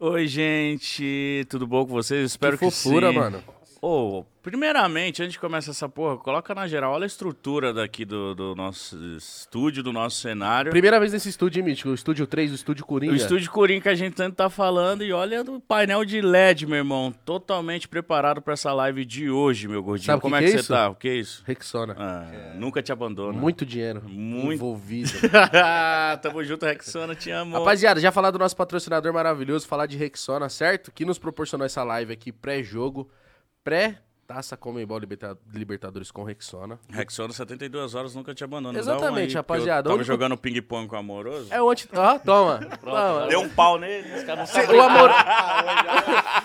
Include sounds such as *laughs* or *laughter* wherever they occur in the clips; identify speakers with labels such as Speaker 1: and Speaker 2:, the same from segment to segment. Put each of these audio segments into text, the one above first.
Speaker 1: Oi, gente, tudo bom com vocês? Espero que,
Speaker 2: fofura,
Speaker 1: sim.
Speaker 2: mano.
Speaker 1: Ô, primeiramente, antes de começar essa porra, coloca na geral, olha a estrutura daqui do, do nosso estúdio, do nosso cenário.
Speaker 2: Primeira vez nesse estúdio, hein, Mítico? O estúdio 3, o estúdio Coringa.
Speaker 1: O estúdio Coringa que a gente tanto tá falando e olha o painel de LED, meu irmão. Totalmente preparado pra essa live de hoje, meu gordinho.
Speaker 2: Sabe o que
Speaker 1: Como
Speaker 2: que
Speaker 1: é que
Speaker 2: é
Speaker 1: você
Speaker 2: isso?
Speaker 1: tá? O que é isso?
Speaker 2: Rexona.
Speaker 1: Ah, Nunca te abandona.
Speaker 2: Muito dinheiro.
Speaker 1: Muito.
Speaker 2: Envolvido.
Speaker 1: *laughs* Tamo junto, Rexona, te amo.
Speaker 2: Rapaziada, já falar do nosso patrocinador maravilhoso, falar de Rexona, certo? Que nos proporcionou essa live aqui pré-jogo, pré-taça Comembol Liberta- Libertadores com Rexona.
Speaker 1: Rexona, 72 horas, nunca te um abandona.
Speaker 2: Exatamente, rapaziada.
Speaker 1: Tava
Speaker 2: O único-
Speaker 1: jogando ping-pong com o amoroso.
Speaker 2: É o anti... Ah, toma. toma.
Speaker 1: Deu um pau nele, os caras não
Speaker 2: Cê-
Speaker 1: *laughs*
Speaker 2: o amor...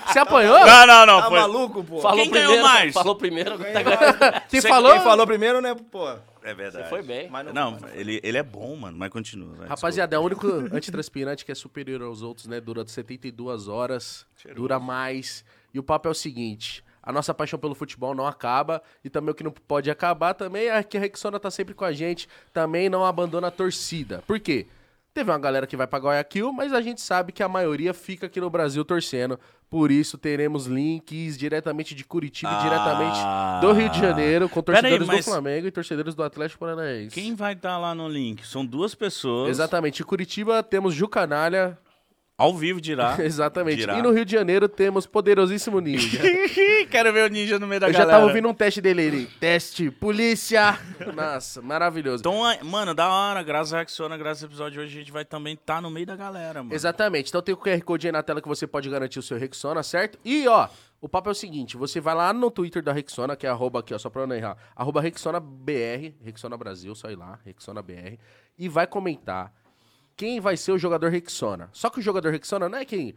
Speaker 2: Você apanhou?
Speaker 1: Não, não, não.
Speaker 3: Tá
Speaker 1: foi-
Speaker 3: maluco, pô?
Speaker 4: Falou
Speaker 1: Quem ganhou
Speaker 4: primeiro,
Speaker 1: mais?
Speaker 4: Falou primeiro. tá ganhando.
Speaker 2: Quem
Speaker 4: Você-
Speaker 2: falou?
Speaker 3: Quem falou primeiro, né, pô?
Speaker 1: É verdade.
Speaker 4: Foi bem.
Speaker 3: Mas não,
Speaker 1: Não, ele, ele é bom, mano, mas continua. vai,
Speaker 2: Rapaziada, é o único antitranspirante que é superior aos outros, né? Dura 72 horas, dura mais. E o papo é o seguinte: a nossa paixão pelo futebol não acaba. E também o que não pode acabar também é que a Rexona tá sempre com a gente. Também não abandona a torcida. Por quê? Teve uma galera que vai pra Guayaquil, mas a gente sabe que a maioria fica aqui no Brasil torcendo. Por isso, teremos links diretamente de Curitiba e
Speaker 1: Ah.
Speaker 2: diretamente do Rio de Janeiro, com
Speaker 1: Pera aí,
Speaker 2: torcedores
Speaker 1: mas-
Speaker 2: do Flamengo e torcedores do Atlético Paranaense.
Speaker 1: Quem vai estar lá no link? São duas pessoas.
Speaker 2: Exatamente. Em Curitiba temos Jucanalha.
Speaker 1: Ao vivo dirá.
Speaker 2: *laughs*
Speaker 1: Ah,
Speaker 2: Exatamente.
Speaker 1: dirá.
Speaker 2: E
Speaker 1: *laughs*
Speaker 2: no Rio de Janeiro temos Poderosíssimo Ninja.
Speaker 1: Quero ver o ninja no meio da
Speaker 2: Eu já
Speaker 1: galera.
Speaker 2: tava ouvindo um teste dele ali. Teste, polícia. *laughs* Nossa, maravilhoso.
Speaker 1: Então, a- mano, da hora. Graças a Rexona, graças ao episódio de hoje, a gente vai também estar no meio da galera, mano.
Speaker 2: Exatamente. Então tem o QR Code aí na tela que você pode garantir o seu Rexona, certo? E, ó, o papo é o seguinte: você vai lá no Twitter da Rexona, que é arroba aqui, ó, só pra eu não errar. Arroba RexonaBR, Rexona Brasil, só ir lá, RexonaBR. E vai comentar quem vai ser o jogador Rexona. Só que o jogador Rexona não é quem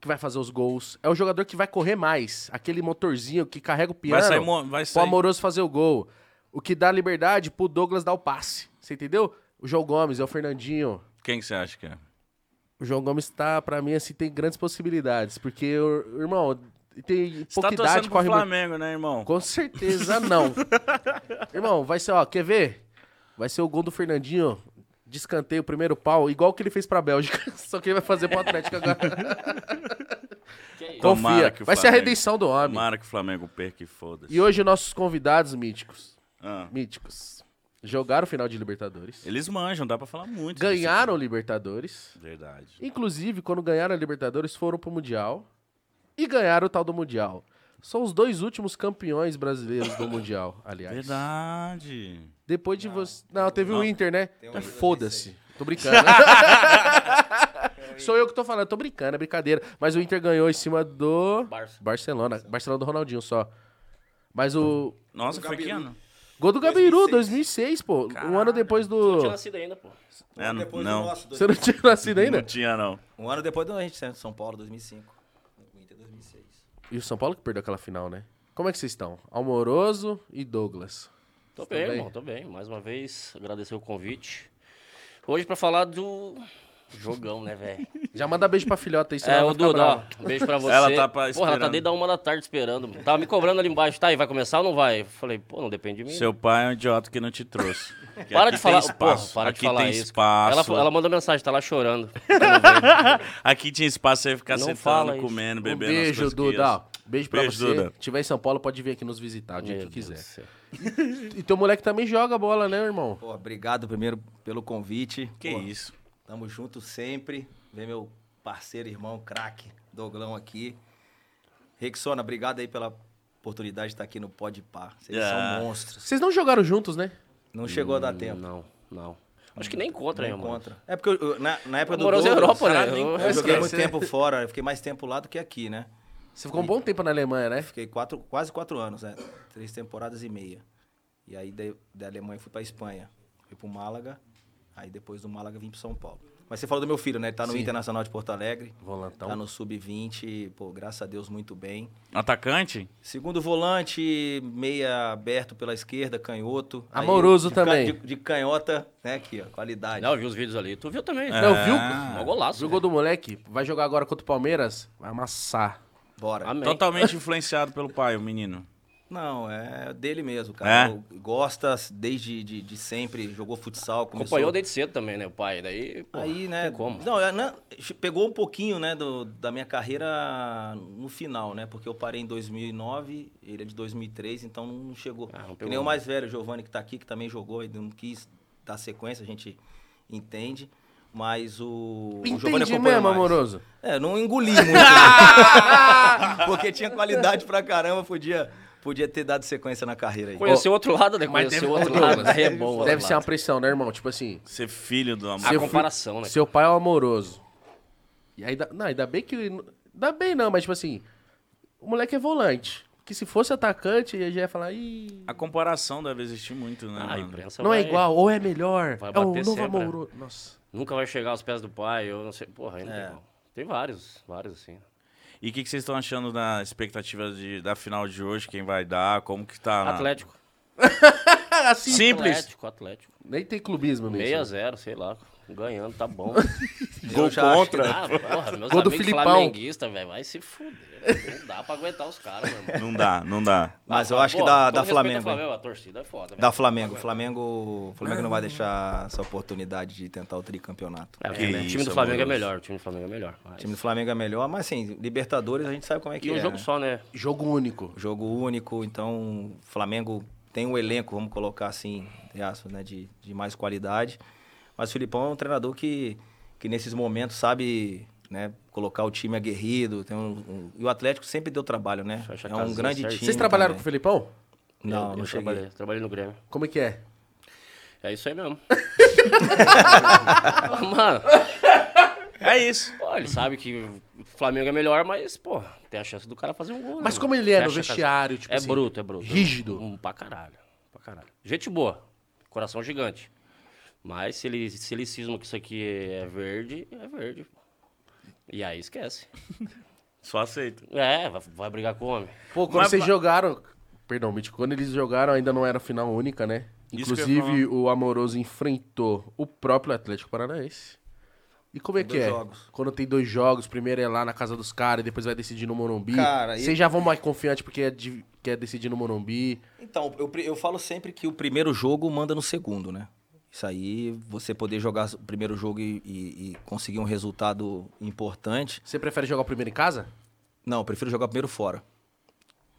Speaker 2: que vai fazer os gols, é o jogador que vai correr mais. Aquele motorzinho que carrega o piano
Speaker 1: vai sair. mo- Vai
Speaker 2: pro
Speaker 1: sair...
Speaker 2: Amoroso fazer o gol. O que dá liberdade pro Douglas dar o passe. Você entendeu? O João Gomes, é o Fernandinho.
Speaker 1: Quem que você acha que é?
Speaker 2: O João Gomes tá, pra mim, assim, tem grandes possibilidades. Porque, o- irmão, tem
Speaker 1: Você
Speaker 2: pouca
Speaker 1: tá
Speaker 2: idade,
Speaker 1: torcendo pro
Speaker 2: corre muito.
Speaker 1: Flamengo, né, irmão?
Speaker 2: Com
Speaker 1: *laughs*
Speaker 2: certeza não. irmão, vai ser, ó, quer ver? Vai ser o gol do Fernandinho. Descanteio, primeiro pau, igual que ele fez pra Bélgica. *laughs* Só que ele vai fazer pro Atlético agora.
Speaker 4: Que
Speaker 1: *laughs*
Speaker 4: isso?
Speaker 1: Tomara
Speaker 2: Confia.
Speaker 1: que o
Speaker 2: Vai ser a
Speaker 1: Flamengo-
Speaker 2: redenção do homem.
Speaker 1: Tomara que o Flamengo perca e foda-se.
Speaker 2: E hoje, nossos convidados míticos.
Speaker 1: Ah,
Speaker 2: Míticos. Jogaram o final de Libertadores.
Speaker 1: eles manjam, dá pra falar muito. disso.
Speaker 2: ganharam o Libertadores.
Speaker 1: Verdade.
Speaker 2: Inclusive, quando ganharam a Libertadores, foram pro Mundial. E ganharam o tal do Mundial. São os dois últimos campeões brasileiros do Mundial, aliás.
Speaker 1: Verdade.
Speaker 2: Depois de você. Não, teve
Speaker 1: Não.
Speaker 2: o Inter, né?
Speaker 3: Tem um
Speaker 2: Mas
Speaker 3: Inter,
Speaker 2: Foda-se. Tô brincando. né? Sou eu que tô falando, tô brincando, é brincadeira. Mas o Inter ganhou em cima do.
Speaker 4: Barça.
Speaker 2: Barcelona. Barcelona do Ronaldinho só. Mas o.
Speaker 1: Nossa,
Speaker 3: Do
Speaker 1: foi que
Speaker 3: Gabiru.
Speaker 1: ano?
Speaker 2: Gol do Gabiru, 2006,
Speaker 3: 2006.
Speaker 2: pô. Um ano depois
Speaker 4: Não
Speaker 2: do.
Speaker 4: tinha nascido ainda, pô.
Speaker 3: Um
Speaker 1: É,
Speaker 3: ano
Speaker 1: não-
Speaker 3: depois
Speaker 1: não.
Speaker 3: do nosso.
Speaker 2: Você não tinha nascido ainda?
Speaker 1: Não tinha, não.
Speaker 3: Um ano depois do a gente saiu de São Paulo, 2005. O Inter, 2006.
Speaker 2: E o São Paulo que perdeu aquela final, né? Como é que vocês estão? Almoroso e Douglas.
Speaker 4: Tô
Speaker 2: Tá bem?
Speaker 4: bem, irmão, tô bem. Mais uma vez, agradecer o convite. Hoje pra falar do jogão, né, velho?
Speaker 2: Já manda beijo pra filhota aí, senão
Speaker 4: É,
Speaker 2: ela
Speaker 4: ô
Speaker 2: vai ficar
Speaker 4: Duda, ó,
Speaker 2: brava.
Speaker 4: beijo pra você.
Speaker 1: Ela tá pra-
Speaker 4: Porra, ela tá
Speaker 1: esperando.
Speaker 4: desde a uma da tarde esperando. mano. Tava me cobrando ali embaixo, tá? E vai começar ou não vai? Eu falei, pô, não depende de mim.
Speaker 1: Seu pai é um idiota que não te trouxe. Porque
Speaker 4: *laughs* Para
Speaker 1: aqui
Speaker 4: de falar,
Speaker 1: tem
Speaker 4: porra,
Speaker 1: espaço.
Speaker 4: para
Speaker 1: aqui
Speaker 4: de falar
Speaker 1: tem
Speaker 4: isso. Ela,
Speaker 1: espaço.
Speaker 4: fa- ela mandou mensagem, tá
Speaker 1: *laughs*
Speaker 4: lá chorando. Tá
Speaker 1: Aqui tinha espaço pra você ficar
Speaker 4: Não
Speaker 1: sentando,
Speaker 4: fala isso.
Speaker 1: comendo,
Speaker 2: Um
Speaker 1: bebendo. as
Speaker 2: beijo,
Speaker 1: coisas que
Speaker 2: Duda.
Speaker 1: ia.
Speaker 2: ó. Beijo pra
Speaker 1: Beijo,
Speaker 2: você.
Speaker 1: Duda.
Speaker 2: Se tiver em São Paulo, pode vir aqui nos visitar, o dia
Speaker 4: Meu
Speaker 2: que
Speaker 4: Deus
Speaker 2: quiser.
Speaker 4: do céu.
Speaker 2: E teu moleque também joga bola, né, irmão?
Speaker 3: Pô, obrigado primeiro pelo convite.
Speaker 1: Que
Speaker 3: Pô,
Speaker 1: isso.
Speaker 3: Tamo junto sempre. Vem meu parceiro, irmão, craque, Doglão aqui. Rexona, obrigado aí pela oportunidade de estar aqui no Pode Par. Vocês
Speaker 1: Ah.
Speaker 3: são monstros.
Speaker 2: Vocês não jogaram juntos, né?
Speaker 3: Não chegou a dar tempo.
Speaker 4: Não, não. Acho que nem encontra,
Speaker 3: Não
Speaker 4: né, mano?
Speaker 3: encontra. É porque eu- eu- na, na época do
Speaker 4: Amoroso
Speaker 3: Douglas,
Speaker 4: Europa, né?
Speaker 3: cara, nem-
Speaker 4: Eu-
Speaker 3: Eu, joguei
Speaker 2: esquece,
Speaker 3: muito
Speaker 2: né?
Speaker 3: tempo fora, eu fiquei mais tempo lá do que aqui, né?
Speaker 2: Você ficou um bom tempo na Alemanha, né?
Speaker 3: Fiquei quatro, quase quatro anos, né? Três temporadas e meia. E aí da, da Alemanha fui pra Espanha. Fui pro Málaga, aí depois do Málaga vim pro São Paulo. Mas você falou do meu filho, né? Ele tá no Internacional de Porto Alegre.
Speaker 2: Volantão.
Speaker 3: Tá no Sub-20, pô, graças a Deus, muito bem.
Speaker 1: Atacante?
Speaker 3: Segundo volante, meia aberto pela esquerda, canhoto. Aí,
Speaker 2: Amoroso
Speaker 3: de ca-
Speaker 2: também.
Speaker 3: de, de canhota, né? Aqui, ó, qualidade.
Speaker 4: Não, eu vi os vídeos ali. Tu viu também?
Speaker 3: É.
Speaker 2: Não, viu?
Speaker 4: Mó golaço.
Speaker 2: Ah. Jogou do moleque, vai jogar agora contra o Palmeiras, vai amassar.
Speaker 3: Bora.
Speaker 4: Amém. *laughs*
Speaker 1: Totalmente influenciado pelo pai, o menino.
Speaker 3: Não, é dele mesmo,
Speaker 1: É?
Speaker 3: cara. O- Gosta desde de, de sempre, jogou futsal, começou...
Speaker 4: né? Acompanhou desde cedo também, né? O pai. Daí, pô,
Speaker 3: Aí, né?
Speaker 4: tem como.
Speaker 3: Não, é, né, pegou um pouquinho, né, do- da minha carreira no final, né? Porque eu parei em 2009, ele é de 2003, então não chegou.
Speaker 4: Ah, não
Speaker 3: que
Speaker 4: pegou.
Speaker 3: nem o mais velho, o Giovanni, que tá aqui, que também jogou, ele não quis dar sequência, a gente entende. Mas o, o Giovanni
Speaker 2: Entendi
Speaker 3: acompanha
Speaker 2: mesmo,
Speaker 3: mais.
Speaker 2: amoroso.
Speaker 3: É, não engoli muito.
Speaker 2: *laughs*
Speaker 3: né? Porque tinha qualidade pra caramba, podia, podia ter dado sequência na carreira aí.
Speaker 4: Conheceu o outro lado, né?
Speaker 2: Mas
Speaker 4: Conheceu
Speaker 2: deve-
Speaker 4: o outro
Speaker 2: Ô, Douglas,
Speaker 4: lado, daí é bom. o
Speaker 2: Deve
Speaker 4: outro
Speaker 2: ser uma
Speaker 4: lado.
Speaker 2: pressão, né, irmão? Tipo assim,
Speaker 1: Ser filho do amor.
Speaker 4: a
Speaker 2: seu fi-
Speaker 4: comparação, né?
Speaker 2: seu pai é um amoroso. E aí, dá- não, ainda bem que... Ainda bem não, mas tipo assim, o moleque é volante. Que se fosse atacante, ele já ia falar, ih...
Speaker 1: A comparação deve existir muito, né?
Speaker 4: Ah, a
Speaker 1: mano?
Speaker 4: imprensa
Speaker 2: Não é
Speaker 4: vai-
Speaker 2: igual, ou é melhor,
Speaker 4: vai
Speaker 2: é o
Speaker 4: bater
Speaker 2: novo
Speaker 4: sempre, né?
Speaker 2: amoroso. Nossa.
Speaker 4: Nunca vai chegar aos pés do pai, eu não sei. Porra, aí não
Speaker 3: É.
Speaker 4: tem como. Tem vários, vários, assim.
Speaker 1: E o que, que vocês estão achando da expectativa de, da final de hoje? Quem vai dar? Como que tá? na-
Speaker 3: Ah.
Speaker 4: Atlético.
Speaker 1: Simples.
Speaker 4: Atlético, Atlético.
Speaker 2: Nem tem clubismo nisso. né?
Speaker 4: 6 a 0 sei lá. Ganhando,
Speaker 2: *laughs*
Speaker 4: tá bom.
Speaker 1: Gol
Speaker 3: Então,
Speaker 1: contra.
Speaker 4: ah, porra, meus
Speaker 2: Gol do
Speaker 4: amigos
Speaker 2: Filipão.
Speaker 4: flamenguistas, velho, vai se fuder. Não dá pra aguentar os caras, meu irmão. Ah,
Speaker 1: Não dá, não
Speaker 4: *laughs*
Speaker 1: dá.
Speaker 3: Mas eu
Speaker 4: Pô,
Speaker 3: acho que dá,
Speaker 4: todo
Speaker 3: dá
Speaker 4: respeito
Speaker 3: Flamengo.
Speaker 4: ao
Speaker 3: hein?
Speaker 4: Então Flamengo, a torcida é foda. velho.
Speaker 3: Da Flamengo. Flamengo, Flamengo não vai deixar essa oportunidade de tentar o tricampeonato.
Speaker 4: É, o
Speaker 1: Que
Speaker 4: time
Speaker 1: isso,
Speaker 4: do Flamengo é
Speaker 1: amoroso.
Speaker 4: melhor, o time do Flamengo é melhor. mas-
Speaker 3: O time do Flamengo é melhor, mas assim, Libertadores a gente sabe como é que
Speaker 4: E um
Speaker 3: é.
Speaker 4: jogo
Speaker 3: né?
Speaker 4: só, né?
Speaker 2: Jogo único.
Speaker 3: Jogo único, então o Flamengo tem um elenco, vamos colocar assim, entre aspas, né, de, de mais qualidade. Mas o Filipão é um treinador que, que nesses momentos sabe né, colocar o time aguerrido. Tem um- um- e o Atlético sempre deu trabalho, né?
Speaker 4: Fecha a
Speaker 3: É um
Speaker 4: casinha
Speaker 3: grande
Speaker 4: certinho.
Speaker 3: time.
Speaker 2: Vocês trabalharam
Speaker 4: né?
Speaker 2: com o
Speaker 3: também.
Speaker 2: Felipão?
Speaker 3: Não,
Speaker 4: eu,
Speaker 3: não
Speaker 4: eu
Speaker 3: cheguei.
Speaker 4: trabalhei, trabalhei no Grêmio.
Speaker 2: Como é que é?
Speaker 4: É isso aí mesmo. Mano,
Speaker 1: É isso.
Speaker 4: pô, ele sabe que o Flamengo é melhor, mas, pô, tem a chance do cara fazer um gol. né,
Speaker 2: Mas
Speaker 4: mano?
Speaker 2: como ele é no
Speaker 4: Fecha a casa.
Speaker 2: vestiário, tipo
Speaker 4: é
Speaker 2: assim,
Speaker 4: bruto, é bruto.
Speaker 2: rígido?
Speaker 4: Um, pra caralho. Pra caralho. Gente boa. Coração gigante. Mas se ele, se ele cisma que isso aqui é verde, é verde. pô. E aí esquece.
Speaker 1: Só aceito.
Speaker 4: É, vai, vai brigar com o homem.
Speaker 2: Pô, quando
Speaker 1: Mas-
Speaker 2: vocês jogaram. Perdão, Mitch, quando eles jogaram ainda não era final única, né?
Speaker 1: Isso que eu ia
Speaker 2: Inclusive, o Amoroso enfrentou o próprio Atlético Paranaense. E como é
Speaker 3: Tem
Speaker 2: que
Speaker 3: dois
Speaker 2: é?
Speaker 3: jogos.
Speaker 2: Quando tem dois jogos, primeiro é lá na casa dos caras e depois vai decidir no Morumbi.
Speaker 3: Cara, e-
Speaker 2: Vocês já vão mais confiante porque é de- quer decidir no Morumbi.
Speaker 3: Então, eu, pre- eu falo sempre que o primeiro jogo manda no segundo, né? Isso aí, você poder jogar o primeiro jogo e, e- e conseguir um resultado importante.
Speaker 2: Você prefere jogar primeiro em casa?
Speaker 3: Não, eu prefiro jogar primeiro fora.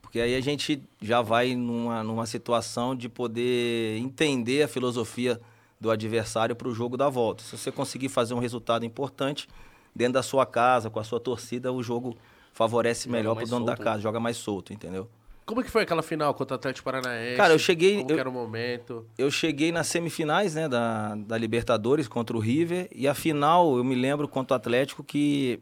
Speaker 3: Porque aí a gente já vai numa, numa situação de poder entender a filosofia do adversário para o jogo da volta. Se você conseguir fazer um resultado importante dentro da sua casa, com a sua torcida, o jogo favorece
Speaker 4: Joga
Speaker 3: melhor para o
Speaker 4: mais
Speaker 3: dono da
Speaker 4: solto, né?
Speaker 3: casa, joga mais solto, entendeu?
Speaker 2: Como é que foi aquela final contra o Atlético Paranaense?
Speaker 3: Cara, eu cheguei-
Speaker 2: Como
Speaker 3: eu-
Speaker 2: que era o momento?
Speaker 3: eu cheguei nas semifinais né, da, da Libertadores contra o River e a final, eu me lembro contra o Atlético que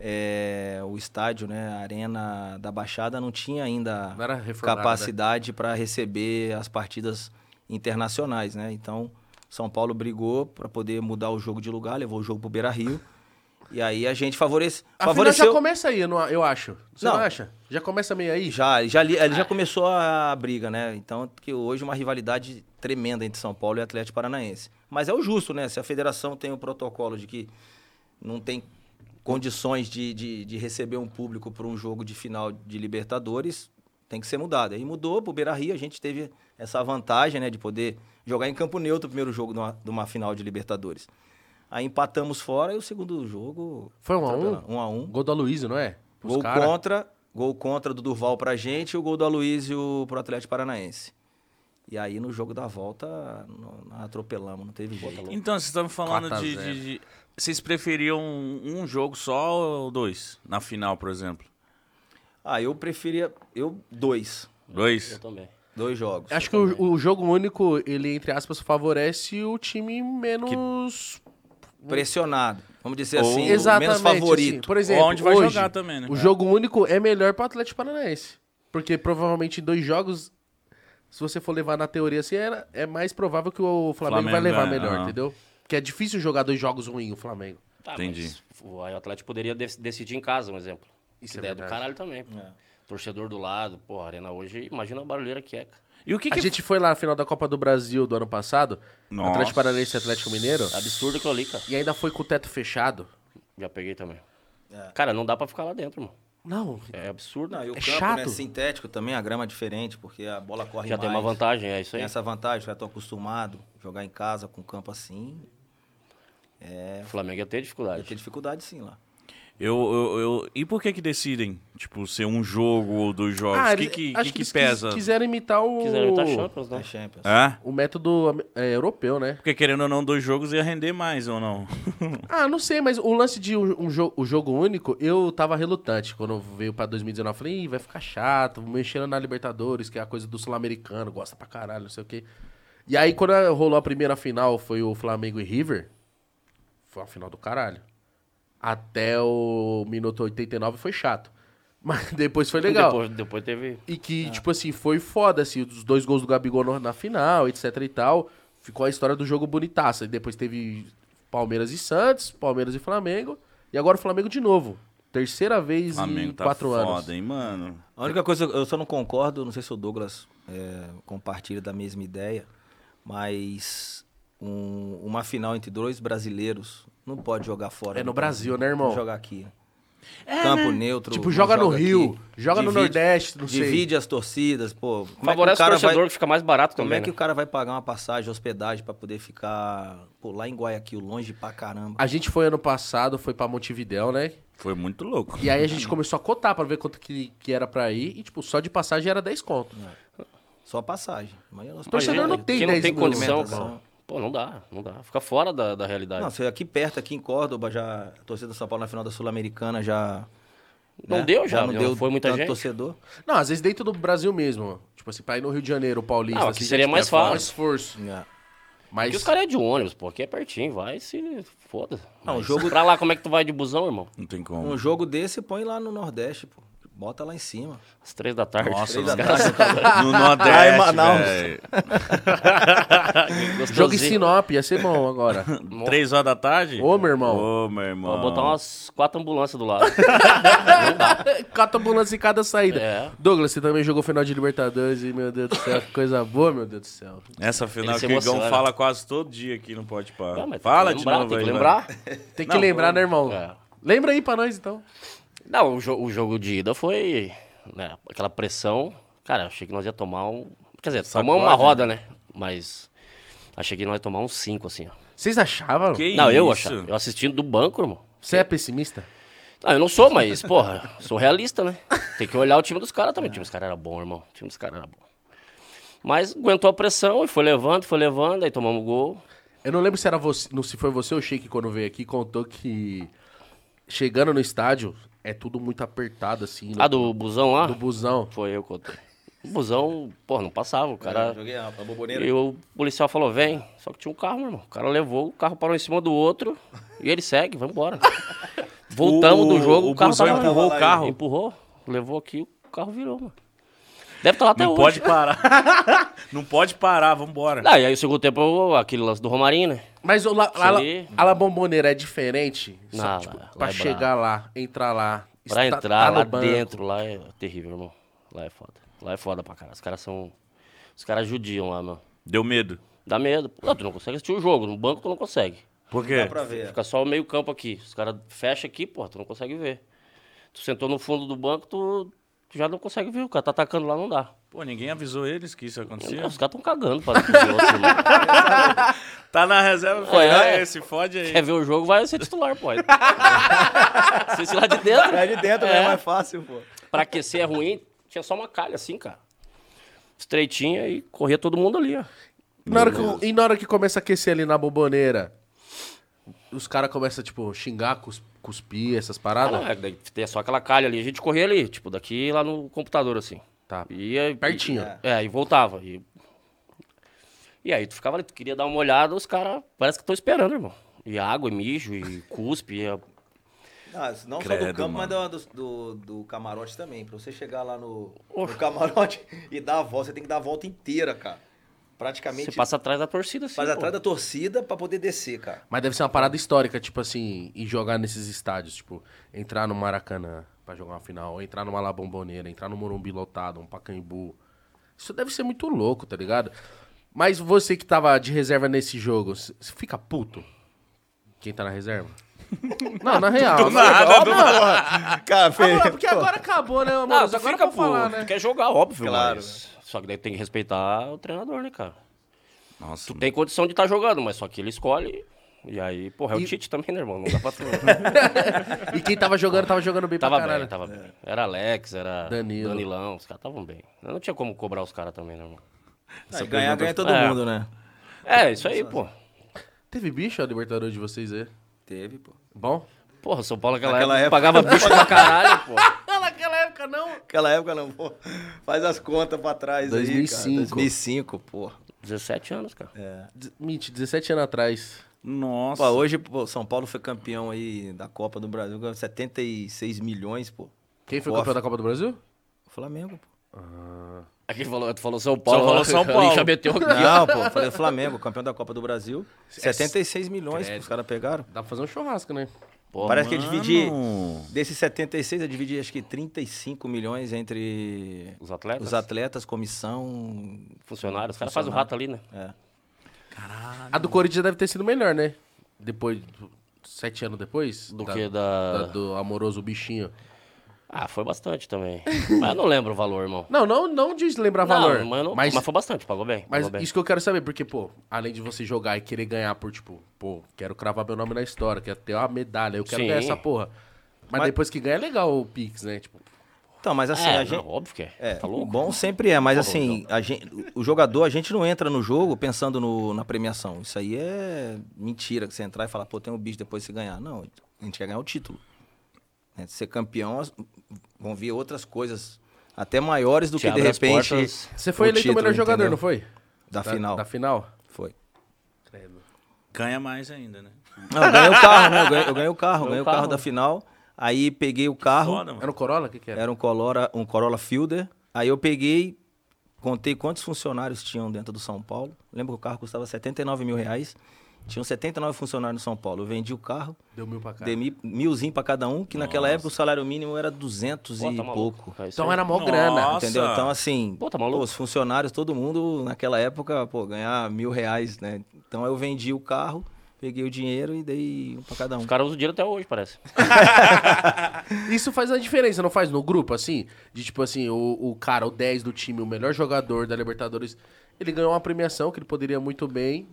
Speaker 3: é, o estádio, né, a Arena da Baixada não tinha ainda
Speaker 2: Não era reformada, né?
Speaker 3: capacidade para receber as partidas internacionais, né? Então, São Paulo brigou para poder mudar o jogo de lugar, levou o jogo pro Beira-Rio. E aí a gente favorece,
Speaker 2: A
Speaker 3: favoreceu
Speaker 2: final já começa aí, eu não- eu acho. Você não,
Speaker 3: Não.
Speaker 2: acha? Já começa meio aí?
Speaker 3: já, já ali, ali já começou a briga, né? Então, que hoje é uma rivalidade tremenda entre São Paulo e Atlético Paranaense. Mas é o justo, né? Se a federação tem o protocolo de que não tem condições de, de, de receber um público para um jogo de final de Libertadores, tem que ser mudado. Aí mudou pro Beira Rio, a gente teve essa vantagem, né? De poder jogar em campo neutro o primeiro jogo de uma, de uma final de Libertadores. Aí empatamos fora e o segundo jogo.
Speaker 2: Foi um a um?
Speaker 3: atropelando. Um a um.
Speaker 2: Gol do Aloysio, não é? Os
Speaker 3: Gol
Speaker 2: cara-
Speaker 3: contra, gol contra do Durval pra gente e o gol do Aloysio pro Atlético Paranaense. E aí no jogo da volta não- não atropelamos, não teve jeito.
Speaker 1: Então, vocês estão falando
Speaker 2: 4 Né? a
Speaker 1: de,
Speaker 2: 0.
Speaker 1: de- de- Vocês preferiam um jogo só ou dois? Na final, por exemplo.
Speaker 3: Ah, eu preferia. Eu, dois.
Speaker 1: Dois?
Speaker 4: Eu também.
Speaker 3: Dois jogos.
Speaker 2: Acho que o, o jogo único, ele, entre aspas, favorece o time menos.
Speaker 3: Pressionado. Vamos dizer
Speaker 1: Ou-
Speaker 3: assim, o
Speaker 2: Exatamente.
Speaker 3: menos favorito.
Speaker 2: assim. por exemplo,
Speaker 1: Ou onde vai
Speaker 2: hoje,
Speaker 1: jogar também, né?
Speaker 2: O jogo único é melhor para o Atlético Paranaense. Porque provavelmente em dois jogos, se você for levar na teoria assim, era- é mais provável que o Flamengo,
Speaker 1: Flamengo
Speaker 2: vai levar
Speaker 1: ganha,
Speaker 2: melhor,
Speaker 1: aham.
Speaker 2: entendeu? Porque é difícil jogar dois jogos ruins, o Flamengo.
Speaker 4: Tá,
Speaker 1: Entendi.
Speaker 4: mas o aí o Atlético poderia de- decidir em casa, um exemplo.
Speaker 2: Isso
Speaker 4: Isso
Speaker 2: é
Speaker 4: ideia do
Speaker 2: verdade.
Speaker 4: caralho também. pô.
Speaker 3: É.
Speaker 4: Torcedor do lado, pô, a arena hoje, imagina a barulheira que é, cara.
Speaker 1: E o que,
Speaker 2: a
Speaker 1: que...
Speaker 2: gente foi lá na final da Copa do Brasil do ano passado,
Speaker 1: Nossa.
Speaker 2: Atlético Paranaense e Atlético Mineiro,
Speaker 4: É Absurdo que eu li, cara.
Speaker 2: e ainda foi com o teto fechado.
Speaker 4: Já peguei também. Cara, não dá pra ficar lá dentro, mano.
Speaker 2: Não,
Speaker 4: É absurdo.
Speaker 3: É. Não, e o
Speaker 2: É
Speaker 3: campo né,
Speaker 2: chato.
Speaker 3: sintético também, a grama é diferente, porque a bola corre
Speaker 4: Já
Speaker 3: mais.
Speaker 4: tem uma vantagem, é isso
Speaker 3: Tem
Speaker 4: aí.
Speaker 3: essa vantagem, já estão acostumados a jogar em casa com campo assim.
Speaker 4: O Flamengo ia ter
Speaker 3: Vai
Speaker 4: dificuldade.
Speaker 3: ter dificuldade sim lá.
Speaker 1: Eu, eu, eu- E por que que decidem, tipo, ser um jogo ou dois jogos?
Speaker 2: Ah,
Speaker 1: O que
Speaker 2: eles-
Speaker 1: que, que,
Speaker 2: acho
Speaker 1: que
Speaker 2: eles quis-
Speaker 1: pesa?
Speaker 2: Quiseram imitar o.
Speaker 4: Quiseram imitar a Champions, né?
Speaker 3: É Champions.
Speaker 1: Hã?
Speaker 2: O método é, europeu, né?
Speaker 1: Porque querendo ou não, dois jogos ia render mais ou não?
Speaker 2: Ah, não sei, mas o lance de um, um jo- o jogo único, eu tava relutante. Quando veio pra 2019, eu falei, Ih, vai ficar chato, mexendo na Libertadores, que é a coisa do sul-americano, gosta pra caralho, não sei o quê. E aí, quando rolou a primeira final, foi o Flamengo e River, foi uma final do caralho. Até o minuto 89 foi chato. *laughs* Mas depois foi legal.
Speaker 4: Depois, né? depois
Speaker 3: é
Speaker 4: teve.
Speaker 2: E que,
Speaker 1: É.
Speaker 2: tipo assim, foi foda, assim, os dois gols do Gabigol no- na final, etc e tal. Ficou a história do jogo bonitaça. E depois teve Palmeiras e Santos, Palmeiras e Flamengo. E agora o Flamengo de novo. Terceira vez em
Speaker 1: Flamengo tá
Speaker 2: quatro
Speaker 1: foda,
Speaker 2: anos.
Speaker 1: hein, mano?
Speaker 3: A única coisa que eu só não concordo, não sei se o Douglas é, compartilha da mesma ideia, mas um- uma final entre dois brasileiros não pode jogar fora.
Speaker 2: É no
Speaker 3: do
Speaker 2: Brasil, né,
Speaker 3: Tem
Speaker 2: irmão?
Speaker 3: que jogar aqui. Campo neutro.
Speaker 2: Tipo,
Speaker 3: um
Speaker 2: joga no Rio, joga no
Speaker 3: divide-
Speaker 2: Nordeste, não sei.
Speaker 3: Divide as torcidas, pô. Como é que
Speaker 4: Favorece o,
Speaker 3: cara
Speaker 4: torcedor
Speaker 3: vai-
Speaker 4: que fica mais barato
Speaker 3: Como
Speaker 4: também.
Speaker 3: é que
Speaker 4: né?
Speaker 3: o cara vai pagar uma passagem, hospedagem pra poder ficar pô, lá em Guayaquil, longe pra caramba?
Speaker 2: A gente foi ano passado, foi pra Montevidéu, né?
Speaker 1: Foi muito louco.
Speaker 2: E aí a gente começou a cotar pra ver quanto que, que era pra ir. E, tipo, só de passagem era 10 conto.
Speaker 1: É.
Speaker 3: Só a passagem. é Imagina nós-
Speaker 2: Torcedor não tem
Speaker 4: quem não
Speaker 2: 10
Speaker 4: tem
Speaker 2: mil
Speaker 4: condição,
Speaker 2: alimentação.
Speaker 4: cara. Pô, não dá, não dá. Fica fora da, da realidade.
Speaker 3: Não, você aqui perto, aqui em Córdoba, já a torcida do São Paulo na final da Sul-Americana já.
Speaker 4: Não
Speaker 3: né,
Speaker 4: deu já,
Speaker 3: não
Speaker 4: não
Speaker 3: deu
Speaker 4: foi muita
Speaker 3: tanto
Speaker 4: gente?
Speaker 3: torcedor.
Speaker 2: Não, às vezes dentro do Brasil mesmo. Tipo assim, pra ir no Rio de Janeiro, Paulista.
Speaker 4: Não, aqui
Speaker 2: assim,
Speaker 4: seria
Speaker 2: tipo,
Speaker 4: mais
Speaker 2: é foda,
Speaker 4: fácil.
Speaker 2: Um esforço. Mas...
Speaker 4: Porque os caras é de ônibus, pô. Aqui é pertinho, vai se foda.
Speaker 3: Não,
Speaker 4: Mas
Speaker 3: o jogo-
Speaker 4: Pra lá, como é que tu vai de busão, irmão?
Speaker 1: Não tem
Speaker 2: *laughs*
Speaker 3: Um
Speaker 1: como.
Speaker 3: jogo desse põe lá no Nordeste, pô. Bota lá em cima.
Speaker 4: Às três da tarde.
Speaker 1: Nossa,
Speaker 3: Três
Speaker 1: os
Speaker 3: da
Speaker 1: caras
Speaker 3: tarde, cara.
Speaker 1: no
Speaker 3: Lá em
Speaker 1: Nordeste,
Speaker 3: Manaus.
Speaker 1: velho.
Speaker 4: *laughs* Gostosinho.
Speaker 2: Jogo em Sinop, ia ser bom agora.
Speaker 4: *laughs*
Speaker 1: Três horas da tarde?
Speaker 2: Ô, meu irmão.
Speaker 1: Ô, meu irmão.
Speaker 4: Vou botar umas quatro ambulâncias do lado. *laughs*
Speaker 2: *laughs* Cata ambulância em cada saída.
Speaker 4: É.
Speaker 2: Douglas, você também jogou final de Libertadores e, meu Deus do céu, que coisa boa, meu Deus do céu.
Speaker 1: Essa final que
Speaker 4: Ele se
Speaker 1: o Igão
Speaker 4: emociona.
Speaker 1: fala quase todo dia aqui no Pode Par.
Speaker 4: Ah, mas tem que
Speaker 1: Fala de
Speaker 4: lembrar,
Speaker 1: novo
Speaker 4: Tem
Speaker 1: aí, né? vai.
Speaker 4: que lembrar.
Speaker 2: Tem que
Speaker 1: Não,
Speaker 2: lembrar, né, irmão?
Speaker 4: É.
Speaker 2: Lembra aí pra nós, então.
Speaker 4: Não, o, jo- o jogo de ida foi né, aquela pressão. Cara, achei que nós ia tomar um. Quer dizer,
Speaker 1: Sacode,
Speaker 4: tomamos uma
Speaker 1: né?
Speaker 4: roda, né? Mas achei que nós ia tomar uns cinco, assim. ó.
Speaker 2: Vocês achavam?
Speaker 1: Que
Speaker 4: Não, eu
Speaker 1: isso?
Speaker 4: achava. Eu assistindo do banco, irmão.
Speaker 2: Você é pessimista?
Speaker 4: Não, Ah, eu não sou, mas, porra, sou realista, né? Tem que olhar o time dos caras também. O time dos caras era bom, irmão. O time dos caras era bom. Mas aguentou a pressão e foi levando, foi levando, aí tomamos gol.
Speaker 2: Eu não lembro se era você, não, se foi você ou o Sheik quando veio aqui, contou que chegando no estádio é tudo muito apertado, assim. no-
Speaker 4: Ah, do busão lá?
Speaker 2: do busão.
Speaker 4: Foi eu que contei. O busão, porra, não passava. O
Speaker 1: É,
Speaker 4: cara.
Speaker 3: Joguei a, a boboneira.
Speaker 4: E o policial falou, vem. Só que tinha um carro, meu irmão. O cara levou, o carro parou em cima do outro e ele segue, vamos embora. Voltamos
Speaker 1: O-
Speaker 4: do jogo,
Speaker 1: o
Speaker 4: o, carro
Speaker 1: busão
Speaker 4: tava lá.
Speaker 1: empurrou o carro?
Speaker 4: Empurrou, levou aqui, o carro virou, mano. Deve estar lá até
Speaker 1: Não
Speaker 4: hoje.
Speaker 1: pode parar. *laughs* não pode parar, vambora.
Speaker 4: Ah, e aí o segundo tempo, eu- aquele lance do Romarinho, né?
Speaker 2: Mas o La,
Speaker 4: Isso
Speaker 2: La, La,
Speaker 4: aí-
Speaker 2: a La Bombonera é diferente? Só,
Speaker 4: Não,
Speaker 2: tipo,
Speaker 4: lá- lá
Speaker 2: pra
Speaker 4: é
Speaker 2: chegar lá, entrar lá.
Speaker 4: Pra
Speaker 2: está-
Speaker 4: entrar
Speaker 2: tá no
Speaker 4: lá
Speaker 2: banco.
Speaker 4: dentro, lá é terrível, irmão. Lá é foda. Lá é foda pra caralho. Os caras são... Os caras judiam lá, mano.
Speaker 1: Deu medo.
Speaker 4: Dá medo. Não, tu não consegue assistir o jogo. No banco tu não consegue.
Speaker 1: Por
Speaker 3: Dá
Speaker 1: quê?
Speaker 3: pra
Speaker 2: É.
Speaker 3: *laughs* ver.
Speaker 4: Fica só o meio campo aqui. Os caras fecham aqui, pô, tu não consegue ver. Tu sentou no fundo do banco, tu, tu já não consegue ver. O cara tá atacando lá, não dá.
Speaker 1: Pô, ninguém avisou eles que isso acontecia.
Speaker 4: Não, os caras tão cagando pra dentro dos
Speaker 2: *laughs*
Speaker 4: outros, irmão.
Speaker 1: Tá na reserva,
Speaker 4: Pô, é.
Speaker 1: é. esse fode aí.
Speaker 4: Quer ver o jogo, vai ser titular,
Speaker 2: *laughs*
Speaker 4: pô. Você se lá de dentro.
Speaker 3: Lá de dentro é. mais fácil, pô.
Speaker 4: Pra aquecer é ruim, tinha só uma calha assim, cara. Estreitinha e corria todo mundo ali, ó.
Speaker 2: Na hora que, e na hora que começa a aquecer ali na bomboneira, os caras começam, tipo, xingar, cus- cuspir, essas
Speaker 4: Ah,
Speaker 2: paradas?
Speaker 4: não, é, daí tem só aquela calha ali. A gente corria ali, tipo, daqui lá no computador, assim.
Speaker 2: Tá.
Speaker 4: Ia,
Speaker 2: Pertinho.
Speaker 4: E, é, e voltava. E, e aí tu ficava ali, tu queria dar uma olhada, os caras parece que estão esperando, irmão. E água, e mijo, e cuspe. E a-
Speaker 3: Ah, não só
Speaker 1: Credo,
Speaker 3: do campo,
Speaker 1: mano.
Speaker 3: mas do, do, do camarote também. Pra você chegar lá no, no camarote *laughs* e dar a volta, você tem que dar a volta inteira, cara. Praticamente
Speaker 4: Você passa atrás da torcida, assim.
Speaker 3: faz
Speaker 4: pô.
Speaker 3: atrás da torcida pra poder descer, cara.
Speaker 2: Mas deve ser uma parada histórica, tipo assim, e jogar nesses estádios, tipo, entrar no Maracanã pra jogar uma final, ou entrar numa La Bombonera, entrar no Morumbi lotado, um Pacaembu. Isso deve ser muito louco, tá ligado?
Speaker 4: *laughs*
Speaker 2: Mas você que tava de reserva nesse jogo, c- você fica puto? Quem tá na reserva? Não, na real. na
Speaker 1: Nada, do *laughs*
Speaker 3: Café.
Speaker 2: Agora, porque agora acabou, né, amor?
Speaker 4: Não,
Speaker 2: Agora
Speaker 4: tu
Speaker 2: fica
Speaker 4: fica,
Speaker 2: pra
Speaker 4: pô,
Speaker 2: falar, né?
Speaker 4: tu quer jogar, óbvio,
Speaker 3: Claro,
Speaker 4: mas... Só que daí tem que respeitar o treinador, né, cara?
Speaker 1: Nossa,
Speaker 4: Tu tem condição de estar jogando, mas só que ele escolhe. E aí, porra, é o Tite também, né, irmão? Não dá pra tu...
Speaker 2: E quem tava jogando, tava jogando bem
Speaker 4: tava
Speaker 2: pra caralho.
Speaker 4: bem, tava bem. Era Alex, era
Speaker 2: Danilo.
Speaker 4: Danilão, os caras estavam bem. Não tinha como cobrar os caras também, né, irmão?
Speaker 3: Se ganhar, ganha todo
Speaker 4: É.
Speaker 3: mundo, né?
Speaker 4: É, isso aí, pô.
Speaker 2: Teve bicho a Libertadores de vocês aí?
Speaker 3: Teve, pô.
Speaker 2: Bom?
Speaker 4: Porra, São Paulo naquela,
Speaker 3: Naquela
Speaker 4: época,
Speaker 3: época-
Speaker 4: pagava bicho pra caralho, pô.
Speaker 2: Naquela época, não.
Speaker 3: Aquela época não, pô. Faz as contas pra trás aí,
Speaker 2: 2005.
Speaker 3: cara. 2005, pô.
Speaker 4: 17 anos, cara.
Speaker 3: É.
Speaker 2: Mitch, 17 anos atrás.
Speaker 1: Nossa.
Speaker 3: Pô, hoje, pô, São Paulo foi campeão aí da Copa do Brasil, ganhou 76 milhões, pô.
Speaker 2: Quem foi
Speaker 3: Boa.
Speaker 2: campeão da Copa do Brasil?
Speaker 3: O Flamengo, pô.
Speaker 4: Aqui falou, tu falou São Paulo.
Speaker 1: falou
Speaker 4: ó,
Speaker 1: São
Speaker 2: *laughs*
Speaker 4: o
Speaker 1: Paulo.
Speaker 4: Lincha meteu aqui, ó.
Speaker 3: Não, pô, eu falei Flamengo, campeão da Copa do Brasil. 76 milhões que os caras pegaram.
Speaker 2: Dá pra fazer um churrasco, né?
Speaker 4: Pô,
Speaker 3: Parece que eu dividi.
Speaker 1: Mano.
Speaker 3: Desses 76, eu dividi acho que 35 milhões entre
Speaker 4: Os atletas,
Speaker 3: os atletas, comissão.
Speaker 4: funcionários, os caras fazem o rato ali, né?
Speaker 3: É.
Speaker 2: A do Corinthians deve ter sido melhor, né? Depois, sete anos depois?
Speaker 4: Do que da-
Speaker 2: Do amoroso bichinho.
Speaker 4: Ah, foi bastante também. *laughs* mas eu não lembro o valor, irmão.
Speaker 2: Não, não, não diz lembrar
Speaker 4: Não,
Speaker 2: valor.
Speaker 4: mas, não-
Speaker 2: mas,
Speaker 4: mas foi bastante, pagou bem.
Speaker 2: mas
Speaker 4: pagou bem.
Speaker 2: isso que eu quero saber, porque, pô, além de você jogar e querer ganhar por, tipo, pô, quero cravar meu nome na história, quero ter uma medalha, eu quero
Speaker 4: Sim.
Speaker 2: ganhar essa porra. Mas,
Speaker 3: Mas-
Speaker 2: depois que ganha é legal o Pix, né? Tipo,
Speaker 3: Então, mas assim,
Speaker 4: é,
Speaker 3: a gente.
Speaker 4: não, óbvio que é.
Speaker 3: É,
Speaker 4: tá
Speaker 3: o
Speaker 4: louco?
Speaker 3: bom sempre é, mas
Speaker 4: *laughs*
Speaker 3: assim,
Speaker 4: então.
Speaker 3: a gente, o jogador, a gente não entra no jogo pensando no- na premiação. Isso aí é mentira, que você entrar e falar, pô, tem um bicho depois de você ganhar. Não, a gente quer ganhar o título. Né, Ser campeão, as- vão vir outras coisas até maiores do
Speaker 4: Te
Speaker 3: que de
Speaker 4: abre as
Speaker 3: repente.
Speaker 4: portas.
Speaker 2: você foi
Speaker 3: o
Speaker 2: eleito o
Speaker 3: título,
Speaker 2: melhor jogador,
Speaker 3: entendeu?
Speaker 2: não foi?
Speaker 3: Da final.
Speaker 2: Da final?
Speaker 3: Foi.
Speaker 1: Ganha mais ainda, né?
Speaker 3: Não, eu ganhei o carro, né? Eu ganhei,
Speaker 4: *laughs*
Speaker 3: eu ganhei o carro,
Speaker 4: Ganhou
Speaker 3: ganhei
Speaker 4: o
Speaker 3: o carro
Speaker 4: carro. né?
Speaker 3: da final. Aí peguei o carro.
Speaker 1: Foda, mano.
Speaker 2: Era o Corolla? O que,
Speaker 4: É.
Speaker 2: que era?
Speaker 3: Hum. Era um Corolla, um Corolla Fielder. Aí eu peguei, contei quantos funcionários tinham dentro do São Paulo. Lembro que o carro custava 79 mil reais. Tinham 79 funcionários no São Paulo. Eu vendi o carro,
Speaker 2: Deu mil pra cá.
Speaker 3: dei mi- milzinho pra cada um, que naquela
Speaker 1: Nossa.
Speaker 3: época o salário mínimo era 200
Speaker 4: Pô,
Speaker 3: e
Speaker 4: tá maluco.
Speaker 3: pouco.
Speaker 4: É isso
Speaker 2: Então
Speaker 4: aí.
Speaker 2: era mó
Speaker 1: Nossa.
Speaker 2: grana.
Speaker 1: Nossa.
Speaker 3: Entendeu? Então, assim,
Speaker 4: Pô, tá maluco.
Speaker 3: os funcionários, todo mundo, naquela época, pô, ganhar mil reais, né? Então eu vendi o carro, peguei o dinheiro e dei um pra cada um.
Speaker 4: Os caras usam dinheiro até hoje, parece.
Speaker 2: Isso faz a diferença, não faz? No grupo, assim? De tipo assim, o, o cara, o 10 do time, o melhor jogador da Libertadores, ele ganhou uma premiação que ele poderia muito bem.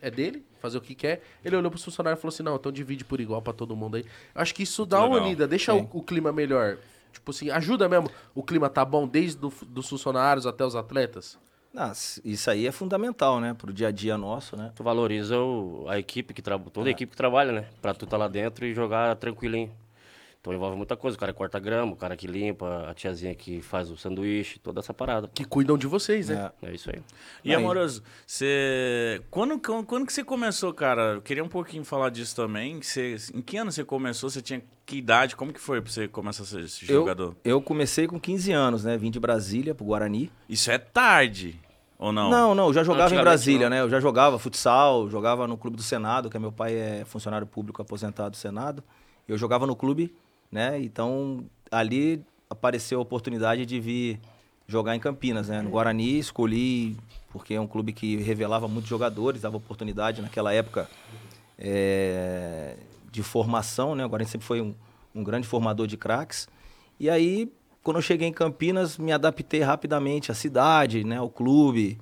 Speaker 2: É dele, fazer o que quer. Ele olhou pros funcionários e falou assim: não, então divide por igual pra todo mundo aí. Eu Acho que isso dá uma
Speaker 1: Legal.
Speaker 2: unida, deixa o, o clima melhor. Tipo assim, ajuda mesmo. O clima tá bom desde do, dos funcionários até os atletas.
Speaker 3: Ah, isso aí é fundamental, né? Pro dia a dia nosso, né?
Speaker 4: Tu valoriza o- a equipe que trabalha,
Speaker 1: É.
Speaker 4: toda a equipe que trabalha, né? Pra tu tá lá dentro e jogar tranquilinho. Então envolve muita coisa. O cara que corta grama, o cara que limpa, a tiazinha que faz o sanduíche, toda essa parada.
Speaker 2: Que cuidam de vocês, né?
Speaker 3: É.
Speaker 4: É isso aí.
Speaker 1: E amoroso, você. Quando, quando quando que você começou, cara? Eu queria um pouquinho falar disso também. que Você, em que ano você começou? Você tinha que idade? Como que foi pra você começar a ser esse
Speaker 3: Eu,
Speaker 1: jogador?
Speaker 3: eu comecei com 15 anos, né? Vim de Brasília pro Guarani.
Speaker 1: Isso é tarde, ou não?
Speaker 3: Não, não, eu já jogava em
Speaker 4: Antigamente,
Speaker 3: Brasília,
Speaker 4: não.
Speaker 3: né? Eu já jogava futsal, jogava no clube do Senado, que meu pai é funcionário público aposentado do Senado. Eu jogava no clube, né? Então ali apareceu a oportunidade de vir jogar em Campinas, né? No Guarani escolhi porque é um clube que revelava muitos jogadores, dava oportunidade naquela época é, de formação, né? O Guarani sempre foi um, um grande formador de craques. E aí, quando eu cheguei em Campinas, me adaptei rapidamente à cidade, né? Ao clube.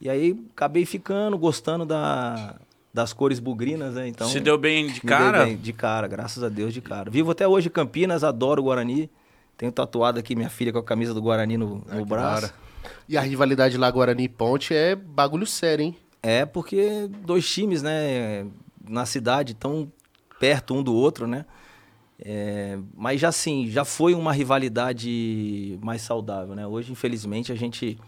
Speaker 3: E aí, acabei ficando, gostando da, das cores bugrinas, né? Então,
Speaker 1: Se deu bem de
Speaker 3: me dei
Speaker 1: cara?
Speaker 3: bem, de cara, graças a Deus, de cara. Vivo até hoje em Campinas, adoro o Guarani. Tenho tatuado aqui minha filha com a camisa do Guarani no,
Speaker 2: É,
Speaker 3: no É, braço.
Speaker 2: E a rivalidade lá Guarani e Ponte é bagulho sério, hein?
Speaker 3: É, porque dois times, né, na cidade tão perto um do outro, né? É, mas já assim, já foi uma rivalidade mais saudável, né? Hoje, infelizmente, a gente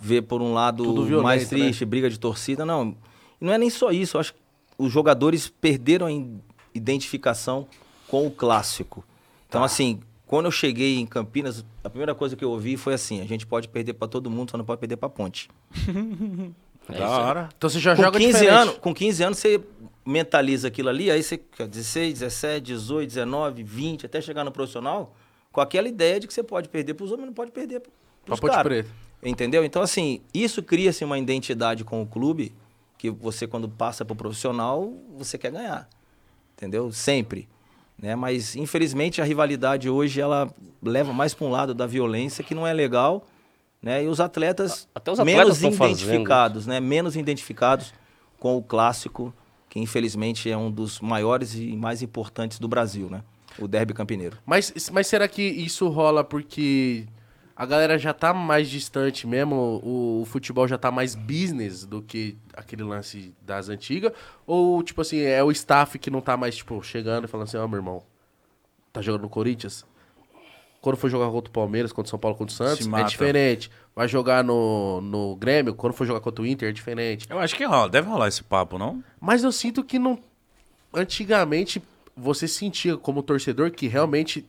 Speaker 3: vê por um lado
Speaker 2: Tá Tudo violento, né?
Speaker 3: mais triste, briga de torcida. Não, não é nem só isso. Eu acho que os jogadores perderam a in- identificação com o clássico.
Speaker 2: Tá.
Speaker 3: Então, assim, quando eu cheguei em Campinas, a primeira coisa que eu ouvi foi assim: a gente pode perder pra todo mundo, só não pode perder pra Ponte.
Speaker 4: É
Speaker 1: Da
Speaker 4: isso aí.
Speaker 1: hora.
Speaker 2: Então você já
Speaker 3: Com
Speaker 2: joga
Speaker 3: 15
Speaker 2: diferente.
Speaker 3: anos, com 15 anos você mentaliza aquilo ali, aí você fica 16, 17, 18, 19, 20, até chegar no profissional, com aquela ideia de que você pode perder pros homens, não pode perder
Speaker 2: Pra
Speaker 3: pros
Speaker 2: Ponte
Speaker 3: caras.
Speaker 2: Preta.
Speaker 3: Entendeu? Então assim, isso cria-se uma identidade com o clube que você quando passa pro profissional, você quer ganhar. entendeu? Sempre. Né? Mas, infelizmente, a rivalidade hoje ela leva mais para um lado da violência, que não é legal. Né? E os atletas,
Speaker 4: A- até os atletas
Speaker 3: menos
Speaker 4: tão fazendo.
Speaker 3: identificados, né? menos identificados com o clássico, que infelizmente é um dos maiores e mais importantes do Brasil, né? O Derby Campineiro.
Speaker 2: Mas, mas será que isso rola porque a galera já tá mais distante mesmo? O, o futebol já tá mais business do que aquele lance das antigas? Ou, tipo assim, é o staff que não tá mais, tipo, chegando e falando assim, ó, meu irmão, tá jogando no Corinthians? Quando for jogar contra o Palmeiras, contra o São Paulo, contra o Santos,
Speaker 1: Se
Speaker 2: é
Speaker 1: mata.
Speaker 2: diferente. Vai jogar no, no Grêmio, quando for jogar contra o Inter, é diferente.
Speaker 1: Eu acho que rola, deve rolar esse papo, não?
Speaker 2: Mas eu sinto que não. Antigamente, você sentia como torcedor que realmente,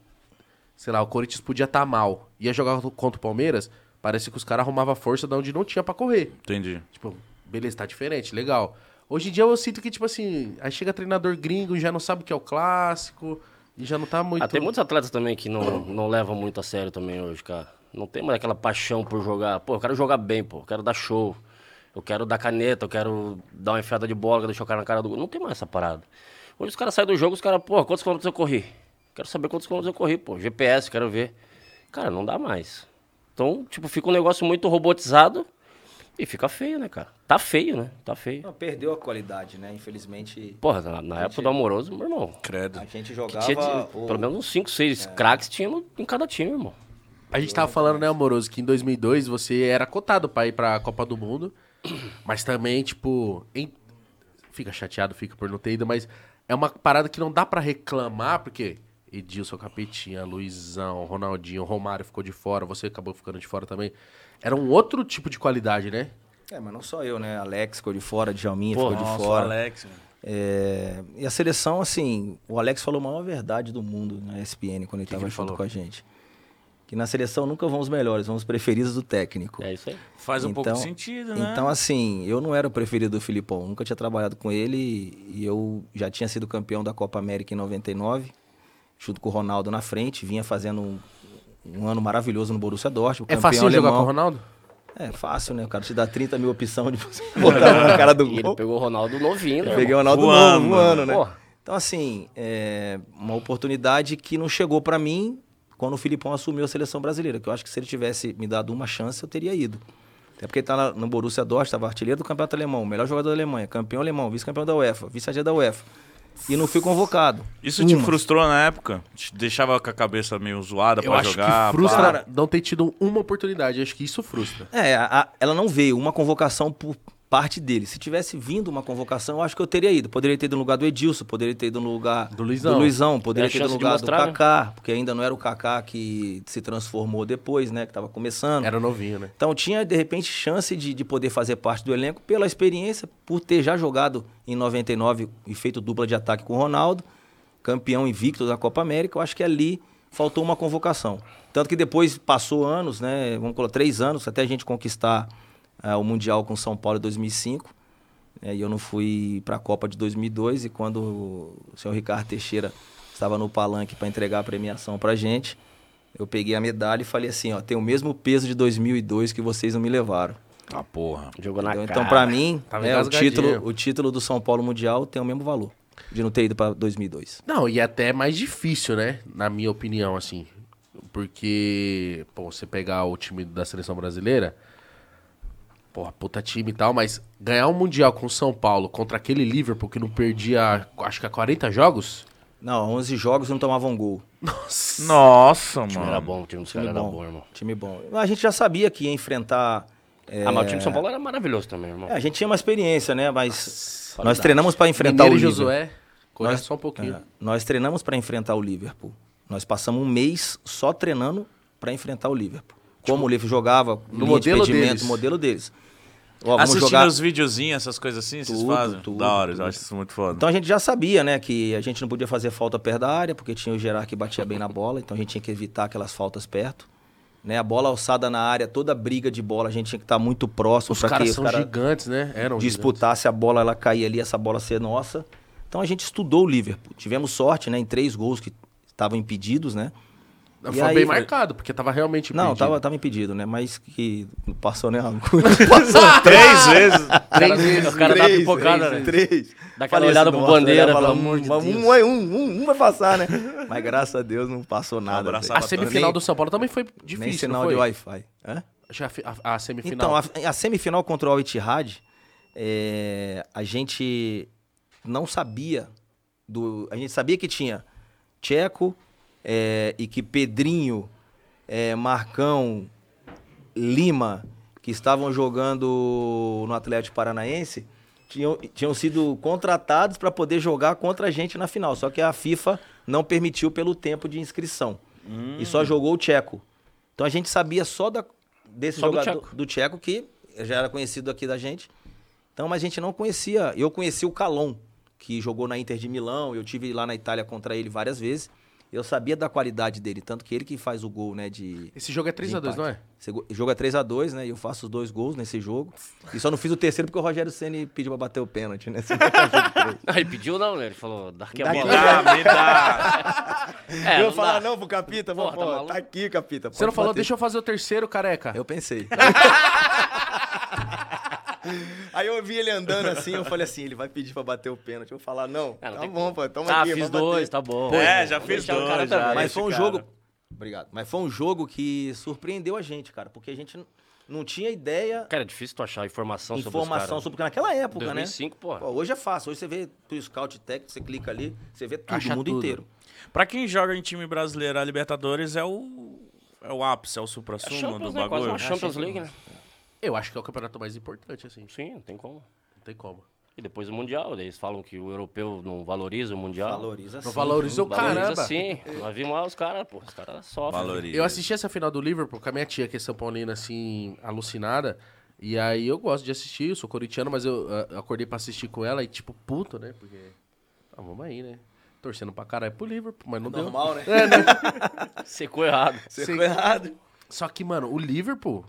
Speaker 2: sei lá, o Corinthians podia estar mal. Ia jogar contra o Palmeiras, parece que os caras arrumavam força de onde não tinha pra correr.
Speaker 1: Entendi.
Speaker 2: Tipo, beleza, tá diferente, legal. Hoje em dia eu sinto que, tipo assim, aí chega treinador gringo, já não sabe o que é o clássico, e já não tá muito.
Speaker 4: Ah, tem muitos atletas também que não, não levam muito a sério também hoje, cara. Não tem mais aquela paixão por jogar. Pô, eu quero jogar bem, pô. Eu quero dar show. Eu quero dar caneta, eu quero dar uma enfiada de bola, deixar o cara na cara do gol. Não tem mais essa parada. Hoje os caras saem do jogo, os caras, pô, quantos quilômetros eu corri? Quero saber quantos quilômetros eu corri, pô. GPS, quero ver. Cara, não dá mais. Então, tipo, fica um negócio muito robotizado e fica feio, né, cara? Tá feio, né? Tá feio.
Speaker 3: Não, perdeu a qualidade, né? Infelizmente,
Speaker 4: Porra, na, na época do Amoroso, meu irmão,
Speaker 1: Credo.
Speaker 3: a gente
Speaker 4: que
Speaker 3: jogava...
Speaker 4: tinha de-
Speaker 3: o- É.
Speaker 4: pelo menos uns 5, 6 craques tinha no- em cada time, irmão.
Speaker 2: A gente tava falando, né, Amoroso, que em 2002 você era cotado pra ir pra Copa do Mundo, *clears throat* mas também, tipo, em- fica chateado, fica por não ter ido, mas é uma parada que não dá pra reclamar, porque Edilson Capetinha, Luizão, Ronaldinho, Romário ficou de fora, você acabou ficando de fora também. Era um outro tipo de qualidade, né?
Speaker 3: É, mas não só eu, né? Alex ficou de fora, Djalminha
Speaker 4: Pô,
Speaker 3: ficou
Speaker 1: Nossa,
Speaker 3: de
Speaker 1: o
Speaker 3: fora.
Speaker 1: Alex, mano.
Speaker 3: É, E a seleção, assim, o Alex falou a maior verdade do mundo na ESPN quando
Speaker 2: que
Speaker 3: ele estava
Speaker 2: ele
Speaker 3: junto
Speaker 2: falou?
Speaker 3: com a gente. Que na seleção nunca vão os melhores, vão os preferidos do técnico.
Speaker 4: É isso aí.
Speaker 1: faz um pouco de
Speaker 3: Então-
Speaker 1: sentido, né?
Speaker 3: Então, assim, eu não era o preferido do Filipão, nunca tinha trabalhado com ele e eu já tinha sido campeão da Copa América em 99, junto com o Ronaldo na frente, vinha fazendo um, um ano maravilhoso no Borussia Dortmund.
Speaker 2: É
Speaker 3: campeão
Speaker 2: fácil jogar
Speaker 3: alemão.
Speaker 2: com o Ronaldo?
Speaker 3: É fácil, né? O cara te dá 30 mil opção de
Speaker 2: *laughs*
Speaker 3: você botar na cara do
Speaker 4: E ele
Speaker 3: gol.
Speaker 4: pegou o Ronaldo novinho, né?
Speaker 3: Eu peguei o Ronaldo
Speaker 1: Voando.
Speaker 3: novo, voando, né?
Speaker 4: Porra.
Speaker 3: Então, assim, é uma oportunidade que não chegou pra mim quando o Filipão assumiu a seleção brasileira, que eu acho que se ele tivesse me dado uma chance, eu teria ido. Até porque ele tá na- no Borussia Dortmund, estava artilheiro do Campeonato Alemão, melhor jogador da Alemanha, campeão alemão, vice-campeão da UEFA, vice-artilheiro da UEFA. E não fui convocado. Hum.
Speaker 1: Isso te frustrou na época? Te deixava com a cabeça meio zoada
Speaker 2: Eu
Speaker 1: pra
Speaker 2: acho
Speaker 1: jogar?
Speaker 2: que frustra
Speaker 1: pá?
Speaker 2: não ter tido uma oportunidade, acho que isso frustra.
Speaker 3: É, a- a- ela não veio uma convocação por parte dele. Se tivesse vindo uma convocação, eu acho que eu teria ido. Poderia ter ido no lugar do Edilson, poderia ter ido no lugar
Speaker 2: Do Luizão.
Speaker 3: poderia
Speaker 4: Era
Speaker 3: ter ido no
Speaker 4: chance de
Speaker 3: lugar
Speaker 4: mostrar,
Speaker 3: do
Speaker 4: né?
Speaker 3: Kaká, porque ainda não era o Kaká que se transformou depois, né, que estava começando.
Speaker 2: Era novinho, né?
Speaker 3: Então tinha, de repente, chance de, de poder fazer parte do elenco pela experiência, por ter já jogado em 99 e feito dupla de ataque com o Ronaldo, campeão invicto da Copa América. Eu acho que ali faltou uma convocação. Tanto que depois passou anos, né? Vamos colocar três anos, até a gente conquistar ah, o Mundial com São Paulo em 2005. né, e eu não fui para a Copa de 2002. E quando o senhor Ricardo Teixeira estava no palanque para entregar a premiação para gente, eu peguei a medalha e falei assim: ó, tem o mesmo peso de 2002 que vocês não me levaram.
Speaker 1: Ah, porra.
Speaker 4: Jogou na
Speaker 3: Entendeu?
Speaker 4: cara.
Speaker 3: Então, pra mim,
Speaker 2: Tava
Speaker 3: né, o,
Speaker 2: engasgadinho.
Speaker 3: título, o título do São Paulo Mundial tem o mesmo valor de não ter ido pra 2002.
Speaker 2: Não, e é até mais difícil, né? Na minha opinião, assim. Porque, pô, você pegar o time da seleção brasileira, porra, puta time e tal, mas ganhar um Mundial com o São Paulo contra aquele Liverpool que não perdia, acho que há 40 jogos?
Speaker 3: Não, 11 jogos não tomavam um gol.
Speaker 1: Nossa,
Speaker 4: O
Speaker 3: Tipo,
Speaker 4: time era
Speaker 1: mano.
Speaker 4: bom, o time dos caras Tá, era bom, irmão.
Speaker 3: Time bom. A gente já sabia que ia enfrentar. é,
Speaker 4: Ah, mas o time de São Paulo era maravilhoso também, irmão.
Speaker 3: é, a gente tinha uma experiência, né? Mas nós
Speaker 4: qualidade.
Speaker 3: treinamos para enfrentar
Speaker 2: Mineiro
Speaker 3: o
Speaker 2: e
Speaker 3: Liverpool.
Speaker 2: Josué, correr só um pouquinho.
Speaker 3: É, nós treinamos para enfrentar o Liverpool. Nós passamos um mês só treinando para enfrentar o Liverpool. Como o Liverpool jogava, linha de
Speaker 2: Tipo, modelo
Speaker 3: impedimento,
Speaker 2: deles.
Speaker 3: modelo deles. Ó, vamos
Speaker 1: Assistindo
Speaker 3: jogar-
Speaker 1: os videozinhos, essas coisas assim, vocês
Speaker 3: Tudo,
Speaker 1: fazem?
Speaker 3: tudo,
Speaker 1: da hora, eu
Speaker 3: tudo.
Speaker 1: acho isso muito foda.
Speaker 3: Então a gente já sabia, né, que a gente não podia fazer falta perto da área, porque tinha o Gerard que batia bem na bola, então a gente tinha que evitar aquelas faltas perto. Né, a bola alçada na área, toda briga de bola, a gente tinha que estar muito próximo
Speaker 2: Os
Speaker 3: para
Speaker 2: caras
Speaker 3: que
Speaker 2: são
Speaker 3: o cara
Speaker 2: gigantes, né? Eram
Speaker 3: disputasse a bola, ela cair ali, essa bola ser nossa. Então a gente estudou o Liverpool. Tivemos sorte, né, em três gols que estavam impedidos, né?
Speaker 2: Foi
Speaker 3: E aí,
Speaker 2: bem
Speaker 3: foi-
Speaker 2: marcado, porque tava realmente
Speaker 3: Não,
Speaker 2: impedido.
Speaker 3: tava, tava impedido, né? Mas que não passou né? nem a Passou
Speaker 1: Três vezes.
Speaker 2: Três vezes.
Speaker 4: O cara dá pipocada, né?
Speaker 3: Três.
Speaker 4: Dá aquela
Speaker 3: Falei
Speaker 4: olhada
Speaker 3: assim,
Speaker 4: pro
Speaker 3: "Nossa,
Speaker 4: bandeira,
Speaker 3: olha,
Speaker 4: pelo
Speaker 3: fala,
Speaker 4: amor de
Speaker 3: um,
Speaker 4: Deus."
Speaker 3: Um,
Speaker 4: *laughs*
Speaker 3: vai- um, um, um vai passar, né? *laughs* Mas graças a Deus não passou nada.
Speaker 1: abraço
Speaker 3: velho.
Speaker 2: A semifinal do São Paulo também foi difícil,
Speaker 3: Nem sinal
Speaker 2: não foi?
Speaker 3: de Wi-Fi. Hã?
Speaker 2: Já fi- a, a semifinal.
Speaker 3: Então, a, a semifinal contra o Al-Ittihad, é, a gente não sabia do... A gente sabia que tinha Tcheco é, e que Pedrinho, é, Marcão, Lima, que estavam jogando no Atlético Paranaense, tinham, tinham sido contratados para poder jogar contra a gente na final. Só que a FIFA não permitiu pelo tempo de inscrição. E
Speaker 4: Hum.
Speaker 3: só jogou o Tcheco. Então a gente sabia só da, desse
Speaker 4: Só do
Speaker 3: jogador do
Speaker 4: Tcheco.
Speaker 3: Tcheco. que já era conhecido aqui da gente. Então, mas a gente não conhecia. Eu conheci o Calon, que jogou na Inter de Milão. Eu tive lá na Itália contra ele várias vezes. Eu sabia da qualidade dele, tanto que ele que faz o gol, né, de
Speaker 2: Esse jogo é 3x2, não é?
Speaker 3: você go- joga 3x2, né? E eu faço os dois gols nesse jogo. E só não fiz o terceiro porque o Rogério Ceni pediu pra bater o pênalti, né? Senão eu jogo três.
Speaker 4: Não, ele pediu não, né? Ele falou, dá aqui a
Speaker 3: Então,
Speaker 1: Me
Speaker 4: bola.
Speaker 1: dá, me dá.
Speaker 4: *laughs* *laughs* É,
Speaker 3: eu
Speaker 4: não
Speaker 3: falar,
Speaker 4: dá.
Speaker 3: não, pro Capita,
Speaker 4: Porra,
Speaker 3: vou,
Speaker 4: tá
Speaker 3: pô, tá,
Speaker 4: maluco?
Speaker 3: aqui, Capita.
Speaker 2: Você não
Speaker 3: pode
Speaker 2: falou,
Speaker 3: bater.
Speaker 2: deixa eu fazer o terceiro, careca.
Speaker 4: *laughs*
Speaker 3: Eu pensei. Aí eu vi ele andando assim, eu falei assim, ele vai pedir pra bater o pênalti. Eu vou falar, não,
Speaker 4: Ah, não
Speaker 3: tá
Speaker 4: tem
Speaker 3: bom, pô, toma
Speaker 4: Tá,
Speaker 3: aqui.
Speaker 4: fiz
Speaker 3: vai bater.
Speaker 4: dois, tá bom.
Speaker 1: É,
Speaker 4: Pô,
Speaker 1: já
Speaker 4: vou
Speaker 1: fiz
Speaker 4: deixar o cara
Speaker 1: dois,
Speaker 4: também.
Speaker 1: já.
Speaker 3: Mas
Speaker 1: esse
Speaker 3: foi um
Speaker 1: cara.
Speaker 3: jogo. Obrigado. Mas foi um jogo que surpreendeu a gente, cara, porque a gente n- não tinha ideia,
Speaker 4: Cara, é difícil tu achar informação,
Speaker 3: informação
Speaker 4: sobre os caras.
Speaker 3: sobre. Porque naquela época, né?
Speaker 4: 2005, porra.
Speaker 3: Pô, hoje é fácil. Hoje você vê pro Scout Tech, você clica ali, você vê tudo,
Speaker 2: Acha
Speaker 3: o mundo
Speaker 2: tudo.
Speaker 3: inteiro.
Speaker 1: Pra quem joga em time brasileiro, a Libertadores é o. É o ápice, é o
Speaker 4: É
Speaker 1: supra-sumo do
Speaker 4: Champions, né? Quase
Speaker 1: bagulho.
Speaker 4: uma Champions League, né?
Speaker 2: Eu acho que é o campeonato mais importante, assim.
Speaker 4: Sim, não tem como.
Speaker 2: Não tem como.
Speaker 4: E depois o Mundial, daí eles falam que o europeu não valoriza o Mundial.
Speaker 3: Valoriza
Speaker 2: Não
Speaker 3: sim.
Speaker 2: valorizou,
Speaker 4: Tá. Valoriza
Speaker 2: caramba.
Speaker 4: sim. Nós vimos lá os caras, pô, os caras sofrem.
Speaker 1: Valoriza.
Speaker 2: Eu assisti essa final do Liverpool com a minha tia, que é São Paulina, assim, alucinada. E aí eu gosto de assistir, eu sou corintiano, mas eu ah, acordei pra assistir com ela e, tipo, puto, né? Porque. Ah, vamos aí, né? Torcendo pra caralho pro Liverpool, mas não
Speaker 4: É
Speaker 2: deu.
Speaker 3: Normal, né?
Speaker 4: *laughs* Secou errado.
Speaker 3: Você ficou errado.
Speaker 2: Só que, mano, o Liverpool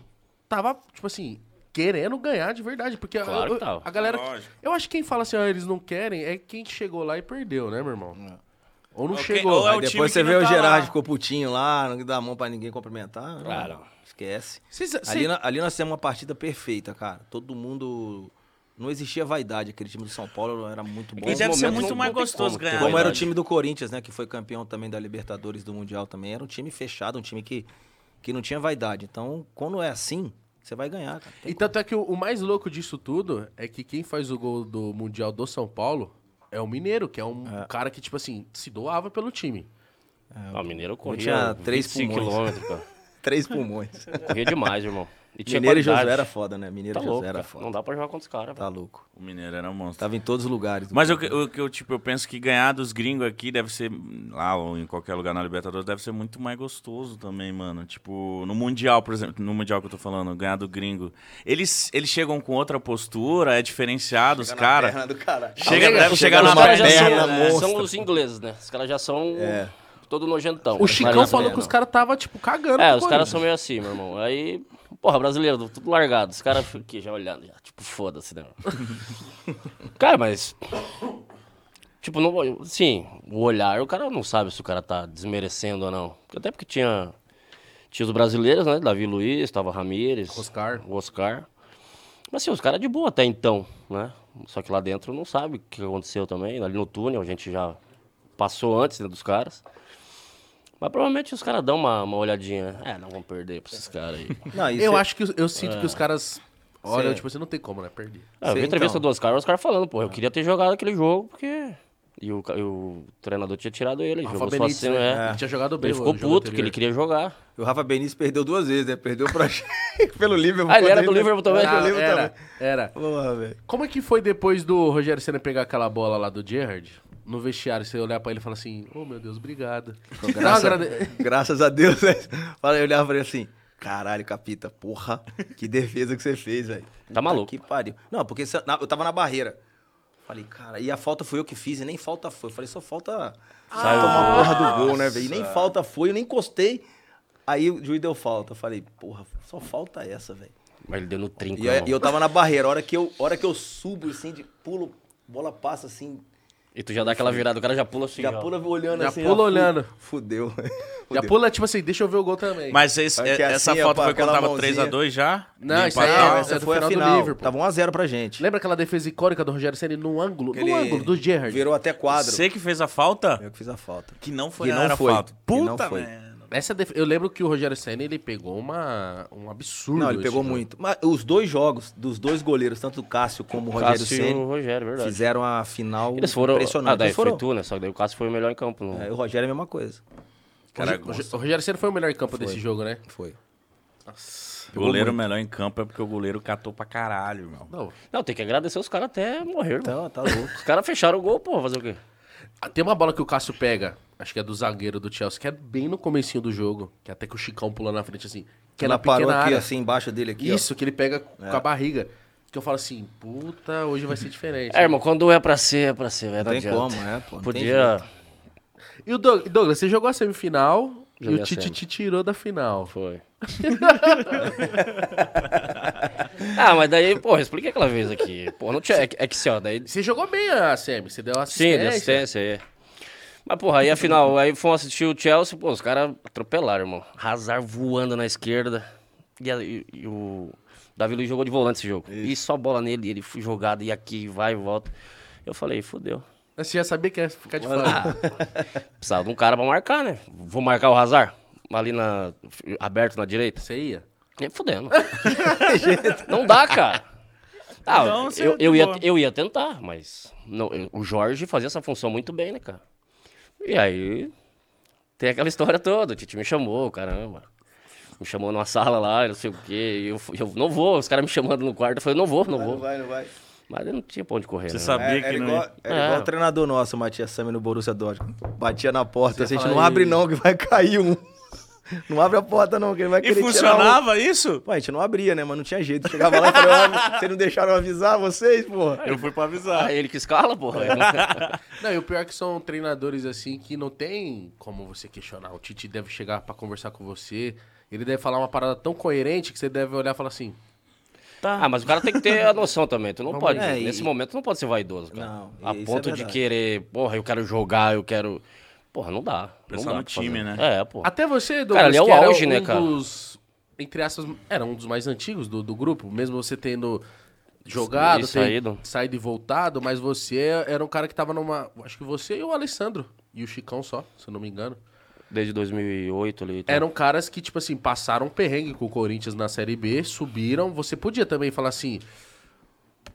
Speaker 2: tava, tipo assim, querendo ganhar de verdade. Porque a-
Speaker 4: Claro que
Speaker 2: a,
Speaker 4: tava.
Speaker 2: a galera.
Speaker 1: Lógico.
Speaker 2: Eu acho que quem fala assim, ah, eles não querem, é quem chegou lá e perdeu, né, meu irmão? Ou não
Speaker 1: Ou quem-
Speaker 2: chegou.
Speaker 1: É. ou é o
Speaker 3: Aí
Speaker 1: time
Speaker 3: depois
Speaker 1: que
Speaker 3: você vê
Speaker 1: não
Speaker 3: o
Speaker 1: tá
Speaker 3: Gerard
Speaker 1: lá.
Speaker 3: ficou putinho lá, não dá a mão pra ninguém cumprimentar. não,
Speaker 4: Claro.
Speaker 3: Esquece.
Speaker 2: Cês- cê-
Speaker 3: Ali, na- ali nós temos uma partida perfeita, cara. Todo mundo. Não existia vaidade. Aquele time do São Paulo era muito bom.
Speaker 1: E deve
Speaker 4: Bons
Speaker 1: ser
Speaker 4: momentos
Speaker 1: muito
Speaker 4: não-
Speaker 1: mais
Speaker 4: não tem
Speaker 1: gostoso
Speaker 4: como,
Speaker 1: ganhar.
Speaker 4: tem
Speaker 3: Como era o
Speaker 4: É Verdade.
Speaker 3: time do Corinthians, né? Que foi campeão também da Libertadores do Mundial também. Era um time fechado, um time que, que não tinha vaidade. Então, quando é assim, você vai ganhar, cara.
Speaker 2: E tanto é que o, o mais louco disso tudo é que quem faz o gol do Mundial do São Paulo é o Mineiro, que é um cara que, tipo assim, se doava pelo time.
Speaker 4: Ah, o Mineiro corria.
Speaker 3: tinha três
Speaker 4: 25
Speaker 3: pulmões.
Speaker 4: quilômetros, cara.
Speaker 3: *laughs* Três pulmões.
Speaker 4: Corria demais, irmão. E tinha
Speaker 3: Mineiro e
Speaker 4: qualidade.
Speaker 3: Josué era foda, né?
Speaker 4: Tá
Speaker 3: Mineiro e Josué
Speaker 4: louco,
Speaker 3: era
Speaker 4: cara.
Speaker 3: foda.
Speaker 4: Não dá pra jogar contra os caras,
Speaker 3: Tá louco.
Speaker 1: O Mineiro era um monstro.
Speaker 3: Tava em todos os lugares.
Speaker 1: Mas o que o que eu, tipo, eu penso que ganhar dos gringos aqui deve ser, lá ou em qualquer lugar na Libertadores, deve ser muito mais gostoso também, mano. Tipo, no Mundial, por exemplo, no Mundial que eu tô falando, ganhar do gringo. Eles, eles chegam com outra postura, é diferenciado, os caras. Chega,
Speaker 2: Chega-
Speaker 1: deve
Speaker 3: chega
Speaker 1: chegar na
Speaker 3: numa
Speaker 1: perna,
Speaker 3: perna, É.
Speaker 1: né?
Speaker 3: amor. monstro.
Speaker 4: assim, são os ingleses, né? Os caras já são todo nojentão.
Speaker 2: O Chicão
Speaker 4: Mas-
Speaker 2: falou que os caras tava, tipo, cagando.
Speaker 4: É,
Speaker 2: pro
Speaker 4: os caras
Speaker 2: Corinthians.
Speaker 4: são meio assim, meu irmão. Aí, porra, brasileiro, tudo largado. Os caras ficam aqui já olhando, já, tipo, foda-se, né?
Speaker 2: *laughs*
Speaker 4: cara, mas. Tipo, não, sim, o olhar, o cara não sabe se o cara tá desmerecendo ou não. Até porque tinha. Tinha os brasileiros, né? Davi Luiz, tava Ramírez.
Speaker 2: Oscar.
Speaker 4: O Oscar. Mas assim, os caras de boa até então, né? Só que lá dentro não sabe o que aconteceu também. Ali no túnel a gente já passou antes né, dos caras. Mas provavelmente os caras dão uma, uma olhadinha. né? É, não vão perder pra esses caras
Speaker 3: *laughs*
Speaker 4: aí.
Speaker 3: Não, isso
Speaker 2: Eu
Speaker 3: é-
Speaker 2: acho que os- eu sinto que os caras olham,
Speaker 3: Cê-
Speaker 2: tipo assim, não tem como, né? Perdi.
Speaker 4: Ah, eu vi
Speaker 3: Sim,
Speaker 4: a entrevista
Speaker 3: então. É.
Speaker 4: do Oscar, o Oscar falando, pô, eu queria ter jogado aquele jogo porque. E o, ca- e o treinador tinha tirado ele.
Speaker 2: Rafa
Speaker 4: Jogou só
Speaker 2: Benítez,
Speaker 4: assim,
Speaker 2: né?
Speaker 4: é.
Speaker 2: Ele tinha jogado bem.
Speaker 4: Ele
Speaker 2: o
Speaker 4: ficou
Speaker 2: jogo
Speaker 4: puto que ele
Speaker 2: anterior.
Speaker 4: queria jogar.
Speaker 3: E O Rafa Benítez perdeu duas vezes, né? Perdeu pra... *laughs* pelo Liverpool.
Speaker 4: Ah, ele era
Speaker 3: quando
Speaker 4: do Liverpool também?
Speaker 3: Era do
Speaker 2: Ah,
Speaker 3: Liverpool
Speaker 2: era,
Speaker 3: também.
Speaker 2: era.
Speaker 3: Porra, velho.
Speaker 2: Como é que foi depois do Rogério Senna pegar aquela bola lá do Gerrard? No vestiário, você olhar pra ele e falar assim, oh meu Deus, obrigado. Dá uma
Speaker 3: Graças,
Speaker 2: agrade-
Speaker 3: graças a Deus, *laughs* velho. Fala, eu olhava pra ele assim, caralho, capita, porra, que defesa que você fez,
Speaker 2: Tá
Speaker 3: velho. Puta
Speaker 4: maluco.
Speaker 3: Que pariu. Não, porque se- na- eu tava na barreira. Falei, cara, e a falta foi eu que fiz, e nem falta foi. Eu Falei, só falta Saiu tomar a porra do gol, né, velho? E nem falta foi, eu nem encostei. Aí o juiz deu falta. Eu falei, porra, só falta essa, velho.
Speaker 4: Mas ele deu no trinco.
Speaker 3: E
Speaker 4: né,
Speaker 3: eu,
Speaker 4: irmão?
Speaker 3: e eu tava na barreira. A hora que eu, a hora que eu subo, assim, de pulo, bola passa, assim,
Speaker 4: E tu já dá aquela virada, o cara já pula assim.
Speaker 3: Já
Speaker 4: ó.
Speaker 3: pula olhando
Speaker 2: Já
Speaker 3: assim.
Speaker 2: pula
Speaker 3: ó,
Speaker 2: olhando.
Speaker 3: fu- Fudeu. *laughs*
Speaker 2: Já
Speaker 3: Fudeu.
Speaker 2: pula, tipo assim, deixa eu ver o gol também.
Speaker 1: Mas esse-
Speaker 3: Aqui
Speaker 1: é- essa
Speaker 3: assim, ó,
Speaker 1: foto
Speaker 3: pá,
Speaker 1: foi quando
Speaker 3: aquela
Speaker 1: tava
Speaker 3: mãozinha.
Speaker 1: 3x2 já?
Speaker 2: Não,
Speaker 1: De
Speaker 2: isso aí
Speaker 1: empatar?
Speaker 2: é-
Speaker 3: Ah,
Speaker 2: essa
Speaker 3: essa
Speaker 2: do
Speaker 3: foi a
Speaker 2: final do
Speaker 3: final.
Speaker 2: Liverpool.
Speaker 3: Tava 1x0 pra gente.
Speaker 2: Lembra aquela defesa icônica do Rogério Ceni no ângulo?
Speaker 3: Ele
Speaker 2: No ângulo do Gerrard.
Speaker 3: Virou até quadro.
Speaker 1: Você que fez a falta?
Speaker 3: Eu que fiz a falta.
Speaker 1: Que não foi,
Speaker 3: Que não
Speaker 1: era
Speaker 3: foi.
Speaker 1: falta.
Speaker 3: Que não
Speaker 1: Puta,
Speaker 3: foi.
Speaker 1: mano.
Speaker 2: Essa def- Eu lembro que o Rogério Senna, ele pegou uma... um absurdo.
Speaker 3: Não, ele
Speaker 2: esse
Speaker 3: pegou
Speaker 2: jogo.
Speaker 3: muito. Mas os dois jogos dos dois goleiros, tanto o Cássio como o Rogério
Speaker 4: Cássio e o
Speaker 3: Ceni,
Speaker 4: Rogério, é verdade.
Speaker 3: fizeram a final
Speaker 4: Eles foram. Ah,
Speaker 3: impressionante.
Speaker 4: daí
Speaker 3: Eles
Speaker 4: foi
Speaker 3: foram-
Speaker 4: tu, né? Só que daí o Cássio foi o melhor em campo. No...
Speaker 3: É, o Rogério é a mesma coisa.
Speaker 1: Cara,
Speaker 2: O Rogério- O Rogério Senna foi o melhor em campo desse jogo, né?
Speaker 3: Foi.
Speaker 1: goleiro melhor em campo é porque o goleiro catou pra caralho, meu.
Speaker 2: Não.
Speaker 4: Não, tem que agradecer os caras até morrer, irmão.
Speaker 3: Então, tá louco.
Speaker 4: *laughs* Os caras fecharam o gol, pô, fazer o quê?
Speaker 2: Ah, Tem uma bola que o Cássio pega, acho que é do zagueiro do Chelsea, que é bem no comecinho do jogo, que é até que o Chicão pula na frente assim, que é
Speaker 3: Ela
Speaker 2: na
Speaker 3: parou
Speaker 2: pequena
Speaker 3: aqui,
Speaker 2: área.
Speaker 3: assim, embaixo dele aqui, ó. É.
Speaker 2: Isso, que ele pega com a barriga. Que eu falo assim, puta, hoje vai ser diferente.
Speaker 4: É, irmão, quando é pra ser, é pra ser, velho.
Speaker 3: Não tem
Speaker 4: adianta.
Speaker 3: como, é, pô. Não tem
Speaker 4: Podia.
Speaker 2: E o Doug- Douglas, você jogou a semifinal
Speaker 4: Joguei
Speaker 2: e
Speaker 4: a
Speaker 2: o Tite
Speaker 4: semi.
Speaker 2: te tirou da final.
Speaker 4: Foi. *laughs* ah, mas daí, porra, eu expliquei aquela vez aqui. Porra, não tinha. É, que- é que assim, ó, daí. é,
Speaker 2: Você jogou bem a semi, você deu
Speaker 4: Sim,
Speaker 2: assistência.
Speaker 4: deu assistência aí. Mas, porra, aí afinal, aí fomos assistir o Chelsea, pô, os caras atropelaram, irmão. Hazard voando na esquerda. E, a- e- e o Davi Luiz jogou de volante esse jogo. E só bola nele, e ele foi jogado, e aqui, vai e volta. Eu falei, fudeu.
Speaker 2: Você já sabia que ia ficar de fora.
Speaker 4: Ah, *laughs* Precisava de um cara pra marcar, né? Vou marcar o Hazard, ali na, aberto na direita.
Speaker 2: Você ia.
Speaker 4: Nem
Speaker 1: *laughs*
Speaker 4: fudendo. não dá, cara. Ah,
Speaker 1: Então, você
Speaker 4: eu,
Speaker 1: de
Speaker 4: eu, ia,
Speaker 1: boa.
Speaker 4: eu ia tentar, mas não, eu- o Jorge fazia essa função muito bem, né, cara? E aí tem aquela história toda. O Tite me chamou, caramba. Me chamou numa sala lá, não sei o quê. e Eu, fui- eu não vou, os caras me chamando no quarto. Eu falei, não vou, não
Speaker 3: Não
Speaker 4: vou.
Speaker 3: vai, não vai.
Speaker 4: Mas eu não tinha pra onde correr.
Speaker 1: Você
Speaker 4: né?
Speaker 1: sabe-
Speaker 3: É,
Speaker 1: Sabia
Speaker 3: era
Speaker 1: que não
Speaker 3: igual,
Speaker 1: ia.
Speaker 3: era
Speaker 4: É.
Speaker 3: igual o treinador nosso, o Matias Sami, no Borussia Dortmund. Batia na porta, assim, a gente
Speaker 2: fala
Speaker 3: não abre
Speaker 2: aí.
Speaker 3: não, que vai *laughs* cair um. Não abre a porta não, que ele vai
Speaker 1: E
Speaker 3: querer tirar um.
Speaker 1: funcionava isso?
Speaker 3: Pô, a gente não abria, né? Mas não tinha jeito. Chegava lá e falava, "Ó, *laughs* vocês não deixaram eu avisar vocês, porra?
Speaker 1: Eu fui pra avisar.
Speaker 4: Ah, ele que escala, porra.
Speaker 2: Não, e o pior é que são treinadores assim que não tem como você questionar. O Tite deve chegar pra conversar com você. Ele deve falar uma parada tão coerente que você deve olhar e falar assim.
Speaker 4: Ah, mas o cara tem que ter a noção também. Tu não pode,
Speaker 3: aí. Tá. É, e-
Speaker 4: nesse momento, tu não pode ser vaidoso, cara.
Speaker 3: Não,
Speaker 4: a
Speaker 3: isso é
Speaker 4: ponto de
Speaker 3: verdade.
Speaker 4: querer, porra, eu quero jogar, eu quero. Porra, não dá.
Speaker 1: Pensar
Speaker 4: não dá
Speaker 1: no
Speaker 4: pra fazer.
Speaker 1: time, né?
Speaker 4: É, porra.
Speaker 2: Até você, Douglas,
Speaker 4: Cara, ali é o
Speaker 2: que era
Speaker 4: auge,
Speaker 2: um
Speaker 4: né, cara?
Speaker 2: dos, entre aspas, era um dos mais antigos do, do grupo, mesmo você tendo jogado,
Speaker 4: E
Speaker 2: ter
Speaker 4: saído.
Speaker 2: saído e voltado, mas você era um cara que tava numa... Acho que você e o Alessandro, e o Chicão só, se eu não me engano.
Speaker 4: Desde 2008 ali.
Speaker 3: É,
Speaker 4: Então.
Speaker 2: Eram caras que, tipo assim, passaram um perrengue com o Corinthians na Série B, subiram. Você podia também falar assim,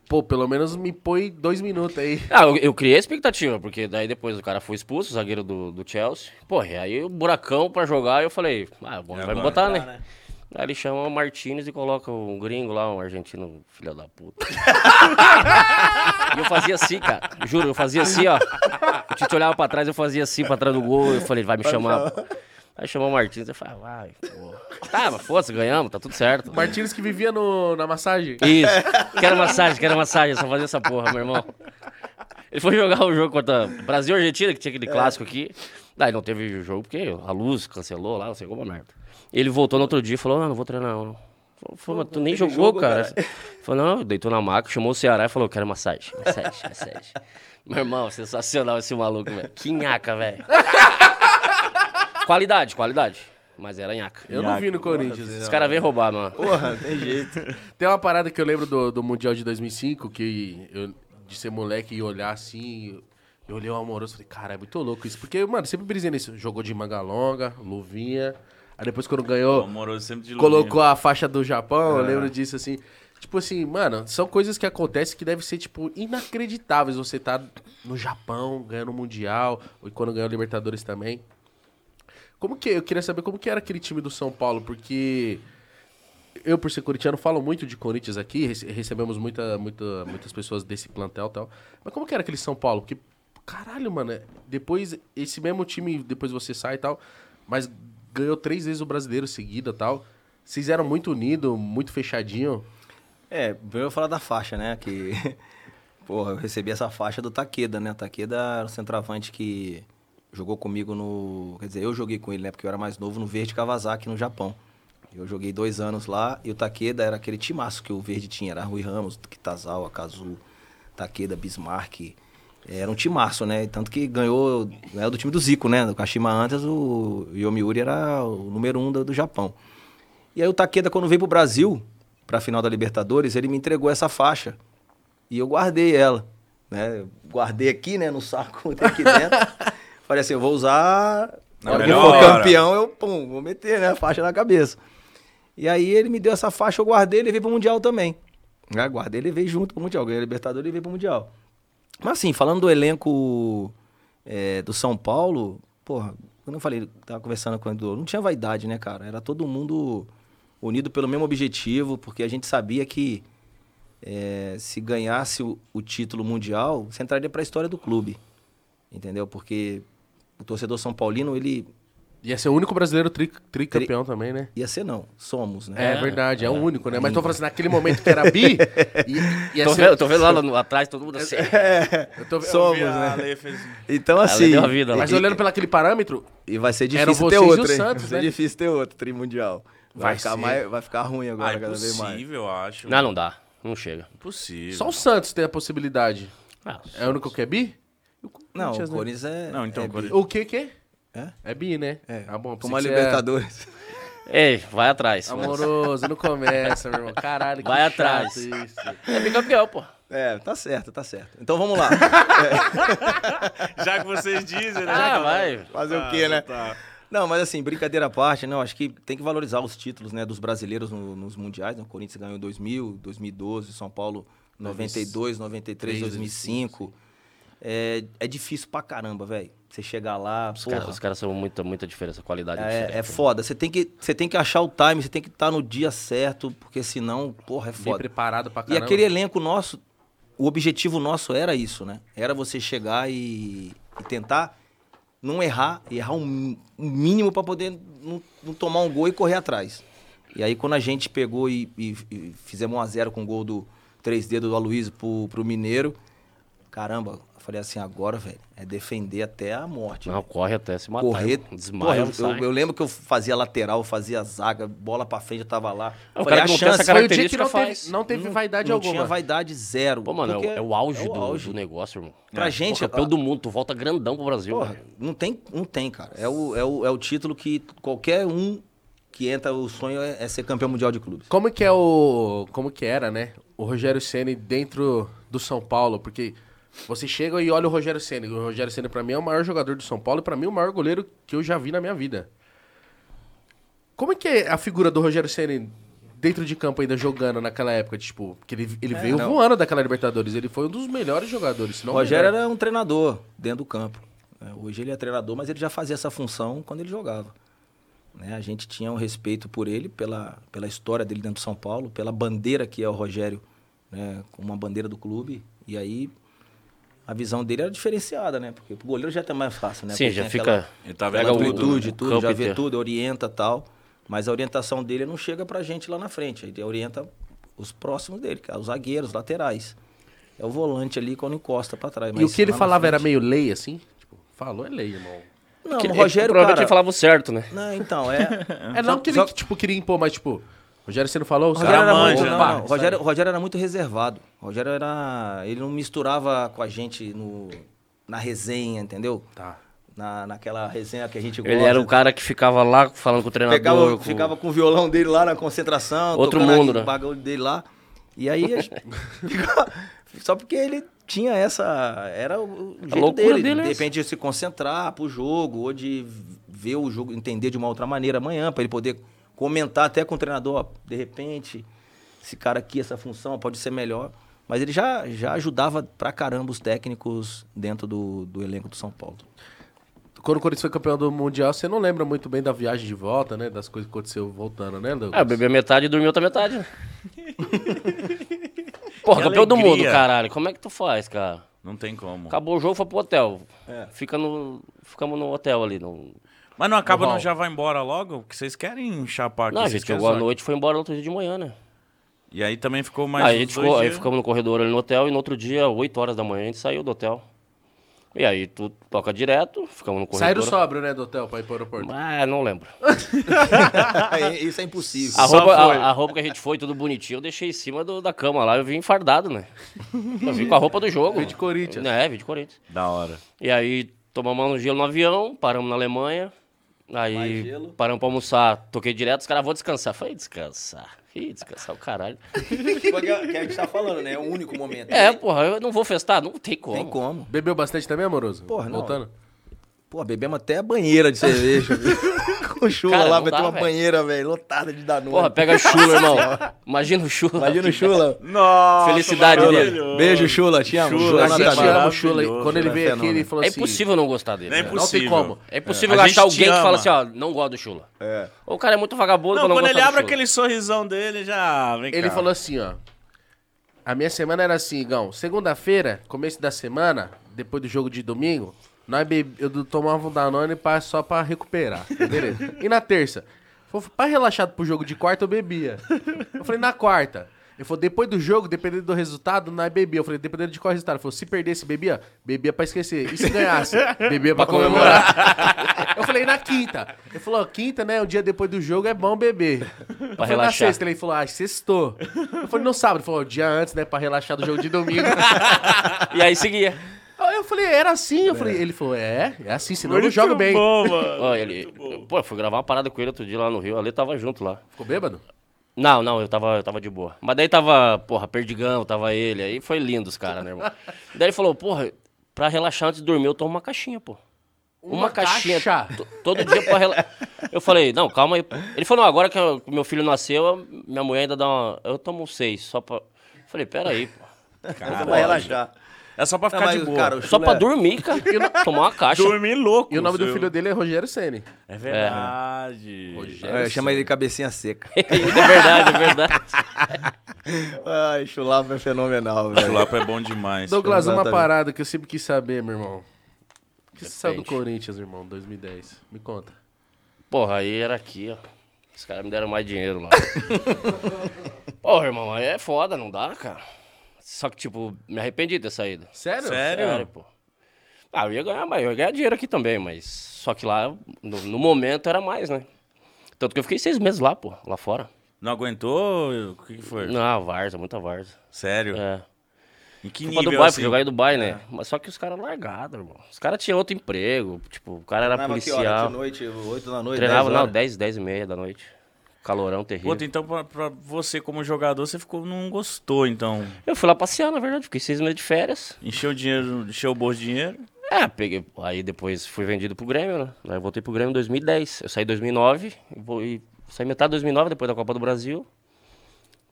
Speaker 2: pô, pelo menos me põe dois minutos aí. *laughs*
Speaker 4: Ah, eu, eu criei a expectativa, porque daí depois o cara foi expulso, o zagueiro do, do Chelsea. Porra, e aí o buracão pra jogar, eu falei, ah, bom,
Speaker 1: É
Speaker 4: vai
Speaker 1: agora.
Speaker 4: me botar, né? Aí ele chama o Martinez e coloca um gringo lá, um argentino, filho da puta. e eu fazia assim, cara. Juro, eu fazia assim, ó. O Tite olhava pra trás, eu fazia assim pra trás do gol. Eu falei, ele vai me chamar. Aí chamou o Martins, eu falei, ah, vai, porra. Tá, mas foda-se, ganhamos, tá tudo certo.
Speaker 2: Martins que vivia no, na massagem.
Speaker 4: Isso. Quero massagem, quero massagem. Só fazer essa porra, meu irmão. Ele foi jogar o jogo contra Brasil e Argentina, que tinha aquele clássico aqui. Daí não teve o jogo, porque a luz cancelou lá, não sei como, merda. Ele voltou no outro dia e falou, "Ah, não, não vou treinar, não. Falei, mas tu nem jogou,
Speaker 3: jogo,
Speaker 4: cara.
Speaker 3: cara.
Speaker 4: Falou, não, deitou na maca, chamou o Ceará e falou, quero massagem, massagem, massagem. Meu irmão, sensacional esse maluco, velho. Que nhaca, velho. qualidade, qualidade. Mas era nhaca.
Speaker 2: Eu não vi no Corinthians.
Speaker 4: Os caras vêm roubar, mano.
Speaker 3: Porra, não tem jeito.
Speaker 2: Tem uma parada que eu lembro do, do Mundial de 2005, que eu, de ser moleque e olhar assim, eu olhei o amoroso e falei, cara, é muito louco isso. Porque, mano, sempre brisei nisso. Jogou de manga longa, luvinha. Aí depois quando
Speaker 1: O
Speaker 2: ganhou,
Speaker 1: Amoroso sempre de luvinha.
Speaker 2: colocou a faixa do Japão, eu lembro disso assim. Tipo assim, mano, são coisas que acontecem que devem ser, tipo, inacreditáveis. Você tá no Japão, ganhando o Mundial, e quando ganhou o Libertadores também. Como que. Eu queria saber como que era aquele time do São Paulo, porque. Eu, por ser corintiano, falo muito de Corinthians aqui, rece- recebemos muita, muita, muitas pessoas desse plantel e tal. Mas como que era aquele São Paulo? Porque, caralho, mano, é- depois, esse mesmo time, depois você sai e tal, mas ganhou três vezes o brasileiro seguida e tal. Vocês eram muito unidos, muito fechadinho.
Speaker 3: É, primeiro eu vou falar da faixa, né? Que. *laughs* Porra, eu recebi essa faixa do Taqueda, né? Taqueda era o centroavante que jogou comigo no. Quer dizer, eu joguei com ele, né? Porque eu era mais novo no Verde Kawasaki, no Japão. Eu joguei dois anos lá e o Taqueda era aquele timaço que o Verde tinha. Era Rui Ramos, Kitazawa, Kazu, Taqueda, Bismarck, Era um timaço, né? Tanto que ganhou, ganhou do time do Zico, né? Do Kashima antes, o Yomiuri era o número um do, do Japão. E aí o Takeda, quando veio pro Brasil, pra final da Libertadores, ele me entregou essa faixa. E eu guardei ela, né? Eu Guardei aqui, né? No saco *laughs* tem aqui dentro. Falei assim, eu vou usar...
Speaker 1: Na
Speaker 3: Na hora que eu
Speaker 1: melhor
Speaker 3: for
Speaker 1: hora.
Speaker 3: campeão, eu pum, vou meter, né? A faixa na cabeça. E aí ele me deu essa faixa, eu guardei, ele veio pro Mundial também. Né? Guardei, ele veio junto pro Mundial. Ganhei a Libertadores, ele veio pro Mundial. Mas assim, falando do elenco é, do São Paulo, porra, quando eu falei, tava conversando com o Edu, não tinha vaidade, né, cara? Era todo mundo unido pelo mesmo objetivo, porque a gente sabia que é, se ganhasse o, o título mundial, você entraria pra história do clube. Entendeu? Porque o torcedor São Paulino, ele
Speaker 2: Ia ser o único brasileiro tri- tricampeão também, né?
Speaker 3: ia ser não, somos, né?
Speaker 2: É, verdade, é o único, né? Mas tô falando assim, naquele momento que era bi, ia, ia
Speaker 4: Tô
Speaker 2: ser-
Speaker 4: vendo, tô vendo lá, no- atrás todo mundo assim.
Speaker 2: eu tô-
Speaker 3: Somos,
Speaker 1: vi a
Speaker 3: né?
Speaker 1: lei fez-
Speaker 3: Então
Speaker 4: Ela
Speaker 3: assim,
Speaker 4: deu a vida lá.
Speaker 2: Mas olhando pelo aquele parâmetro,
Speaker 3: e vai ser
Speaker 2: Eram
Speaker 3: difícil ter
Speaker 2: vocês e o
Speaker 3: outro, hein?
Speaker 2: Santos,
Speaker 3: vai ser
Speaker 2: né?
Speaker 3: difícil ter outro trimundial. Vai,
Speaker 1: Vai
Speaker 3: ficar
Speaker 1: ser.
Speaker 3: mais, vai ficar ruim *laughs* agora
Speaker 1: Ah,
Speaker 3: cada vez mais.
Speaker 1: impossível, eu acho.
Speaker 4: Não, não dá. Não chega.
Speaker 1: Impossível.
Speaker 2: só o Santos tem a possibilidade.
Speaker 4: Ah,
Speaker 2: É o único que é bi? E o
Speaker 3: Não,
Speaker 2: Corinthians,
Speaker 3: o
Speaker 2: né?
Speaker 3: Corinthians é.
Speaker 1: Não, então,
Speaker 3: é
Speaker 1: o Corinthians-
Speaker 2: O que que é?
Speaker 3: É?
Speaker 2: É bi, né?
Speaker 3: É.
Speaker 2: Tá bom,
Speaker 3: Como a
Speaker 2: pensei que você
Speaker 3: Libertadores. *laughs*
Speaker 4: Ei, vai atrás.
Speaker 2: é Amoroso, não começa, meu irmão. Caralho, que
Speaker 4: Vai
Speaker 2: chato
Speaker 4: atrás.
Speaker 2: isso.
Speaker 4: É bicampeão, pô.
Speaker 3: É, tá certo, tá certo. Então vamos lá.
Speaker 1: Já que vocês dizem, né?
Speaker 4: *laughs*
Speaker 1: tá,
Speaker 4: Ah, vai.
Speaker 3: Fazer o quê, né? Não, mas assim, brincadeira à parte, não, acho que tem que valorizar os títulos, né, dos brasileiros no- nos mundiais, né? O Corinthians ganhou em 2000, 2012, São Paulo 92, 93, 2005. É, é difícil pra caramba, velho. Você chegar lá,
Speaker 4: Os
Speaker 3: porra,
Speaker 4: caras, os caras são muita, muita diferença, qualidade. diferente,
Speaker 3: É, é
Speaker 4: pô.
Speaker 3: foda. Você tem, que, você tem que achar o time, você tem que estar no dia certo, porque senão, porra, é
Speaker 2: Bem
Speaker 3: foda.
Speaker 2: preparado pra
Speaker 3: E
Speaker 2: caramba.
Speaker 3: aquele elenco nosso, o objetivo nosso era isso, né? Era você chegar e, e tentar não errar, e errar o mi- o mínimo pra poder não, não tomar um gol e correr atrás. E aí quando a gente pegou e, e- e fizemos 1 a 0 com o gol do 3 dedos do Aloysio pro, pro Mineiro, caramba, eu falei assim, agora, velho, é defender até a morte.
Speaker 4: Não, corre até se matar.
Speaker 3: Correr,
Speaker 4: irmão.
Speaker 3: porra,
Speaker 4: desmaia.
Speaker 3: eu-
Speaker 4: não
Speaker 3: eu,
Speaker 4: sai.
Speaker 3: eu lembro que eu fazia lateral, fazia zaga, bola pra frente, eu tava lá.
Speaker 4: É, o
Speaker 3: falei,
Speaker 4: cara
Speaker 3: a
Speaker 4: que não tem essa
Speaker 3: chance,
Speaker 2: Foi o dia que
Speaker 4: característica
Speaker 2: não
Speaker 4: faz.
Speaker 2: teve, não teve vaidade
Speaker 3: não
Speaker 2: alguma.
Speaker 3: tinha vaidade zero.
Speaker 4: Pô, mano, é,
Speaker 3: porque
Speaker 4: o- é o auge,
Speaker 3: é
Speaker 4: do, do negócio, irmão.
Speaker 3: Pra
Speaker 4: É.
Speaker 3: gente,
Speaker 4: Pô, campeão
Speaker 3: a-
Speaker 4: do mundo, tu volta grandão pro Brasil.
Speaker 3: Porra,
Speaker 4: velho.
Speaker 3: não tem, não tem, cara. É o, é, o, é o título que qualquer um que entra, o sonho é, é ser campeão mundial de clubes.
Speaker 2: Como que é o. Como que era, né? O Rogério Ceni dentro do São Paulo, porque você chega e olha o Rogério Ceni. O Rogério Ceni pra mim é o maior jogador do São Paulo e pra mim o maior goleiro que eu já vi na minha vida. Como é que é a figura do Rogério Ceni dentro de campo ainda jogando naquela época, tipo, porque ele, ele veio
Speaker 3: É, não.
Speaker 2: voando daquela Libertadores, ele foi um dos melhores jogadores, se não
Speaker 3: O
Speaker 2: o
Speaker 3: Rogério
Speaker 2: melhor.
Speaker 3: era um treinador dentro do campo. né? Hoje ele é treinador, mas ele já fazia essa função quando ele jogava. né? A gente tinha um respeito por ele, pela, pela história dele dentro de São Paulo, pela bandeira que é o Rogério, né? uma bandeira do clube. E aí a visão dele era diferenciada, né? Porque o goleiro já é mais fácil, né?
Speaker 4: Sim,
Speaker 3: Porque
Speaker 4: já
Speaker 3: tem
Speaker 4: fica.
Speaker 3: aquela-
Speaker 1: Ele tá vendo
Speaker 3: pega
Speaker 1: tudo. né?
Speaker 4: o-
Speaker 3: altitude,
Speaker 4: né?
Speaker 3: tudo,
Speaker 4: Campo
Speaker 3: já vê
Speaker 4: inteiro.
Speaker 3: tudo, orienta tal. Mas a orientação dele não chega pra gente lá na frente. Ele orienta os próximos dele, cara, os zagueiros, os laterais. É o volante ali quando encosta pra trás.
Speaker 2: E o que ele
Speaker 3: lá na
Speaker 2: falava era
Speaker 3: frente-
Speaker 2: meio lei, assim? Tipo, falou é lei, irmão.
Speaker 3: Não,
Speaker 4: Que-
Speaker 3: o Rogério,
Speaker 4: provavelmente
Speaker 3: cara...
Speaker 4: ele falava o certo, né?
Speaker 3: Não, então, é...
Speaker 2: *laughs* É não que ele,
Speaker 3: só-
Speaker 2: tipo, queria impor, mas, tipo, Rogério Ceni falou,
Speaker 3: O
Speaker 2: os
Speaker 3: Rogério,
Speaker 1: cara
Speaker 3: era
Speaker 1: manja,
Speaker 3: muito,
Speaker 1: né?
Speaker 3: não,
Speaker 1: Pá,
Speaker 3: não, o Rogério, o Rogério era muito reservado. O Rogério era... Ele não misturava com a gente no, na resenha, entendeu?
Speaker 2: Tá.
Speaker 3: Na, naquela resenha que a gente gosta.
Speaker 4: Ele era um o cara que ficava lá falando com o treinador.
Speaker 3: Pegava,
Speaker 4: com-
Speaker 3: Ficava com o violão dele lá na concentração,
Speaker 4: Outro
Speaker 3: tocando
Speaker 4: mundo,
Speaker 3: aquele
Speaker 4: né?
Speaker 3: bagulho dele lá. E aí,
Speaker 4: *laughs*
Speaker 3: a gente- ficava- só porque ele tinha essa. Era o o jeito
Speaker 4: loucura
Speaker 3: dele.
Speaker 4: dele é
Speaker 3: de
Speaker 4: essa.
Speaker 3: repente, de se concentrar pro jogo, ou de ver o jogo, entender de uma outra maneira amanhã, pra ele poder comentar até com o treinador, ó, de repente, esse cara aqui, essa função pode ser melhor. Mas ele já, já ajudava pra caramba os técnicos dentro do, do elenco do São Paulo.
Speaker 2: Quando o Corinthians foi campeão do Mundial, você não lembra muito bem da viagem de volta, né? Das coisas que aconteceu voltando, né, Douglas?
Speaker 4: Ah, bebeu metade e dormiu outra metade.
Speaker 3: *laughs*
Speaker 4: né? Porra, campeão do
Speaker 1: alegria.
Speaker 4: mundo, caralho. Como é que tu faz, cara?
Speaker 1: Não tem como.
Speaker 4: Acabou o jogo, foi pro hotel.
Speaker 2: É.
Speaker 4: Fica no, ficamos no hotel ali. No...
Speaker 1: Mas não acaba,
Speaker 4: No
Speaker 1: não
Speaker 4: hall.
Speaker 1: já vai embora logo? Porque vocês querem chapar aqui.
Speaker 4: Não, a
Speaker 1: vocês
Speaker 4: gente
Speaker 1: querem
Speaker 4: chegou à
Speaker 1: só-
Speaker 4: noite e foi embora no outro dia de manhã, né?
Speaker 1: E aí também ficou mais
Speaker 4: Aí a
Speaker 1: uns
Speaker 4: gente
Speaker 1: dois
Speaker 4: ficou, aí
Speaker 1: dias.
Speaker 4: ficamos no corredor ali no hotel e no outro dia, 8 horas da manhã, a gente saiu do hotel. E aí tu toca direto, ficamos no corredor.
Speaker 2: Saíram sóbrio, né, do hotel pra ir pro aeroporto.
Speaker 4: Ah, não lembro.
Speaker 3: *laughs* Isso é impossível.
Speaker 4: A
Speaker 1: Só
Speaker 4: roupa, a-
Speaker 1: foi.
Speaker 4: a roupa que a gente foi, tudo bonitinho, eu deixei em cima do- da cama lá, eu vim fardado, né? Eu vim com a roupa do jogo.
Speaker 2: Vim de Corinthians.
Speaker 4: É, vim de Corinthians.
Speaker 1: Da hora.
Speaker 4: E aí tomamos um gelo no avião, paramos na Alemanha.
Speaker 3: Mais
Speaker 4: Aí
Speaker 3: gelo.
Speaker 4: paramos pra almoçar, toquei direto, os caras vão descansar. Falei, descansar. Ih, descansar
Speaker 1: *laughs*
Speaker 4: o caralho.
Speaker 3: Foi o que a que a gente tá falando, né? É o único momento.
Speaker 4: É, porra, eu não vou festar, não tem como.
Speaker 1: né?
Speaker 3: Tem como.
Speaker 2: Bebeu bastante também, amoroso?
Speaker 3: Porra, não.
Speaker 2: Voltando?
Speaker 3: Pô, bebemos até a banheira de cerveja.
Speaker 4: *laughs*
Speaker 3: Com chula
Speaker 4: Cara,
Speaker 3: lá,
Speaker 4: não
Speaker 3: meteu
Speaker 4: dá,
Speaker 3: uma
Speaker 4: velho.
Speaker 3: banheira, velho, lotada de Danone.
Speaker 4: Porra,
Speaker 1: *laughs*
Speaker 4: pega chula, irmão. Imagina o chula. *laughs*
Speaker 3: Imagina o chula.
Speaker 1: Nossa,
Speaker 4: Felicidade dele. maravilhoso.
Speaker 3: Beijo, chula. Te amo.
Speaker 1: Chula,
Speaker 3: Chula,
Speaker 2: A
Speaker 1: Jonathan
Speaker 2: gente
Speaker 1: Melo.
Speaker 3: Natalino.
Speaker 2: ama o Chula.
Speaker 1: Maravilhoso,
Speaker 2: Quando ele
Speaker 3: né?
Speaker 2: veio aqui, ele
Speaker 3: Fenômeno.
Speaker 2: falou
Speaker 4: É
Speaker 2: assim...
Speaker 4: impossível não gostar dele.
Speaker 1: É
Speaker 4: né?
Speaker 2: Não tem
Speaker 1: impossível.
Speaker 2: como.
Speaker 4: É impossível
Speaker 1: A
Speaker 4: achar
Speaker 1: gente
Speaker 4: alguém
Speaker 1: te
Speaker 4: que fala
Speaker 1: ama.
Speaker 4: assim, ó, não gosto do chula.
Speaker 3: É.
Speaker 4: Ou o cara é muito vagabundo
Speaker 1: Não,
Speaker 4: pra não
Speaker 1: quando
Speaker 4: gostar
Speaker 1: ele
Speaker 4: do
Speaker 1: abre
Speaker 4: Chula.
Speaker 1: aquele sorrisão dele, já vem cá.
Speaker 2: Ele falou assim, ó. A minha semana era assim, Igão. Segunda-feira, começo da semana, depois do jogo de domingo, nós bebe... eu do- tomava um Danone pra- só pra recuperar. *laughs* Beleza. E na terça? Foi pra relaxado pro jogo de quarta, eu bebia. Eu falei, na quarta. Ele falou, depois do jogo, dependendo do resultado, nós bebia. Eu falei, dependendo de qual resultado. Ele falou, se perdesse, bebia? Bebia pra esquecer. E se *laughs* ganhasse? Bebia pra comemorar. eu falei, na quinta. Ele falou, ó, quinta, né? O dia depois do jogo é bom beber. Eu falei, na
Speaker 4: relaxar.
Speaker 2: sexta. Ele falou, ah, sextou. Eu falei, não sábado. Ele falou, dia antes, né? Pra relaxar do jogo de domingo.
Speaker 4: E
Speaker 1: *laughs*
Speaker 4: aí seguia.
Speaker 2: Aí eu falei, era assim? Eu falei, ele falou, é, é assim, senão eu não
Speaker 1: Muito
Speaker 2: jogo bem.
Speaker 1: Bom,
Speaker 4: *laughs*
Speaker 1: mano.
Speaker 4: Ó, ele, pô, eu fui gravar uma parada com ele outro dia lá no Rio, ali tava junto lá.
Speaker 2: Ficou bêbado?
Speaker 4: Não, não, eu tava, eu tava de boa. Mas daí tava, porra, Perdigão, tava ele, aí foi lindo os caras, né, irmão? daí ele falou, porra, pra relaxar antes de dormir eu tomo uma caixinha, pô. Uma,
Speaker 2: Uma
Speaker 4: caixinha
Speaker 2: caixa?
Speaker 4: to- todo dia pra relaxar. Eu falei, não, calma aí. Ele falou, não, agora que eu- que meu filho nasceu, eu- minha mulher ainda dá uma... Eu tomo um seis, só pra... Eu falei, peraí, pô.
Speaker 3: Essa vai relaxar.
Speaker 1: É só pra
Speaker 3: Não,
Speaker 1: ficar
Speaker 3: mas,
Speaker 1: de boa.
Speaker 3: cara, o
Speaker 4: Só
Speaker 3: chula
Speaker 4: pra
Speaker 3: é-
Speaker 4: dormir, cara. Tomar uma caixa.
Speaker 1: Dormir louco.
Speaker 2: E o nome do
Speaker 1: seu.
Speaker 2: filho dele é Rogério Ceni.
Speaker 1: É verdade.
Speaker 2: Rogério
Speaker 3: É, chama ele de
Speaker 4: *laughs*
Speaker 3: cabecinha seca.
Speaker 4: *laughs* é verdade, é verdade.
Speaker 3: Ai, chulapa é fenomenal,
Speaker 1: O
Speaker 3: velho.
Speaker 1: Chulapa é bom demais.
Speaker 2: Douglas, uma
Speaker 3: Exatamente.
Speaker 2: parada que eu sempre quis saber, meu irmão. O que você saiu do
Speaker 4: Depende.
Speaker 2: Corinthians, irmão, 2010? Me conta.
Speaker 4: Porra, aí era aqui, ó. Os caras me deram mais dinheiro lá. Porra, irmão, aí é foda, não dá, cara. Só que, tipo, me arrependi de ter saído.
Speaker 2: Sério?
Speaker 1: Sério?
Speaker 4: pô. Ah, eu ia ganhar mais, eu ia ganhar dinheiro aqui também, mas. Só que lá, no, no momento, era mais, né? Tanto que eu fiquei seis meses lá, pô, lá fora.
Speaker 1: Não aguentou? O que que foi?
Speaker 4: Não, varza, muita varza.
Speaker 1: Sério?
Speaker 4: É.
Speaker 1: Em que
Speaker 4: Fui pra
Speaker 1: nível,
Speaker 4: Dubai,
Speaker 1: assim?
Speaker 4: fui jogar em Dubai, né? Mas só que os caras largados, irmão. Os caras tinham outro emprego, tipo, o cara era
Speaker 3: Treinava que hora?
Speaker 4: policial.
Speaker 3: De noite, 8 da noite,
Speaker 4: Treinava,
Speaker 3: 10
Speaker 4: não,
Speaker 3: horas.
Speaker 4: 10, 10 e meia da noite. Calorão terrível.
Speaker 1: Puta, então pra, pra você como jogador, você ficou, não gostou, então.
Speaker 4: Eu fui lá passear, na verdade, fiquei seis meses de férias.
Speaker 1: Encheu o dinheiro, encheu o bolso de dinheiro.
Speaker 4: É, peguei. Aí depois fui vendido pro Grêmio, né? Aí eu voltei pro Grêmio em 2010. Eu saí em 2009, e vou- e saí metade de 2009, depois da Copa do Brasil.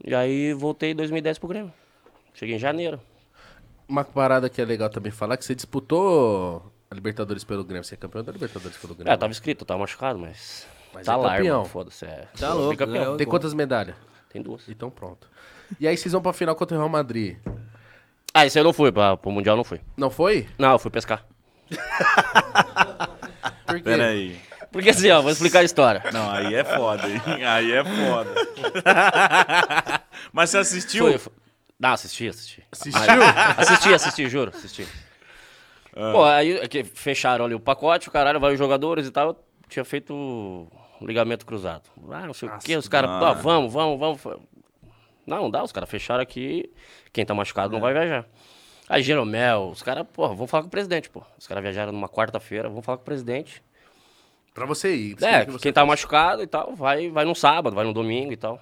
Speaker 4: E aí voltei em 2010 pro Grêmio. Cheguei em janeiro.
Speaker 2: Uma parada que é legal também falar, que você disputou a Libertadores pelo Grêmio. Você é campeão da Libertadores pelo
Speaker 4: É,
Speaker 2: Grêmio.
Speaker 4: eu tava inscrito, eu tava machucado, mas.
Speaker 2: Mas
Speaker 4: tá
Speaker 2: é
Speaker 4: lá,
Speaker 2: campeão.
Speaker 4: irmão, foda-se. É.
Speaker 3: Tá louco,
Speaker 4: Campeão.
Speaker 3: ganhou.
Speaker 2: Tem quantas medalhas?
Speaker 4: Tem duas.
Speaker 2: Então pronto. E aí vocês vão pra final contra o Real Madrid.
Speaker 4: Ah, esse eu não fui, pra, pro Mundial eu não fui.
Speaker 2: Não foi?
Speaker 4: Não, eu fui pescar.
Speaker 2: Por quê?
Speaker 1: Pera aí.
Speaker 4: Porque assim, ó, vou explicar a história.
Speaker 1: Não, aí é foda, hein? Aí é *laughs* foda. Mas você assistiu?
Speaker 4: Foi, foi- Não, assisti, assisti.
Speaker 2: Assistiu?
Speaker 4: *laughs* Assisti, assisti, juro, assisti. Pô, aí é que fecharam ali o pacote, o caralho, vai os jogadores e tal. Eu tinha feito um ligamento cruzado. Ah, não sei o quê, os caras,
Speaker 1: da
Speaker 4: pô,
Speaker 1: hora.
Speaker 4: vamos, vamos, vamos. Fa- Não, não dá, os caras fecharam aqui, quem tá machucado não vai viajar. Aí Jeromel, os caras, pô, vamos falar com o presidente, pô. Os caras viajaram numa quarta-feira, vamos falar com o presidente.
Speaker 2: Pra você ir.
Speaker 4: É,
Speaker 2: Você-
Speaker 4: quem tá machucado e tal, vai, vai no sábado, vai no domingo e tal.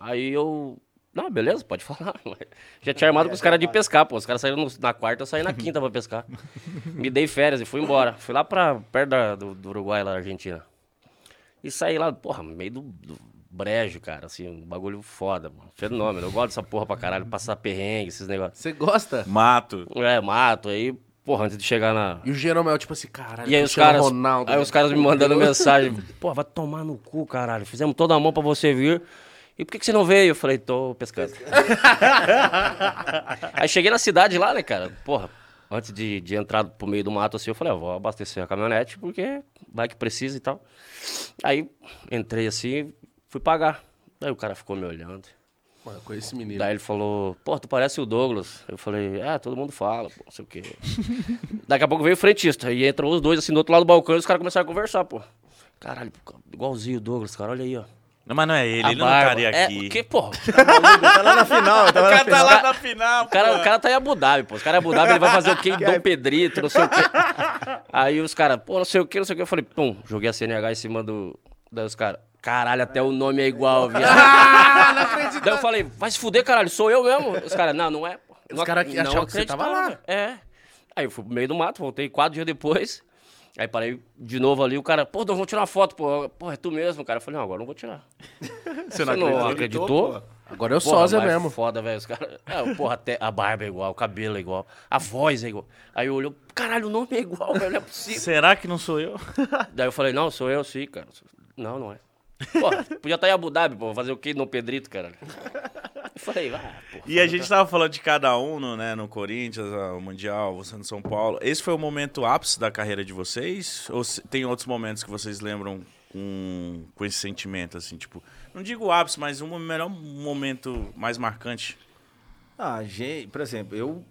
Speaker 4: Aí eu. Não, beleza, pode falar. *laughs* Já tinha armado com os caras de pescar, pô. Os caras saíram no- na quarta, eu saí na quinta pra pescar. Me dei férias e fui embora. Fui lá pra perto da- do, do Uruguai, lá na Argentina. E saí lá, porra, no meio do, do brejo, cara. Assim, um bagulho foda, mano. Fenômeno. Eu gosto dessa porra pra caralho, passar perrengue, esses negócios.
Speaker 2: Você gosta?
Speaker 1: Mato.
Speaker 4: É, mato, aí, porra, antes de chegar na,
Speaker 2: E o Jeromel, tipo assim, caralho,
Speaker 4: e aí os
Speaker 2: Cristiano
Speaker 4: caras,
Speaker 2: Ronaldo. né?"
Speaker 4: aí os caras me mandando
Speaker 2: *laughs*
Speaker 4: mensagem, pô, vai tomar no cu, caralho. Fizemos toda a mão pra você vir. E por que, que você não veio? Eu falei, tô
Speaker 2: *laughs*
Speaker 4: pescando. aí cheguei na cidade lá, né, cara? Porra, antes de, de entrar pro meio do mato assim, eu falei, ó, vou abastecer a caminhonete, porque vai que precisa e tal. Aí entrei assim, fui pagar. Aí o cara ficou me olhando.
Speaker 2: Mano, eu conheço esse menino.
Speaker 4: Daí ele falou, pô, tu parece o Douglas. Eu falei, ah, todo mundo fala, pô, não sei o quê. Daqui a pouco veio o frentista. E entrou os dois, assim, do outro lado do balcão, e os caras começaram a conversar, pô. Caralho, pô, igualzinho o Douglas, cara, olha aí, ó.
Speaker 1: Não, mas não é ele,
Speaker 4: A
Speaker 1: ele não
Speaker 4: barba.
Speaker 1: estaria
Speaker 4: É,
Speaker 1: aqui.
Speaker 4: que, pô, o
Speaker 3: Tá lá na final, tá lá na final.
Speaker 1: lá na final,
Speaker 4: cara, o cara tá em Abu Dhabi, pô. Os caras em Abu Dhabi, ele vai fazer o
Speaker 2: *laughs*
Speaker 4: quê? Em Dom Pedrito, não sei o quê. Aí os caras, pô, não sei o quê, não sei o quê. Eu falei, pum, joguei a CNH em cima do... Daí os caras, caralho, até o nome é igual, viado.
Speaker 2: Ah, não acredito.
Speaker 4: Daí eu falei, vai se fuder, caralho, sou eu mesmo. Os caras, não, não é. pô.
Speaker 2: Os
Speaker 4: Não
Speaker 2: caras
Speaker 4: ac-
Speaker 2: que
Speaker 4: não
Speaker 2: achavam que você tava lá.
Speaker 4: acreditaram, velho. É. Aí eu fui pro meio do mato, voltei quatro dias depois. Aí parei de novo ali, o cara, pô, Dom, vamos tirar uma foto, pô. Pô, é tu mesmo, cara. Eu falei, não, agora eu não
Speaker 2: *laughs*
Speaker 4: vou tirar.
Speaker 1: Você
Speaker 4: Você não acreditou?
Speaker 2: Agora eu
Speaker 4: Porra,
Speaker 2: sósia
Speaker 4: mas
Speaker 2: mesmo.
Speaker 4: Foda, velho. Os caras. É, porra, até a barba é igual, o cabelo é igual, a voz é igual. Aí eu olhei, caralho, o nome é igual, *laughs* velho, não é possível.
Speaker 1: Será que não sou eu?
Speaker 4: Daí eu falei, não, sou eu sim, cara. Não, não é. Pô, podia estar em Abu Dhabi, pô, fazer o quê no Pedrito, caralho? Eu falei, ah, pô.
Speaker 1: E a gente tava falando de cada um, no, né? No Corinthians, ah, o Mundial, você no São Paulo. Esse foi o momento ápice da carreira de vocês? Ou se- tem outros momentos que vocês lembram com, com esse sentimento, assim? Tipo, não digo ápice, mas um melhor momento mais marcante.
Speaker 3: Ah, gente, por exemplo, eu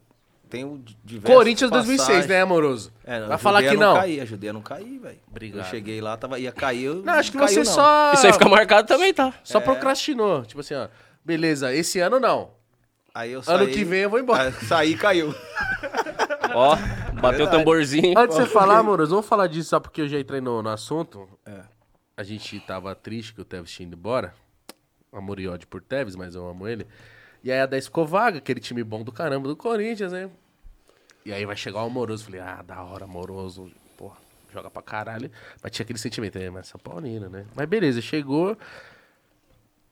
Speaker 3: tenho diversos
Speaker 2: Corinthians 2006,
Speaker 3: passagens-
Speaker 2: né, amoroso?
Speaker 3: É, não,
Speaker 2: Vai falar que
Speaker 3: não.
Speaker 2: não.
Speaker 3: Caí, ajudei a não cair, velho.
Speaker 2: Obrigado.
Speaker 3: Eu cheguei lá, tava, ia cair, eu
Speaker 2: Não, acho que
Speaker 3: não
Speaker 2: você
Speaker 3: caiu, não. É.
Speaker 2: só.
Speaker 4: Isso aí fica marcado também, tá?
Speaker 2: Só procrastinou. Tipo assim, ó. Beleza, esse ano não.
Speaker 3: Aí eu
Speaker 2: Ano
Speaker 3: saí,
Speaker 2: que vem eu vou embora.
Speaker 3: Aí Saí e caiu.
Speaker 4: Ó, bateu o
Speaker 3: Verdade.
Speaker 4: tamborzinho.
Speaker 2: Antes de você falar, amoroso, vamos falar disso só porque eu já entrei no, no assunto.
Speaker 3: É.
Speaker 2: A gente tava triste que o Tevez tinha ido embora. Amor e ódio por Tevez, mas eu amo ele. E aí a 10 ficou vaga, aquele time bom do caramba do Corinthians, né? E aí vai chegar o amoroso. Falei, ah, da hora, amoroso. Porra, joga pra caralho. Mas tinha aquele sentimento, né? Mas São Paulino, né? Mas beleza, chegou.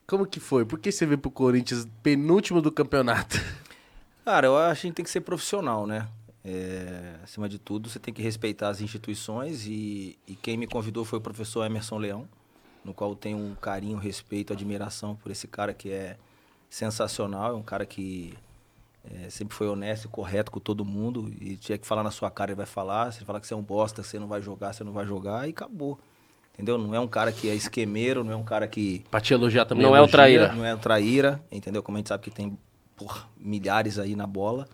Speaker 2: Como que foi? Por que você veio pro Corinthians penúltimo do campeonato? *laughs*
Speaker 3: Cara, eu acho que a gente tem que ser profissional, né? É, acima de tudo, você tem que respeitar as instituições e, e quem me convidou foi o professor Emerson Leão, no qual eu tenho um carinho, respeito, admiração por esse cara que é sensacional, é um cara que é, sempre foi honesto e correto com todo mundo e tinha que falar na sua cara, ele vai falar, se ele falar que você é um bosta, que você não vai jogar, você não vai jogar e acabou. Entendeu? Não é um cara que é esquemeiro, não é um cara que
Speaker 2: Pra te elogiar também.
Speaker 4: Não é o
Speaker 2: elogia.
Speaker 4: traíra.
Speaker 3: não é o traíra, entendeu? Como a gente sabe que tem porra, milhares aí na bola.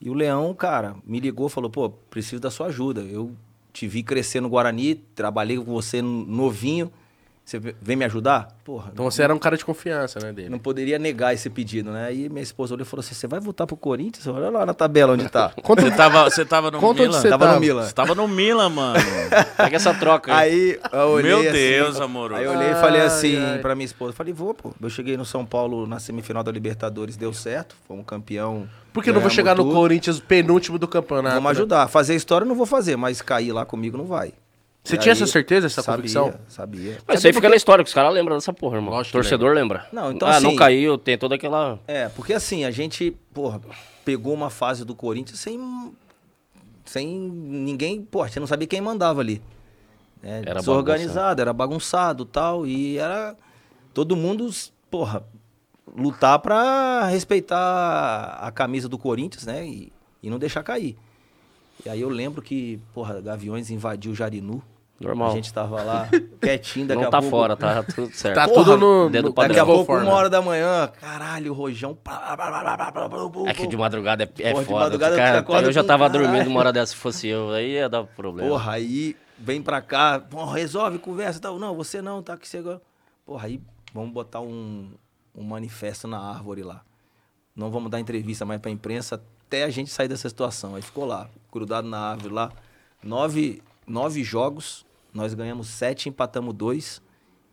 Speaker 3: E o Leão, cara, me ligou falou, pô, preciso da sua ajuda. Eu te vi crescer no Guarani, trabalhei com você novinho. Você ve- vem me ajudar? Porra,
Speaker 2: Então você era um cara de confiança, né, dele?
Speaker 3: não poderia negar esse pedido, né? Aí minha esposa olhou e falou assim, você vai voltar pro Corinthians? Olha lá na tabela
Speaker 2: *laughs*
Speaker 3: onde tá.
Speaker 2: Conta
Speaker 1: Você
Speaker 2: um
Speaker 1: tava, você tava no
Speaker 2: Conta onde
Speaker 1: Milan?
Speaker 2: você tá
Speaker 3: Tava
Speaker 2: tava.
Speaker 3: no Milan.
Speaker 1: Você tava no Milan, mano.
Speaker 4: Pega essa troca aí.
Speaker 3: Aí eu olhei
Speaker 1: Meu
Speaker 3: assim,
Speaker 1: Deus, amoroso.
Speaker 3: Aí eu olhei e falei
Speaker 2: Ai,
Speaker 3: assim
Speaker 2: ai.
Speaker 3: pra minha esposa, falei, vou, pô. Eu cheguei no São Paulo na semifinal da Libertadores, deu certo, fomos campeão.
Speaker 2: Por que eu não vou
Speaker 3: ganhamos
Speaker 2: chegar no
Speaker 3: tudo.
Speaker 2: Corinthians penúltimo do campeonato?
Speaker 3: Vamos
Speaker 2: né?
Speaker 3: ajudar. Fazer história eu não vou fazer, mas cair lá comigo não vai.
Speaker 2: Você
Speaker 3: E
Speaker 2: tinha
Speaker 3: aí-
Speaker 2: essa certeza, essa
Speaker 3: sabia,
Speaker 2: convicção?
Speaker 3: Sabia.
Speaker 4: Mas isso aí fica na história, que os caras lembram dessa porra, irmão.
Speaker 2: Lógico que
Speaker 4: Torcedor lembra.
Speaker 3: Não, então
Speaker 4: Ah, não
Speaker 3: assim-
Speaker 4: caiu, tem toda aquela.
Speaker 3: É, porque assim, a gente, porra, pegou uma fase do Corinthians sem. Sem ninguém. Porra, você não sabia quem mandava ali. né?
Speaker 4: Era
Speaker 3: desorganizado, era bagunçado tal. E era. Todo mundo, porra, lutar pra respeitar a camisa do Corinthians, né? E, e não deixar cair. E aí eu lembro que, porra, Gaviões invadiu Jarinu.
Speaker 4: Normal.
Speaker 3: A gente tava lá quietinho daqui
Speaker 4: não
Speaker 3: a
Speaker 4: tá
Speaker 3: pouco.
Speaker 4: fora, tá tudo certo.
Speaker 2: Tá
Speaker 4: Tá
Speaker 2: tudo no-
Speaker 4: dedo
Speaker 2: no-
Speaker 4: pra
Speaker 3: Daqui a
Speaker 4: Padrão.
Speaker 3: pouco,
Speaker 2: Conforme.
Speaker 3: uma hora da manhã, caralho, o rojão. pá, pá, pá, pá, pá, pá, pá,
Speaker 4: É que de
Speaker 3: pá.
Speaker 4: madrugada é, é
Speaker 3: Porra, de
Speaker 4: foda.
Speaker 3: madrugada
Speaker 4: cara,
Speaker 3: você acorda
Speaker 4: eu já
Speaker 3: com
Speaker 4: tava
Speaker 3: caralho.
Speaker 4: dormindo uma
Speaker 3: *laughs*
Speaker 4: hora dessa, se fosse eu. Aí ia dar problema.
Speaker 3: Porra, aí vem pra cá, porra, resolve, conversa e tal. Não, você não, tá que você agora. Porra, aí vamos botar um, um manifesto na árvore lá. Não vamos dar entrevista mais pra imprensa até a gente sair dessa situação. Aí ficou lá, grudado na árvore lá. Nove, nove jogos, nós ganhamos sete, empatamos dois.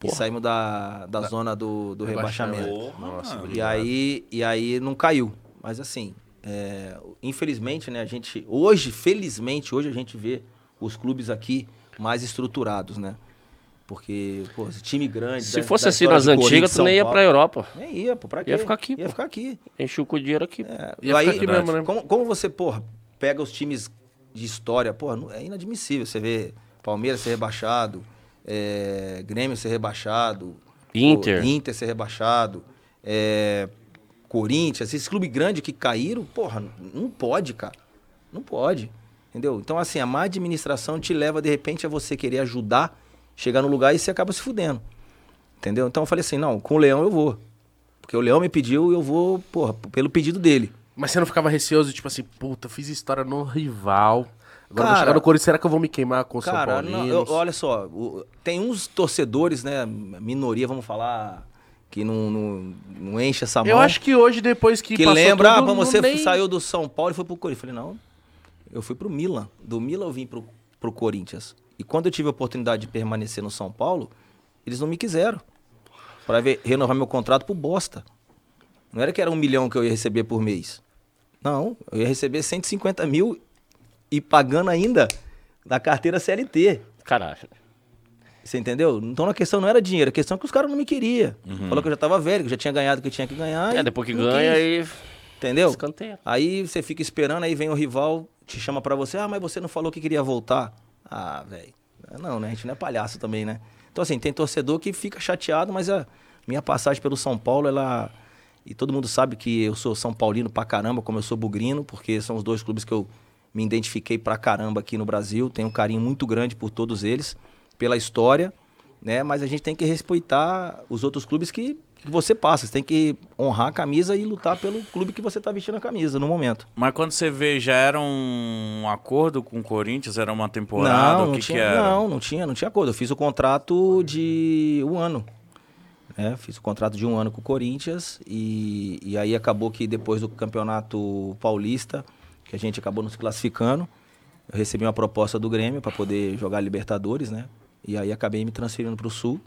Speaker 3: E saímos da, da zona do, do
Speaker 2: Rebaixamento.
Speaker 3: rebaixamento.
Speaker 2: Nossa,
Speaker 1: mano.
Speaker 3: E aí, e aí não caiu. Mas assim, é, infelizmente, né, a gente. Hoje, felizmente, hoje a gente vê os clubes aqui mais estruturados, né? Porque, pô, esse time grande.
Speaker 4: Se
Speaker 3: da-
Speaker 4: fosse
Speaker 3: da
Speaker 4: assim
Speaker 3: história
Speaker 4: nas
Speaker 3: do Corinthians,
Speaker 4: antigas, tu
Speaker 3: São
Speaker 4: nem ia
Speaker 3: Paulo.
Speaker 4: pra Europa.
Speaker 3: Nem ia, pô, pra quê?
Speaker 4: Ia ficar aqui,
Speaker 3: Ia
Speaker 4: pô.
Speaker 3: ficar aqui.
Speaker 4: Enchiu com o dinheiro aqui.
Speaker 3: É,
Speaker 2: Ia
Speaker 3: aí,
Speaker 2: ficar aqui mesmo, né?
Speaker 3: como, como você, porra, pega os times de história, porra, não- é inadmissível. Você vê Palmeiras ser rebaixado, é, Grêmio ser rebaixado,
Speaker 4: Inter.
Speaker 3: o Inter ser rebaixado, é, Corinthians, esses clubes grandes que caíram, porra, não pode, cara. Não pode. Entendeu? Então, assim, a má administração te leva, de repente, a você querer ajudar, chegar no lugar e você acaba se fudendo. Entendeu? Então eu falei assim, não, com o Leão eu vou. Porque o Leão me pediu e eu vou, porra, pelo pedido dele.
Speaker 2: Mas você não ficava receoso, tipo assim, puta, eu fiz história no rival. Agora eu vou
Speaker 3: Cara-
Speaker 2: chegar no Corinthians, será que eu vou me queimar com o São
Speaker 3: Cara,
Speaker 2: Paulo?
Speaker 3: não, eu- olha só, o- tem uns torcedores, né, minoria, vamos falar, que não, não, não enche essa mão.
Speaker 2: Eu acho que hoje, depois que.
Speaker 3: tá que
Speaker 2: passou
Speaker 3: lembra, ah,
Speaker 2: tudo,
Speaker 3: mas
Speaker 2: não
Speaker 3: você
Speaker 2: nem-
Speaker 3: saiu do São Paulo e foi pro Corinthians. Eu falei, não, eu fui pro Milan. Do Milan eu vim pro, pro Corinthians. E quando eu tive a oportunidade de permanecer no São Paulo, eles não me quiseram. Pra ver- renovar meu contrato pro bosta. Não era que era um milhão que eu ia receber por mês. Não, eu ia receber 150 mil e pagando ainda da carteira CLT.
Speaker 4: Caralho.
Speaker 3: Você entendeu? Então a questão não era dinheiro, a questão é que os caras não me queriam. Falou que eu já tava velho, que eu já tinha ganhado o que eu tinha que ganhar.
Speaker 4: Uhum. É,
Speaker 3: e
Speaker 4: depois que
Speaker 3: não
Speaker 4: ganha,
Speaker 3: quis.
Speaker 4: aí
Speaker 3: Entendeu?
Speaker 4: escanteia.
Speaker 3: Aí você fica esperando, aí vem o rival, te chama pra você, ah, mas você não falou que queria voltar. Ah, velho. Não, né? A gente não é palhaço também, né? Então, assim, tem torcedor que fica chateado, mas a minha passagem pelo São Paulo, ela. E todo mundo sabe que eu sou São Paulino pra caramba, como eu sou bugrino, porque são os dois clubes que eu me identifiquei pra caramba aqui no Brasil. Tenho um carinho muito grande por todos eles, pela história, né? Mas a gente tem que respeitar os outros clubes que, que você passa. Você tem que honrar a camisa e lutar pelo clube que você tá vestindo a camisa no momento.
Speaker 1: Mas quando você vê, já era um acordo com o Corinthians? Era uma temporada? o que,
Speaker 3: tinha,
Speaker 1: que era?
Speaker 3: Não, não tinha, não tinha acordo. Eu fiz o contrato de um ano. né? Fiz o contrato de um ano com o Corinthians e, e aí acabou que depois do campeonato paulista, que a gente acabou nos classificando, eu recebi uma proposta do Grêmio para poder jogar Libertadores, né? E aí acabei me transferindo para o Sul.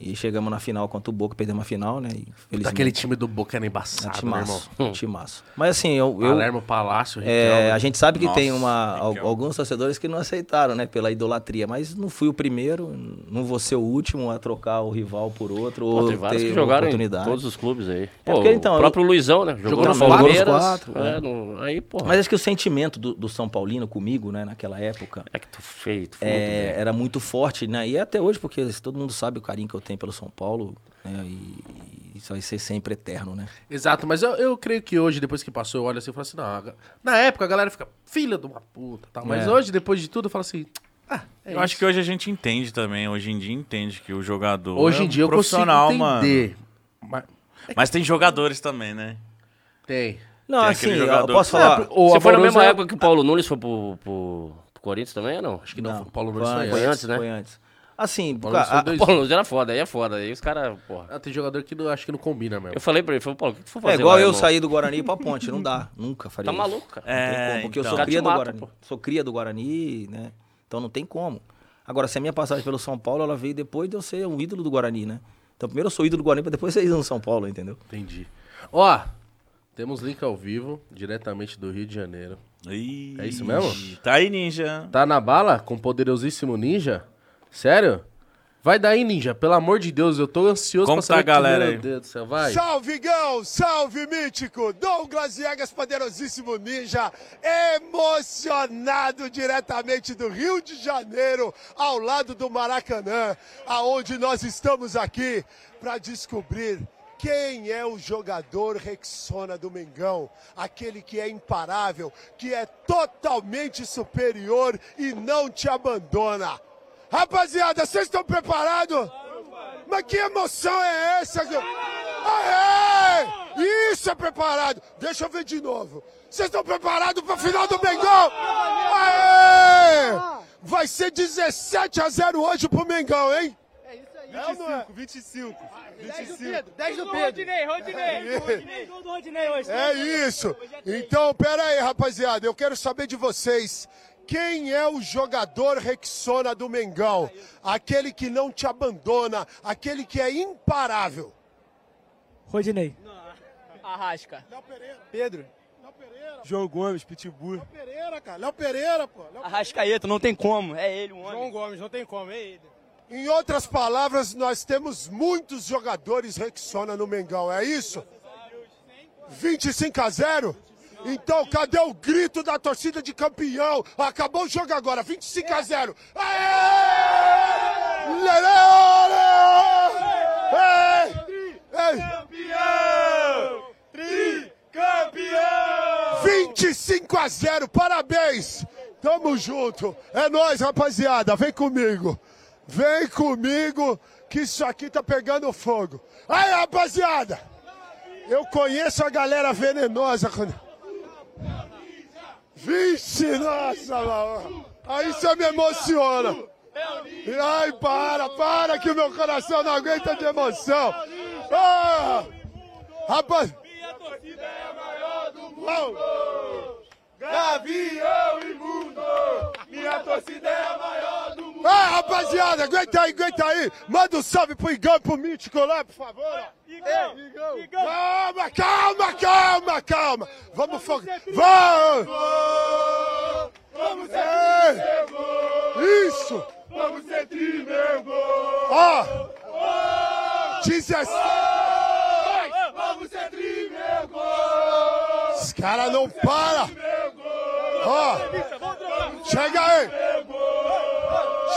Speaker 3: E chegamos na final contra o Boca, perdemos a final, né? E, né?
Speaker 2: Puta, Aquele time do Boca era embaçado, meu irmão.
Speaker 3: timaço, timaço. Mas assim, eu, eu,
Speaker 2: Palermo Palácio, né?
Speaker 3: é, a
Speaker 2: Riquelme.
Speaker 3: gente sabe que tem
Speaker 1: Nossa,
Speaker 3: uma,
Speaker 1: Riquelme.
Speaker 3: al- alguns torcedores que não aceitaram, né, pela idolatria, mas não fui o primeiro, não vou ser o último a trocar o rival por outro
Speaker 4: Pô,
Speaker 3: ou
Speaker 4: tem vários
Speaker 3: ter
Speaker 4: que jogaram em
Speaker 3: oportunidade.
Speaker 4: todos os clubes aí. Pô,
Speaker 3: porque, então,
Speaker 4: o próprio Luizão, né? Jogou,
Speaker 3: jogou
Speaker 4: no
Speaker 3: nos quatro,
Speaker 4: Palmeiras.
Speaker 3: nos quatro,
Speaker 4: é,
Speaker 3: né?
Speaker 4: no- aí, porra.
Speaker 3: Mas acho que o sentimento do, do São Paulino comigo, né, naquela época,
Speaker 4: É que tu feito,
Speaker 3: é, era muito forte, né, e até hoje, porque todo mundo sabe o carinho que eu tenho pelo São Paulo, né, e, e isso vai ser sempre eterno, né.
Speaker 2: Exato, mas eu, eu creio que hoje, depois que passou, eu olho assim e falo assim, não, a- na época a galera fica filha de uma puta, tal. mas
Speaker 3: É.
Speaker 2: hoje, depois de tudo, eu falo assim, ah, é
Speaker 1: Eu acho que hoje a gente entende também. Hoje em dia entende que o jogador.
Speaker 2: hoje
Speaker 1: é
Speaker 2: em
Speaker 1: um
Speaker 2: dia eu consigo
Speaker 1: profissional, mano.
Speaker 2: entender. Mas,
Speaker 1: Mas tem jogadores também, né?
Speaker 2: tem.
Speaker 3: Não,
Speaker 1: Tem
Speaker 3: assim,
Speaker 1: aquele
Speaker 3: eu- eu
Speaker 1: jogador
Speaker 3: posso
Speaker 1: que-
Speaker 3: falar...
Speaker 2: É, o
Speaker 4: Você foi na
Speaker 2: Amoroso
Speaker 4: mesma
Speaker 2: é-
Speaker 4: época que o Paulo Nunes foi pro, pro- pro Corinthians também ou não? Acho
Speaker 2: que não, foi o é Paulo Nunes
Speaker 3: foi,
Speaker 2: foi
Speaker 4: antes, né?
Speaker 3: Foi antes. Assim,
Speaker 2: Paulo Nunes foi
Speaker 3: a-
Speaker 2: dois-
Speaker 4: Paulo Nunes era foda, aí é foda. Aí os caras, porra.
Speaker 2: Ah, tem jogador que não, acho que não combina mesmo.
Speaker 4: Eu falei pra ele, falei, Paulo, o que tu foi fazer
Speaker 3: É igual
Speaker 4: lá,
Speaker 3: eu
Speaker 4: irmão?
Speaker 3: sair do Guarani pra ponte, não dá. Nunca faria
Speaker 4: Tá
Speaker 3: isso.
Speaker 4: maluco, cara.
Speaker 3: Não tem
Speaker 1: É,
Speaker 3: como, porque eu
Speaker 1: então.
Speaker 3: sou cria do
Speaker 4: Mata,
Speaker 3: Guarani.
Speaker 4: pô.
Speaker 3: Sou cria do Guarani, né? Então não tem como. Agora, se a minha passagem pelo São Paulo, ela veio depois de eu ser um ídolo do Guarani, né? Então primeiro eu sou ídolo do Guarani, pra depois ser ídolo do São Paulo, entendeu?
Speaker 2: Entendi. Ó, temos link ao vivo, diretamente do Rio de Janeiro.
Speaker 1: Ih,
Speaker 2: É isso mesmo?
Speaker 1: Tá aí, ninja.
Speaker 2: Tá na bala com o poderosíssimo Ninja? Sério? Vai daí, Ninja. Pelo amor de Deus, eu tô ansioso
Speaker 1: Como
Speaker 2: pra
Speaker 1: tá
Speaker 2: saber
Speaker 1: a galera
Speaker 2: que,
Speaker 1: aí?
Speaker 2: Meu Deus do céu, vai.
Speaker 5: Salve, Gão! Salve, Mítico! Douglas Viegas, poderosíssimo ninja, emocionado diretamente do Rio de Janeiro, ao lado do Maracanã, aonde nós estamos aqui para descobrir quem é o jogador Rexona do Mengão? Aquele que é imparável, que é totalmente superior e não te abandona. Rapaziada, vocês estão preparados? Mas que emoção é essa? meu? Aê! Isso é preparado! Deixa eu ver de novo. Vocês estão preparados para a final do Mengão? Aê! Vai ser 17 a 0 hoje pro Mengão, hein? 25, 25. 25.
Speaker 6: 10 do Rodinei, Rodinei. Rodinei, gol do Rodinei hoje.
Speaker 5: É isso. Então, pera aí, rapaziada. Eu quero saber de vocês. Quem é o jogador Rexona do Mengão? Aquele que não te abandona, aquele que é imparável.
Speaker 7: Rodinei.
Speaker 6: Arrasca.
Speaker 5: Léo Pereira,
Speaker 7: Pedro.
Speaker 5: Léo Pereira,
Speaker 7: João Gomes, Pitbull.
Speaker 5: Léo Pereira, cara. Léo Pereira, pô. Léo-
Speaker 6: Arrascaeta, não tem como. É ele o homem.
Speaker 7: Gomes, não tem como, é ele.
Speaker 5: Em outras palavras, nós temos muitos jogadores Rexona no Mengão, é isso? 25 a 0? Então, cadê o grito da torcida de campeão? Acabou o jogo agora, 25 a 0. Aê! Leão! Ei! Ei!
Speaker 6: Campeão! Tricampeão!
Speaker 5: 25 a 0, parabéns! Tamo junto, é nóis, rapaziada, vem comigo! Vem comigo, que isso aqui tá pegando fogo! Aí, rapaziada! Eu conheço a galera venenosa. quando- Vixe, nossa, mano. Aí você me emociona. Ai, para, para que meu coração não aguenta de emoção. Ah, rapaz. Gavião imundo! Minha torcida é a maior do mundo! Ah, rapaziada, aguenta aí, aguenta aí! Manda um salve pro Igão e pro Mítico lá, por favor!
Speaker 6: Igão,
Speaker 5: Ei, Igão.
Speaker 6: Igão.
Speaker 5: Calma, calma, calma, calma! Vamos focar! Vamos! Vamos ser Isso! Vamos ser trimembo! Ó! 17! Vamos ser trimembo! Os caras não param! Ó! Chega aí!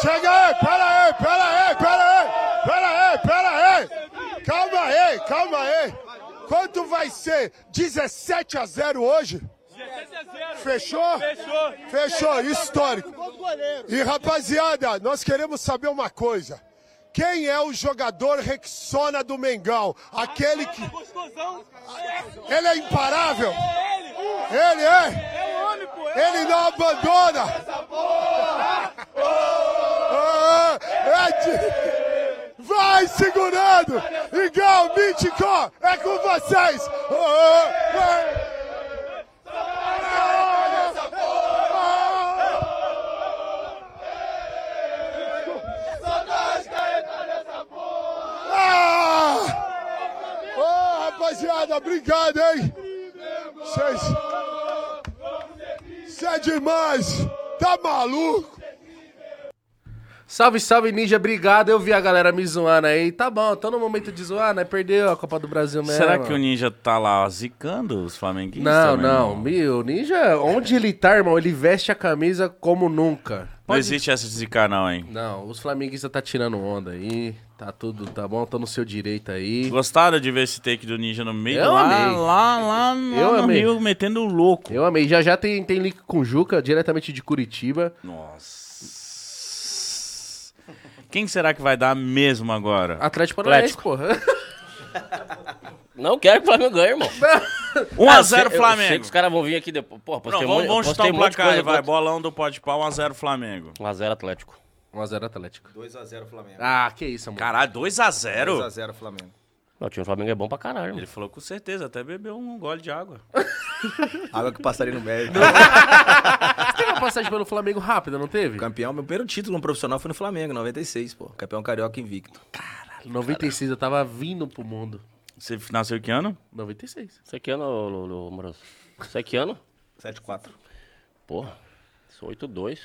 Speaker 5: Chega aí! Pera aí, pera aí, pera aí! Pera aí, pera aí! Calma aí, calma aí! Quanto vai ser? 17 a 0 hoje?
Speaker 6: 17 a 0.
Speaker 5: Fechou?
Speaker 6: Fechou.
Speaker 5: Fechou, histórico. E rapaziada, nós queremos saber uma coisa. Quem é o jogador Rexona do Mengão? Aquele que.
Speaker 6: Gostosão. É
Speaker 5: Ele é imparável!
Speaker 6: ele.
Speaker 5: Ele é!
Speaker 6: É o homem, pô. É
Speaker 5: Ele não abandona! Ah, é de- Vai segurando! Igão, Mítico, é com vocês! Ah, vai. Ah, ah. Ô, rapaziada, obrigado, hein? Vocês... Isso é demais! Tá maluco?
Speaker 2: Salve, salve, Ninja, obrigado. Eu vi a galera me zoando aí. Tá bom, tô no momento de zoar, né? Perdeu a Copa do Brasil É mesmo.
Speaker 1: Será que o Ninja tá lá zicando os flamenguistas?
Speaker 2: Não,
Speaker 1: meu
Speaker 2: não.
Speaker 1: irmão?
Speaker 2: Mi- O Ninja, onde ele tá, irmão, ele veste a camisa como nunca.
Speaker 1: Não existe essa de zicar, não, hein?
Speaker 2: Não, os flamenguistas tá tirando onda aí. Tá tudo, tá bom? Tô no seu direito aí.
Speaker 1: Gostaram de ver esse take do Ninja no meio?
Speaker 2: Eu
Speaker 1: lá,
Speaker 2: amei.
Speaker 1: lá, lá, no-
Speaker 2: Eu
Speaker 1: no
Speaker 2: amei.
Speaker 1: Rio, metendo o louco.
Speaker 2: Eu amei. Já já tem, tem link com o Juca, diretamente de Curitiba.
Speaker 1: Nossa. Quem será que vai dar mesmo agora?
Speaker 2: Atlético Paranaense, porra. *laughs*
Speaker 4: Não quero que o Flamengo ganhe, irmão.
Speaker 1: 1x0
Speaker 4: Eu sei que
Speaker 1: Flamengo.
Speaker 4: os caras vão vir aqui depois. Porra, posso
Speaker 1: Não,
Speaker 4: ter
Speaker 1: vamos,
Speaker 4: um,
Speaker 1: vamos
Speaker 4: posso
Speaker 1: chutar
Speaker 4: ter
Speaker 1: um
Speaker 4: monte de
Speaker 1: placar aí,
Speaker 4: coisa
Speaker 1: vai.
Speaker 4: contra-
Speaker 1: Bolão do pode pau, 1x0 Flamengo.
Speaker 4: 1x0 Atlético.
Speaker 2: 1x0 Atlético.
Speaker 3: 2x0 Flamengo.
Speaker 2: Ah, que isso, amor.
Speaker 1: Caralho, 2x0?
Speaker 3: 2x0 Flamengo.
Speaker 4: Não, o time do Flamengo é bom pra caralho,
Speaker 1: Ele
Speaker 4: irmão.
Speaker 1: falou com certeza, até bebeu um gole de água.
Speaker 3: Água que passaria no médio.
Speaker 2: Teve uma passagem pelo Flamengo rápida, não teve?
Speaker 3: Campeão, meu primeiro título no profissional foi no Flamengo, 96, pô. Campeão carioca invicto.
Speaker 2: 96, eu tava vindo pro mundo.
Speaker 1: Você nasceu que ano?
Speaker 2: 96.
Speaker 4: Isso aqui é ano, ô, Lu- Lu- Moroso. Isso aqui ano?
Speaker 3: 7x4.
Speaker 4: Porra, é sou 8-2.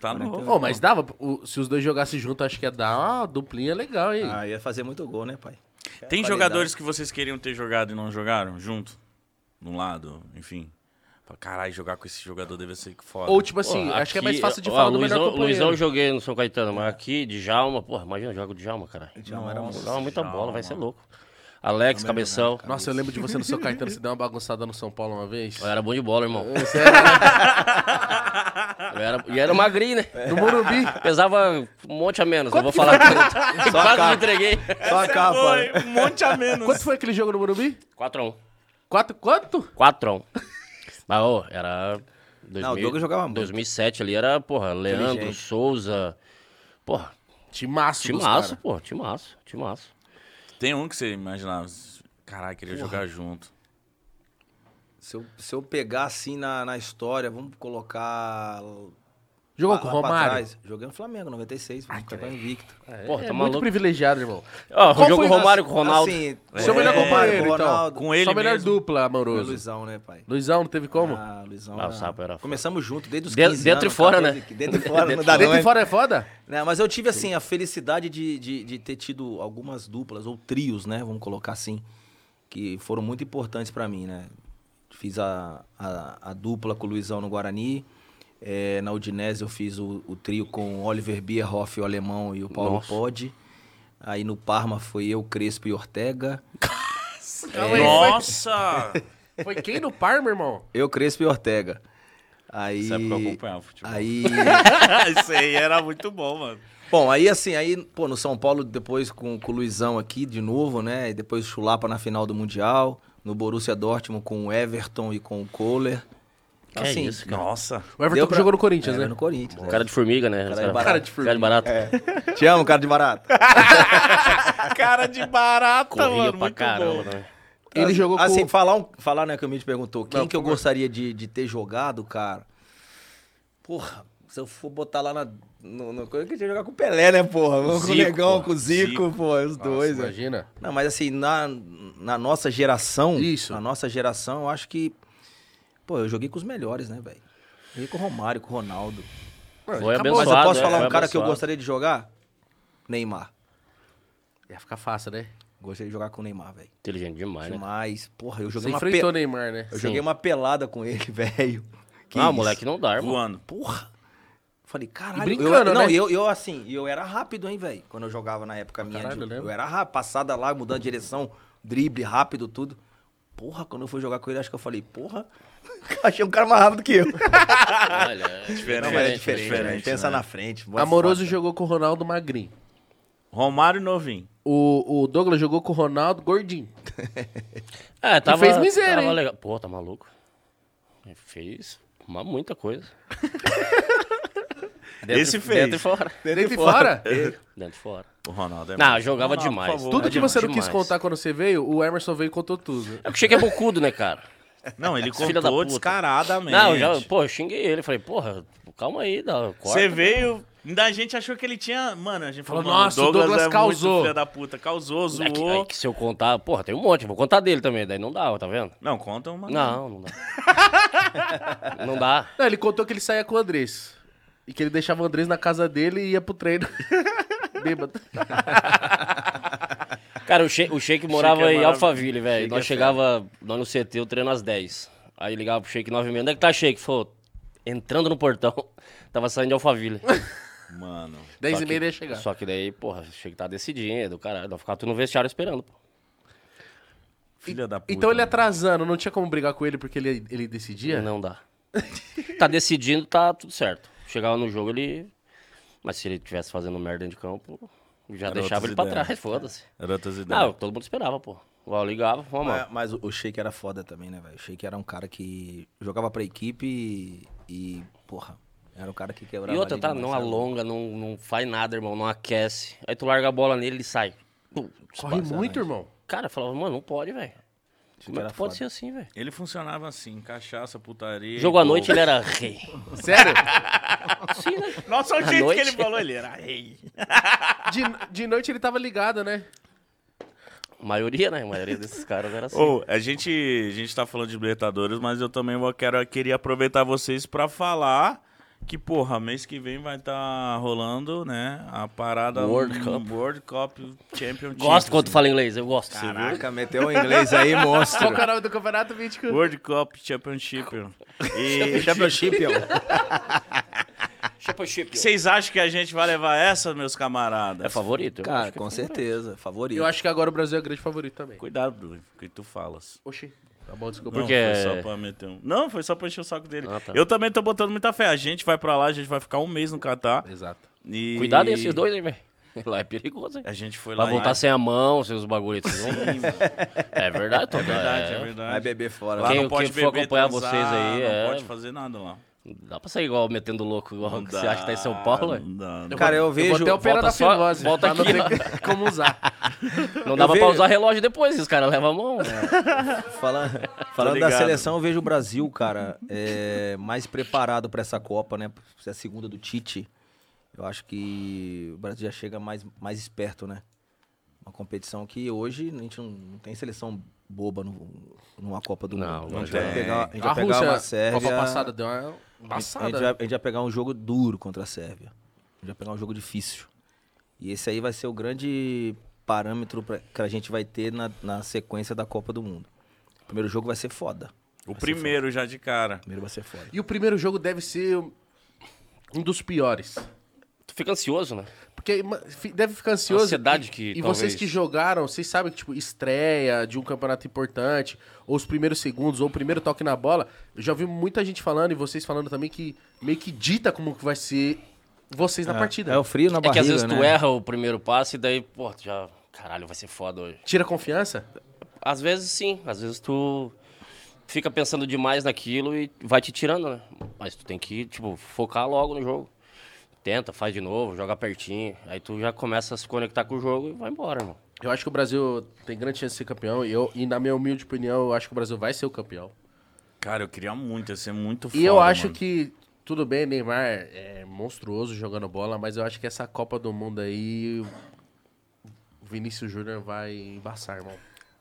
Speaker 1: Tá novo.
Speaker 2: Oh, mas dava. o- se os dois jogassem junto, acho que ia dar uma duplinha legal, hein?
Speaker 3: Ah, ia fazer muito gol, né,
Speaker 2: *laughs*
Speaker 3: pai?
Speaker 1: Tem
Speaker 3: Qualidade.
Speaker 1: jogadores que vocês queriam ter jogado e não jogaram junto? Num lado, enfim. Fala, Caralho, jogar com esse jogador deve ser que foda.
Speaker 2: Ou, tipo assim, acho que é mais fácil de falar do melhor
Speaker 4: Luizão, Luizão eu
Speaker 2: companheiro.
Speaker 4: joguei no São Caetano, mas aqui, Djalma, porra, imagina, eu jogo Djalma, caralho.
Speaker 3: Djalma era
Speaker 4: Nossa,
Speaker 3: monstro.
Speaker 4: Djalma, muita
Speaker 1: Djalma.
Speaker 4: bola, vai ser louco. Alex, cabeção.
Speaker 2: Tá Nossa, eu lembro de você no seu Caetano,
Speaker 3: *laughs*
Speaker 2: você deu uma bagunçada no São Paulo uma vez.
Speaker 3: É.
Speaker 4: Eu era bom de bola, irmão.
Speaker 2: Sério?
Speaker 4: *laughs* Eu era, e era magrinho, né?
Speaker 2: No
Speaker 3: *laughs*
Speaker 2: Morumbi.
Speaker 4: Pesava um monte a menos, não vou falar quanto.
Speaker 3: Só a
Speaker 4: Quase
Speaker 3: capa.
Speaker 4: me entreguei.
Speaker 3: Só
Speaker 2: é
Speaker 3: a capa. né?
Speaker 1: Foi um monte a *laughs* menos.
Speaker 2: Quanto foi aquele jogo no Morumbi?
Speaker 4: 4x1.
Speaker 2: Quatro, quanto?
Speaker 4: 4x1. Mas, ô, era... 2000,
Speaker 3: Não, o Douglas jogava muito.
Speaker 4: 2007 ali era, porra, Leandro,
Speaker 3: Inteligente.
Speaker 4: Souza. Porra,
Speaker 2: Timaço, dos
Speaker 4: timaço,
Speaker 2: cara.
Speaker 4: porra, timaço, timaço.
Speaker 1: Tem um que você imaginava. Caralho, queria jogar junto.
Speaker 3: Se eu, se eu pegar assim na, na história, vamos colocar.
Speaker 2: Jogou
Speaker 3: lá-
Speaker 2: com o
Speaker 3: Ah, lá pra
Speaker 2: Romário.
Speaker 3: trás. Joguei no Flamengo, 96, fui um campeão invicto.
Speaker 4: Porra,
Speaker 2: É
Speaker 4: tá
Speaker 2: muito
Speaker 4: maluco.
Speaker 2: privilegiado, irmão.
Speaker 4: Ó,
Speaker 2: Qual
Speaker 4: o jogo
Speaker 2: foi-
Speaker 4: Romário com o Ronaldo. É.
Speaker 3: Assim,
Speaker 2: Seu melhor companheiro,
Speaker 3: com o
Speaker 2: então.
Speaker 3: Ronaldo,
Speaker 1: Com ele
Speaker 2: Só a melhor
Speaker 1: mesmo.
Speaker 2: dupla,
Speaker 3: com o
Speaker 2: amoroso.
Speaker 3: Luizão, né, pai?
Speaker 2: Luizão, não teve como?
Speaker 3: Ah, Luizão.
Speaker 4: Ah, o
Speaker 3: era-
Speaker 4: Sapo era foda.
Speaker 3: Começamos junto, desde os
Speaker 4: De-
Speaker 3: 15
Speaker 4: dentro e
Speaker 3: anos,
Speaker 4: fora, né?
Speaker 3: 14, que Dentro
Speaker 4: *laughs*
Speaker 3: e fora, não dá
Speaker 2: Dentro
Speaker 3: não,
Speaker 2: e
Speaker 3: hein?
Speaker 2: fora é foda?
Speaker 3: Né, Mas eu tive, assim, a felicidade de, de, de ter tido algumas duplas, ou trios, né? Vamos colocar assim, que foram muito importantes pra mim, né? Fiz a, a, a dupla com o Luizão no Guarani. eh, na Udinese eu fiz o, o trio com o Oliver Bierhoff, o alemão, e o Paulo
Speaker 4: Nossa.
Speaker 3: Podde. Aí no Parma foi eu, Crespo e Ortega.
Speaker 2: Calma aí,
Speaker 1: Nossa! *laughs*
Speaker 3: *laughs*
Speaker 2: Foi, foi quem no Parma, irmão?
Speaker 3: Eu, Crespo e Ortega. Aí.
Speaker 1: Nessa época é eu acompanhava o futebol.
Speaker 3: Aí.
Speaker 1: *laughs*
Speaker 3: *laughs*
Speaker 1: Isso aí era muito bom, mano.
Speaker 3: Bom, aí assim, aí, pô, no São Paulo, depois com, com o Luizão aqui de novo, né? E depois Chulapa na final do Mundial. No Borussia Dortmund com o Everton e com o Kohler.
Speaker 4: Que é isso, cara.
Speaker 1: Nossa.
Speaker 2: O Everton
Speaker 3: deu
Speaker 2: que
Speaker 3: pra-
Speaker 2: jogou no Corinthians,
Speaker 3: Era
Speaker 2: né?
Speaker 3: no Corinthians. né?
Speaker 4: Cara de formiga, É. né? Os
Speaker 3: de
Speaker 4: cara-
Speaker 3: barata.
Speaker 4: Cara de
Speaker 2: formiga.
Speaker 4: barata.
Speaker 3: Te amo, cara de barato.
Speaker 1: Cara de barata,
Speaker 4: Corria
Speaker 1: mano.
Speaker 4: pra
Speaker 1: muito
Speaker 4: caramba,
Speaker 1: bom.
Speaker 4: né?
Speaker 2: *laughs* Ele jogou
Speaker 3: assim,
Speaker 2: com...
Speaker 3: falar, um, falar, né, que o me perguntou, quem
Speaker 2: Não,
Speaker 3: que eu
Speaker 2: por favor.
Speaker 3: gostaria de, de ter jogado, cara? Porra, se eu for botar lá na... No, no, eu queria jogar com o Pelé, né, porra? com o
Speaker 1: Zico,
Speaker 3: Negão,
Speaker 1: porra.
Speaker 3: com o Zico,
Speaker 1: Zico.
Speaker 3: pô, os dois, né?
Speaker 2: Imagina.
Speaker 3: Não, mas assim, na, na nossa geração,
Speaker 2: Isso.
Speaker 3: na nossa geração, eu acho que... Pô, eu joguei com os melhores, né, velho? Joguei com o Romário, com o Ronaldo.
Speaker 4: Foi
Speaker 2: acabou.
Speaker 3: Mas eu
Speaker 4: Suado,
Speaker 3: posso
Speaker 4: é,
Speaker 3: falar
Speaker 4: foi
Speaker 3: um cara que eu
Speaker 4: abençoado.
Speaker 3: gostaria de jogar? Neymar.
Speaker 2: Ia ficar fácil, né?
Speaker 3: Gostaria de jogar com o Neymar, velho.
Speaker 4: Inteligente demais, né?
Speaker 3: Demais. Porra, eu
Speaker 2: Você
Speaker 3: joguei uma pe-
Speaker 2: enfrentou o Neymar, né?
Speaker 3: Eu
Speaker 4: Sim.
Speaker 3: joguei uma pelada com ele, *laughs* velho. Que
Speaker 4: Ah,
Speaker 3: isso?
Speaker 4: moleque, não dá, irmão.
Speaker 1: Voando.
Speaker 3: Porra. Falei, caralho.
Speaker 2: E brincando,
Speaker 3: eu, Não,
Speaker 2: né?
Speaker 3: eu, eu assim, eu era rápido, hein, velho. Quando eu jogava na época minha.
Speaker 2: caralho,
Speaker 3: de-
Speaker 2: né?
Speaker 3: eu era rápido, passada lá, mudando de direção, drible rápido, tudo. Porra, quando eu fui jogar com ele, acho que eu falei, porra, *laughs* achei um cara mais rápido que eu.
Speaker 4: Olha, é
Speaker 1: Diferente, né?
Speaker 3: Não, mas é diferente, velho. Pensa
Speaker 4: né?
Speaker 3: na frente. boa
Speaker 2: Amoroso
Speaker 3: sorte.
Speaker 2: jogou com o Ronaldo Magrinho.
Speaker 1: Romário Novinho.
Speaker 2: O, o Douglas jogou com o Ronaldo Gordinho.
Speaker 4: É, tava,
Speaker 2: fez miséria,
Speaker 4: tava
Speaker 2: hein?
Speaker 4: legal. Pô, tá maluco? Ele Fez uma, muita coisa. Dentro-
Speaker 1: Esse fez.
Speaker 4: Dentro e fora.
Speaker 2: Dentro e fora.
Speaker 4: Dentro e fora.
Speaker 1: O Ronaldo é
Speaker 4: Não,
Speaker 1: muito-
Speaker 4: jogava
Speaker 1: Ronaldo,
Speaker 4: demais.
Speaker 1: por favor.
Speaker 2: Tudo que você não quis
Speaker 4: Demais.
Speaker 2: contar quando você veio, o Emerson veio e contou tudo.
Speaker 4: É que o Sheik é bocudo, né, cara?
Speaker 1: Não,
Speaker 4: *laughs*
Speaker 1: ele
Speaker 4: Filha da
Speaker 1: contou
Speaker 4: puta.
Speaker 1: descaradamente.
Speaker 4: Não, eu já, pô, eu xinguei ele. Falei, porra, calma aí, dá, corta.
Speaker 1: Você veio. Ainda a gente achou que ele tinha. Mano, a gente falou,
Speaker 2: Falou,
Speaker 1: mano,
Speaker 2: nossa, o Douglas
Speaker 1: é muito
Speaker 2: causou.
Speaker 1: Filha da puta, causou, zoou.
Speaker 4: É que, é que se eu contar, porra, tem um monte. eu Vou contar dele também, daí não dá, ó, tá vendo?
Speaker 1: Não, conta uma.
Speaker 4: Não,
Speaker 1: *laughs*
Speaker 4: não dá. não dá.
Speaker 2: Não, ele contou que ele saía com o Andrés. E que ele deixava o Andrés na casa dele e ia pro treino. *laughs* Bêbado.
Speaker 4: Cara, o Sheik, o Sheik morava em
Speaker 1: maravilhoso.
Speaker 4: Alphaville, velho.
Speaker 1: é Sheik é
Speaker 4: Nós chegava, nós no CT, eu treino às 10. Aí ligava pro Sheik 9 h Onde é que tá Sheik? Falou, entrando no portão, *laughs* tava saindo
Speaker 2: *laughs*
Speaker 4: de Alphaville.
Speaker 1: Mano.
Speaker 2: 10 e
Speaker 4: Só que-
Speaker 2: meia ele ia chegar.
Speaker 4: Só que daí, porra, o Sheik tá decidindo, caralho. Nós ficava tudo no vestiário esperando, pô.
Speaker 1: Filha da puta.
Speaker 2: Então ele
Speaker 4: é-
Speaker 1: mano.
Speaker 2: atrasando, não tinha como brigar com ele porque ele, ele decidia?
Speaker 4: né? Não dá. *laughs* tá decidindo, tá tudo certo. Chegava no jogo, ele. Mas se ele tivesse fazendo merda dentro de campo, já
Speaker 1: Era outras
Speaker 4: deixava ele pra
Speaker 1: ideias. É.
Speaker 4: trás, foda-se.
Speaker 1: Era outras ideias.
Speaker 4: Não, todo mundo esperava, pô. Val ligava, vamos lá.
Speaker 3: Mas, mas o- o Sheik era foda também, né, velho? O Sheik era um cara que jogava pra equipe e, e, porra, era um cara que quebrava.
Speaker 4: E outra,
Speaker 3: ali
Speaker 4: tá?
Speaker 3: demais, né?
Speaker 4: Não
Speaker 3: sabe?
Speaker 4: alonga, não, não faz nada, irmão, não aquece. Aí tu larga a bola nele, ele sai. Pum,
Speaker 2: Corre
Speaker 4: dispara.
Speaker 2: muito, irmão.
Speaker 4: Cara, eu falava, mano, não pode, velho. Como é
Speaker 3: era
Speaker 4: que pode
Speaker 3: foda.
Speaker 4: ser assim, velho?
Speaker 1: Ele funcionava assim: cachaça, putaria.
Speaker 4: Jogo à
Speaker 1: gol.
Speaker 4: noite, ele era rei.
Speaker 2: Sério?
Speaker 4: Sim, né?
Speaker 1: Nossa, o
Speaker 4: À
Speaker 1: jeito
Speaker 4: noite?
Speaker 1: que ele falou, ele era rei.
Speaker 2: De, de noite ele tava ligado, né?
Speaker 4: A maioria, né? A maioria desses caras era assim.
Speaker 1: Ô, a gente, a gente tá falando de Libertadores, mas eu também vou, quero, queria aproveitar vocês pra falar que, porra, mês que vem vai tá rolando, né, a parada
Speaker 4: World
Speaker 1: um,
Speaker 4: Cup.
Speaker 1: World Cup Championship.
Speaker 4: Gosto quando tu
Speaker 1: assim.
Speaker 4: fala inglês, eu gosto, você viu?
Speaker 3: Caraca, meteu um inglês aí, monstro.
Speaker 2: Qual que é o nome do campeonato mítico?
Speaker 1: World Cup Championship.
Speaker 4: *laughs*
Speaker 1: E
Speaker 3: Championship, ó.
Speaker 4: Championship.
Speaker 1: vocês acham que a gente vai levar essa, meus
Speaker 4: É
Speaker 1: camaradas?
Speaker 4: favorito? eu
Speaker 3: Cara,
Speaker 4: acho que é
Speaker 3: Ah, com
Speaker 4: favorito.
Speaker 3: certeza. Favorito.
Speaker 2: Eu acho que agora o Brasil é o grande favorito também.
Speaker 1: Cuidado, Bruno, com o que tu falas.
Speaker 2: Oxi. Tá bom, desculpa.
Speaker 1: Não,
Speaker 4: Porque-
Speaker 1: foi só pra meter um... Não, foi só pra encher o saco dele.
Speaker 4: Ah, tá.
Speaker 1: Eu também tô botando muita fé. A gente vai pra lá, a gente vai ficar um mês no Catar.
Speaker 2: Exato.
Speaker 1: E...
Speaker 4: Cuidado aí, esses dois, hein, velho. *laughs* Lá é perigoso, hein?
Speaker 1: A gente foi lá é.
Speaker 4: Vai voltar sem a mão, seus bagulho. aí, vocês vão
Speaker 1: *laughs*
Speaker 4: ver. É verdade, tô
Speaker 1: É verdade, é
Speaker 3: Vai
Speaker 1: verdade.
Speaker 3: beber fora.
Speaker 1: Lá
Speaker 4: Quem-
Speaker 1: não pode
Speaker 4: quem for
Speaker 1: beber,
Speaker 4: acompanhar
Speaker 1: transar,
Speaker 4: vocês aí,
Speaker 1: Não
Speaker 4: é.
Speaker 1: pode fazer nada lá.
Speaker 4: Dá pra sair igual metendo louco, igual
Speaker 1: é. Não
Speaker 4: que
Speaker 1: dá,
Speaker 4: *laughs* você acha que tá em São Paulo, velho?
Speaker 1: Não dá, não
Speaker 3: Cara, eu
Speaker 2: Eu vou
Speaker 3: vejo.
Speaker 2: até operar
Speaker 4: volta
Speaker 2: da
Speaker 4: só-
Speaker 2: fibrose.
Speaker 4: volta
Speaker 2: pra não
Speaker 4: aqui,
Speaker 2: ter como usar.
Speaker 4: Não dava pra
Speaker 3: vejo-
Speaker 4: usar relógio depois, os caras levam a mão. né?
Speaker 1: *laughs*
Speaker 3: Falan- Falando da
Speaker 1: ligado.
Speaker 3: seleção, eu vejo o Brasil, cara, é, mais preparado pra essa Copa, né? Se é a segunda do Tite. Eu acho que o Brasil já chega mais, mais esperto, né? Uma competição que hoje a gente não, não tem seleção boba no- numa Copa do
Speaker 4: Não,
Speaker 3: Mundo.
Speaker 4: não
Speaker 3: a gente vai
Speaker 1: tem.
Speaker 3: pegar, a gente
Speaker 2: A
Speaker 3: vai pegar uma
Speaker 2: Rússia,
Speaker 3: Sérvia.
Speaker 2: Copa passada, deu uma
Speaker 3: A gente-
Speaker 2: embaçada. né?
Speaker 3: A gente, vai, a gente vai pegar um jogo duro contra a Sérvia. A gente vai pegar um jogo difícil. E esse aí vai ser o grande parâmetro pra, que a gente vai ter na, na sequência da Copa do Mundo. O primeiro jogo vai ser foda.
Speaker 1: O primeiro já de cara.
Speaker 3: O primeiro vai ser foda.
Speaker 2: E o primeiro jogo deve ser um dos piores.
Speaker 4: Tu fica ansioso, né?
Speaker 2: Porque ma- fi- deve ficar ansioso.
Speaker 4: Ansiedade
Speaker 2: E-
Speaker 4: que
Speaker 2: E vocês
Speaker 4: talvez-
Speaker 2: que jogaram, vocês sabem que, tipo, estreia de um campeonato importante, ou os primeiros segundos, ou o primeiro toque na bola. Eu já ouvi muita gente falando, e vocês falando também, que meio que dita como que vai ser vocês na partida.
Speaker 3: É o frio na
Speaker 4: É que
Speaker 3: barriga,
Speaker 4: às vezes
Speaker 3: né?
Speaker 4: tu erra o primeiro passe e daí, pô, tu já. Caralho, vai ser foda hoje.
Speaker 2: Tira confiança?
Speaker 4: Às vezes sim, às vezes tu fica pensando demais naquilo e vai te tirando, né? Mas tu tem que, tipo, focar logo no jogo. Tenta, faz de novo, joga pertinho. Aí tu já começa a se conectar com o jogo e vai embora, irmão.
Speaker 2: Eu acho que o Brasil tem grande chance de ser campeão, e, eu, e na minha humilde opinião, eu acho que o Brasil vai ser o campeão.
Speaker 1: Cara, eu queria muito, ia ser muito foda.
Speaker 2: E eu acho
Speaker 1: mano.
Speaker 2: que, tudo bem, Neymar é monstruoso jogando bola, mas eu acho que essa Copa do Mundo aí, o Vinícius Júnior vai embaçar, irmão.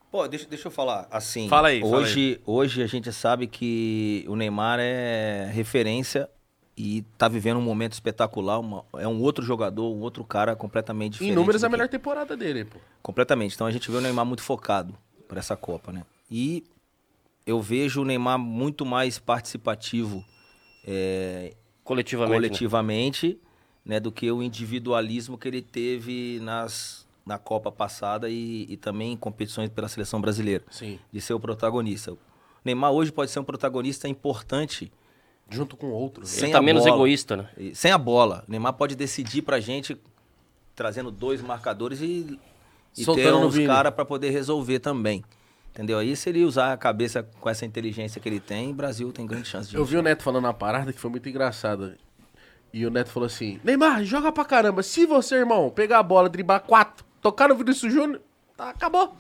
Speaker 3: Pô, deixa, deixa eu falar assim.
Speaker 1: Fala aí, fala
Speaker 3: Hoje, hoje a gente sabe que o Neymar é referência e tá vivendo um momento espetacular. uma- é um outro jogador, um outro cara completamente diferente.
Speaker 2: em números, é
Speaker 3: do
Speaker 2: a
Speaker 3: que-
Speaker 2: melhor temporada dele, pô.
Speaker 3: Completamente. Então a gente vê o Neymar muito focado para essa Copa, né? E eu vejo o Neymar muito mais participativo é,
Speaker 4: Coletivamente. né?
Speaker 3: coletivamente, né, do que o individualismo que ele teve nas, na Copa passada e, e também em competições pela seleção brasileira
Speaker 2: Sim.
Speaker 3: de ser o protagonista. O Neymar hoje pode ser um protagonista importante
Speaker 2: Junto com outros.
Speaker 3: Sim.
Speaker 2: né?
Speaker 4: Ele
Speaker 3: sem
Speaker 4: tá
Speaker 3: a
Speaker 4: menos
Speaker 3: bola.
Speaker 4: egoísta, né?
Speaker 3: e- sem a bola. O Neymar pode decidir pra gente trazendo dois marcadores e, e
Speaker 2: Soltando
Speaker 3: ter
Speaker 2: no
Speaker 3: uns
Speaker 2: Vini.
Speaker 3: caras pra poder resolver também. Entendeu? Aí se ele usar a cabeça com essa inteligência que ele tem, o Brasil tem grande chance de
Speaker 2: Eu vi o Neto falando uma parada que foi muito engraçada. E o Neto falou assim: Neymar, joga pra caramba. Se você, irmão, pegar a bola, driblar quatro, tocar no Vinícius Júnior, tá, acabou.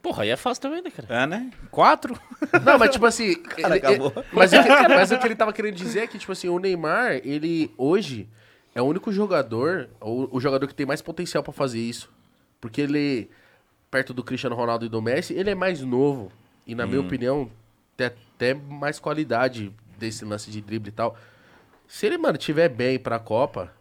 Speaker 4: Porra, aí é fácil também, né, cara?
Speaker 1: É, né? Quatro?
Speaker 2: *laughs* Não, mas tipo assim. ele-
Speaker 3: acabou.
Speaker 2: ele- mas, o que, mas o que ele tava querendo dizer é que, tipo assim, o Neymar, ele hoje é o único jogador, ou o jogador que tem mais potencial pra fazer isso. Porque ele, perto do Cristiano Ronaldo e do Messi, ele é mais novo. E na minha
Speaker 4: Hum.
Speaker 2: opinião, tem até mais qualidade desse lance de drible e tal. Se ele, mano, tiver bem pra Copa,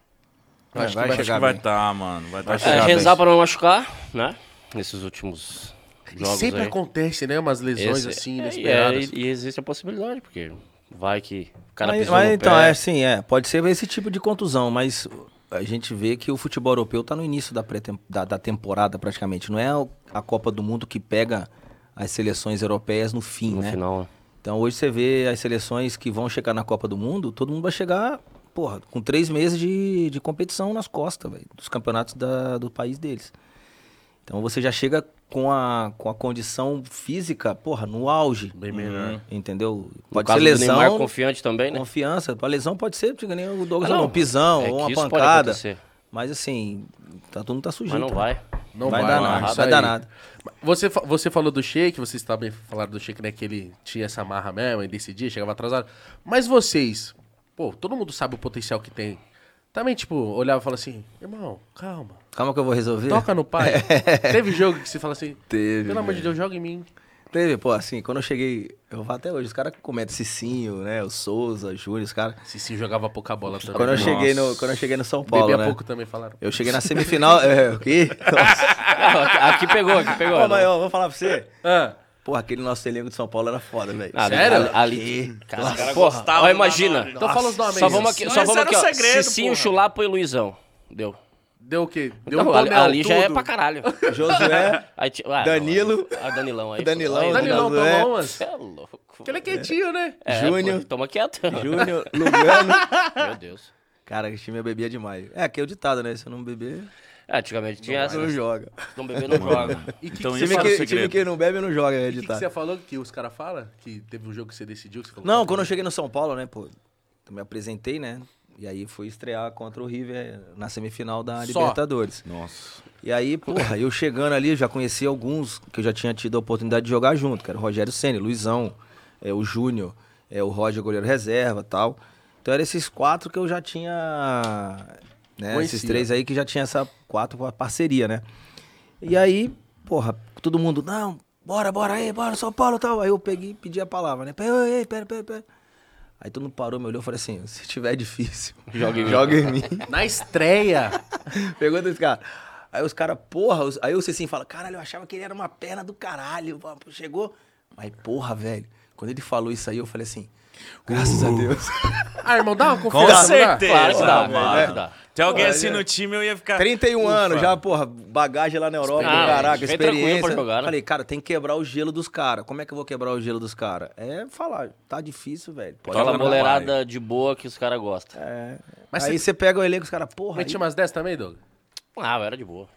Speaker 2: eu
Speaker 3: É,
Speaker 2: acho
Speaker 3: vai
Speaker 2: que vai
Speaker 1: Acho
Speaker 3: chegar
Speaker 1: que vai
Speaker 3: bem.
Speaker 1: tá, mano. Vai tá
Speaker 3: Vai
Speaker 4: É,
Speaker 1: chegando.
Speaker 3: chegar bem.
Speaker 4: rezar pra não machucar, né? Nesses últimos
Speaker 2: E
Speaker 4: jogos
Speaker 2: sempre
Speaker 4: aí.
Speaker 2: acontece, né? Umas lesões
Speaker 4: Esse-
Speaker 2: assim,
Speaker 4: é,
Speaker 2: inesperadas.
Speaker 4: e, é, e existe a possibilidade, porque vai que o cara
Speaker 3: mas,
Speaker 4: pisou
Speaker 3: mas
Speaker 4: no
Speaker 3: então,
Speaker 4: pé.
Speaker 3: é assim, é. Pode ser esse tipo de contusão, mas a gente vê que o futebol europeu tá no início da, pré-tem- da, da temporada praticamente. Não é o- a Copa do Mundo que pega as seleções europeias no fim,
Speaker 4: No
Speaker 3: né?
Speaker 4: final, né?
Speaker 3: Então hoje você vê as seleções que vão chegar na Copa do Mundo, todo mundo vai chegar, porra, com três meses de, de competição nas costas, velho, dos campeonatos da- do país deles. Então você já chega com a, com a condição física, porra, no auge.
Speaker 2: Bem
Speaker 4: Uhum.
Speaker 2: melhor.
Speaker 3: Entendeu?
Speaker 4: No
Speaker 3: Pode
Speaker 4: caso
Speaker 3: ser
Speaker 4: do
Speaker 3: lesão.
Speaker 4: Neymar confiante também, né?
Speaker 3: Confiança. A lesão pode ser, porque nem o Douglas
Speaker 4: Ah, não.
Speaker 3: falou, um pisão
Speaker 4: É
Speaker 3: ou
Speaker 4: que
Speaker 3: uma
Speaker 4: isso pode
Speaker 3: pancada.
Speaker 4: acontecer.
Speaker 3: Mas assim, tá, todo mundo tá sujeito.
Speaker 4: Mas não
Speaker 3: né?
Speaker 4: vai. *laughs*
Speaker 2: Não
Speaker 3: Vai dar
Speaker 2: não,
Speaker 3: nada,
Speaker 2: isso
Speaker 3: vai
Speaker 2: aí.
Speaker 3: dar nada.
Speaker 2: Você, fa- você falou do Sheik, vocês também falaram do Sheik, né? Que ele tinha essa marra mesmo, ele decidia, chegava atrasado. Mas vocês, pô, todo mundo sabe o potencial que tem. Também, tipo, olhava e falava assim, irmão, calma,
Speaker 3: Calma que eu vou resolver.
Speaker 2: toca no
Speaker 3: *laughs*
Speaker 2: pai. Teve jogo que você fala assim,
Speaker 3: Teve,
Speaker 2: pelo amor de Deus, joga em mim.
Speaker 3: Teve, pô, assim, quando eu cheguei, eu falo até hoje, os caras comentam Cicinho, né? O Souza, Júlio, os caras.
Speaker 2: Se se jogava pouca bola também.
Speaker 3: Quando eu
Speaker 2: Tá Nossa.
Speaker 3: cheguei no, quando eu cheguei no São Paulo,
Speaker 2: Bebia
Speaker 3: né?
Speaker 2: pouco também falaram.
Speaker 3: Eu cheguei na semifinal, é, o quê? Nossa.
Speaker 4: aqui pegou, aqui pegou.
Speaker 3: Pô,
Speaker 4: não.
Speaker 3: mas eu vou falar pra você.
Speaker 2: Ah,
Speaker 3: Porra, aquele nosso elenco de São Paulo era foda, velho.
Speaker 4: Ah, ali-
Speaker 2: Sério?
Speaker 4: ali- Ali, cara, porra, ó, imagina.
Speaker 2: então fala os nomes
Speaker 4: Só
Speaker 2: aí.
Speaker 4: vamos aqui,
Speaker 1: Mas
Speaker 4: só vamos
Speaker 1: era
Speaker 4: aqui,
Speaker 1: um
Speaker 4: ó.
Speaker 1: segredo,
Speaker 4: Cicinho,
Speaker 1: porra.
Speaker 4: Chulapa e Luizão. Deu.
Speaker 2: Deu o quê? Deu
Speaker 4: Então,
Speaker 2: um
Speaker 4: ali,
Speaker 2: tonel,
Speaker 4: ali já é
Speaker 2: tudo.
Speaker 4: pra caralho.
Speaker 3: Josué,
Speaker 4: Aí ti- ah,
Speaker 3: Danilo.
Speaker 4: não, Ah, Danilão aí.
Speaker 3: Danilão,
Speaker 4: aí,
Speaker 2: Danilão, tá
Speaker 3: Danilo, é.
Speaker 2: toma umas.
Speaker 4: Cê é louco.
Speaker 2: Ele é quentinho, né?
Speaker 4: É,
Speaker 3: Júnior.
Speaker 4: pô, Toma quieto.
Speaker 3: Júnior, Lugano.
Speaker 4: Meu Deus.
Speaker 3: Cara, esse time eu bebia demais. É, aquele é o ditado, né? Se eu não beber,
Speaker 4: É, antigamente tinha essa.
Speaker 3: não
Speaker 4: né?
Speaker 3: joga.
Speaker 4: Se não beber, não joga.
Speaker 2: E que
Speaker 1: Então esse
Speaker 2: que
Speaker 4: é
Speaker 3: Time
Speaker 1: era o
Speaker 3: que, time
Speaker 1: segredo.
Speaker 3: que não bebe, não joga, é
Speaker 2: O que, que
Speaker 3: ditado.
Speaker 2: você falou que os caras falam? Que teve um jogo que você decidiu? Que você falou,
Speaker 3: Não, quando eu cheguei no São Paulo, né, pô, eu me apresentei, né? E aí fui estrear contra o River na semifinal da
Speaker 2: Só.
Speaker 3: Libertadores.
Speaker 1: Nossa.
Speaker 3: E aí, porra, eu chegando ali, eu já conheci alguns que eu já tinha tido a oportunidade de jogar junto, que era o Rogério Senna, Luizão, é, o Júnior, é, o Roger goleiro reserva tal. Então eram esses quatro que eu já tinha. Né,
Speaker 2: Conhecia.
Speaker 3: esses três aí que já tinha essa quatro parceria, né? E aí, porra, todo mundo, não, bora, bora aí, bora, São Paulo tal. Aí eu peguei e pedi a palavra, né? Pera, ei, pera, pera, pera. Aí todo mundo parou, me olhou e falou assim: se tiver difícil, joga em mim. *laughs*
Speaker 2: Na estreia.
Speaker 3: Pergunta esse cara. Aí os caras, porra, os- aí o Cicinho fala, caralho, eu achava que ele era uma perna do caralho. pô, Chegou. Mas, porra, velho, quando ele falou isso aí, eu falei assim, graças a Deus.
Speaker 1: Uh."
Speaker 3: *laughs*
Speaker 2: Ah, irmão, dá uma
Speaker 1: Com
Speaker 2: confiança. não dá?
Speaker 1: certeza.
Speaker 4: Claro que dá,
Speaker 1: velho.
Speaker 4: claro que dá.
Speaker 1: Tem alguém
Speaker 3: Pô,
Speaker 1: assim
Speaker 3: é.
Speaker 1: no time, eu ia ficar.
Speaker 3: 31
Speaker 1: Ufa.
Speaker 3: anos, já, porra, bagagem lá na Europa,
Speaker 4: Ah,
Speaker 3: caraca,
Speaker 4: mas vem tranquilo
Speaker 3: experiência.
Speaker 4: pra jogar, né?
Speaker 3: Falei, cara, tem que quebrar o gelo dos caras. Como é que eu vou quebrar o gelo dos caras? É falar, tá difícil, velho. Pode
Speaker 1: Fala
Speaker 4: Aquela
Speaker 1: no
Speaker 4: boleirada de boa que os caras gostam.
Speaker 2: Mas
Speaker 3: aí
Speaker 2: você
Speaker 3: você pega o elenco, os caras, porra, aí,
Speaker 2: metia umas 10 também, Doug?
Speaker 4: Ah, eu era de boa.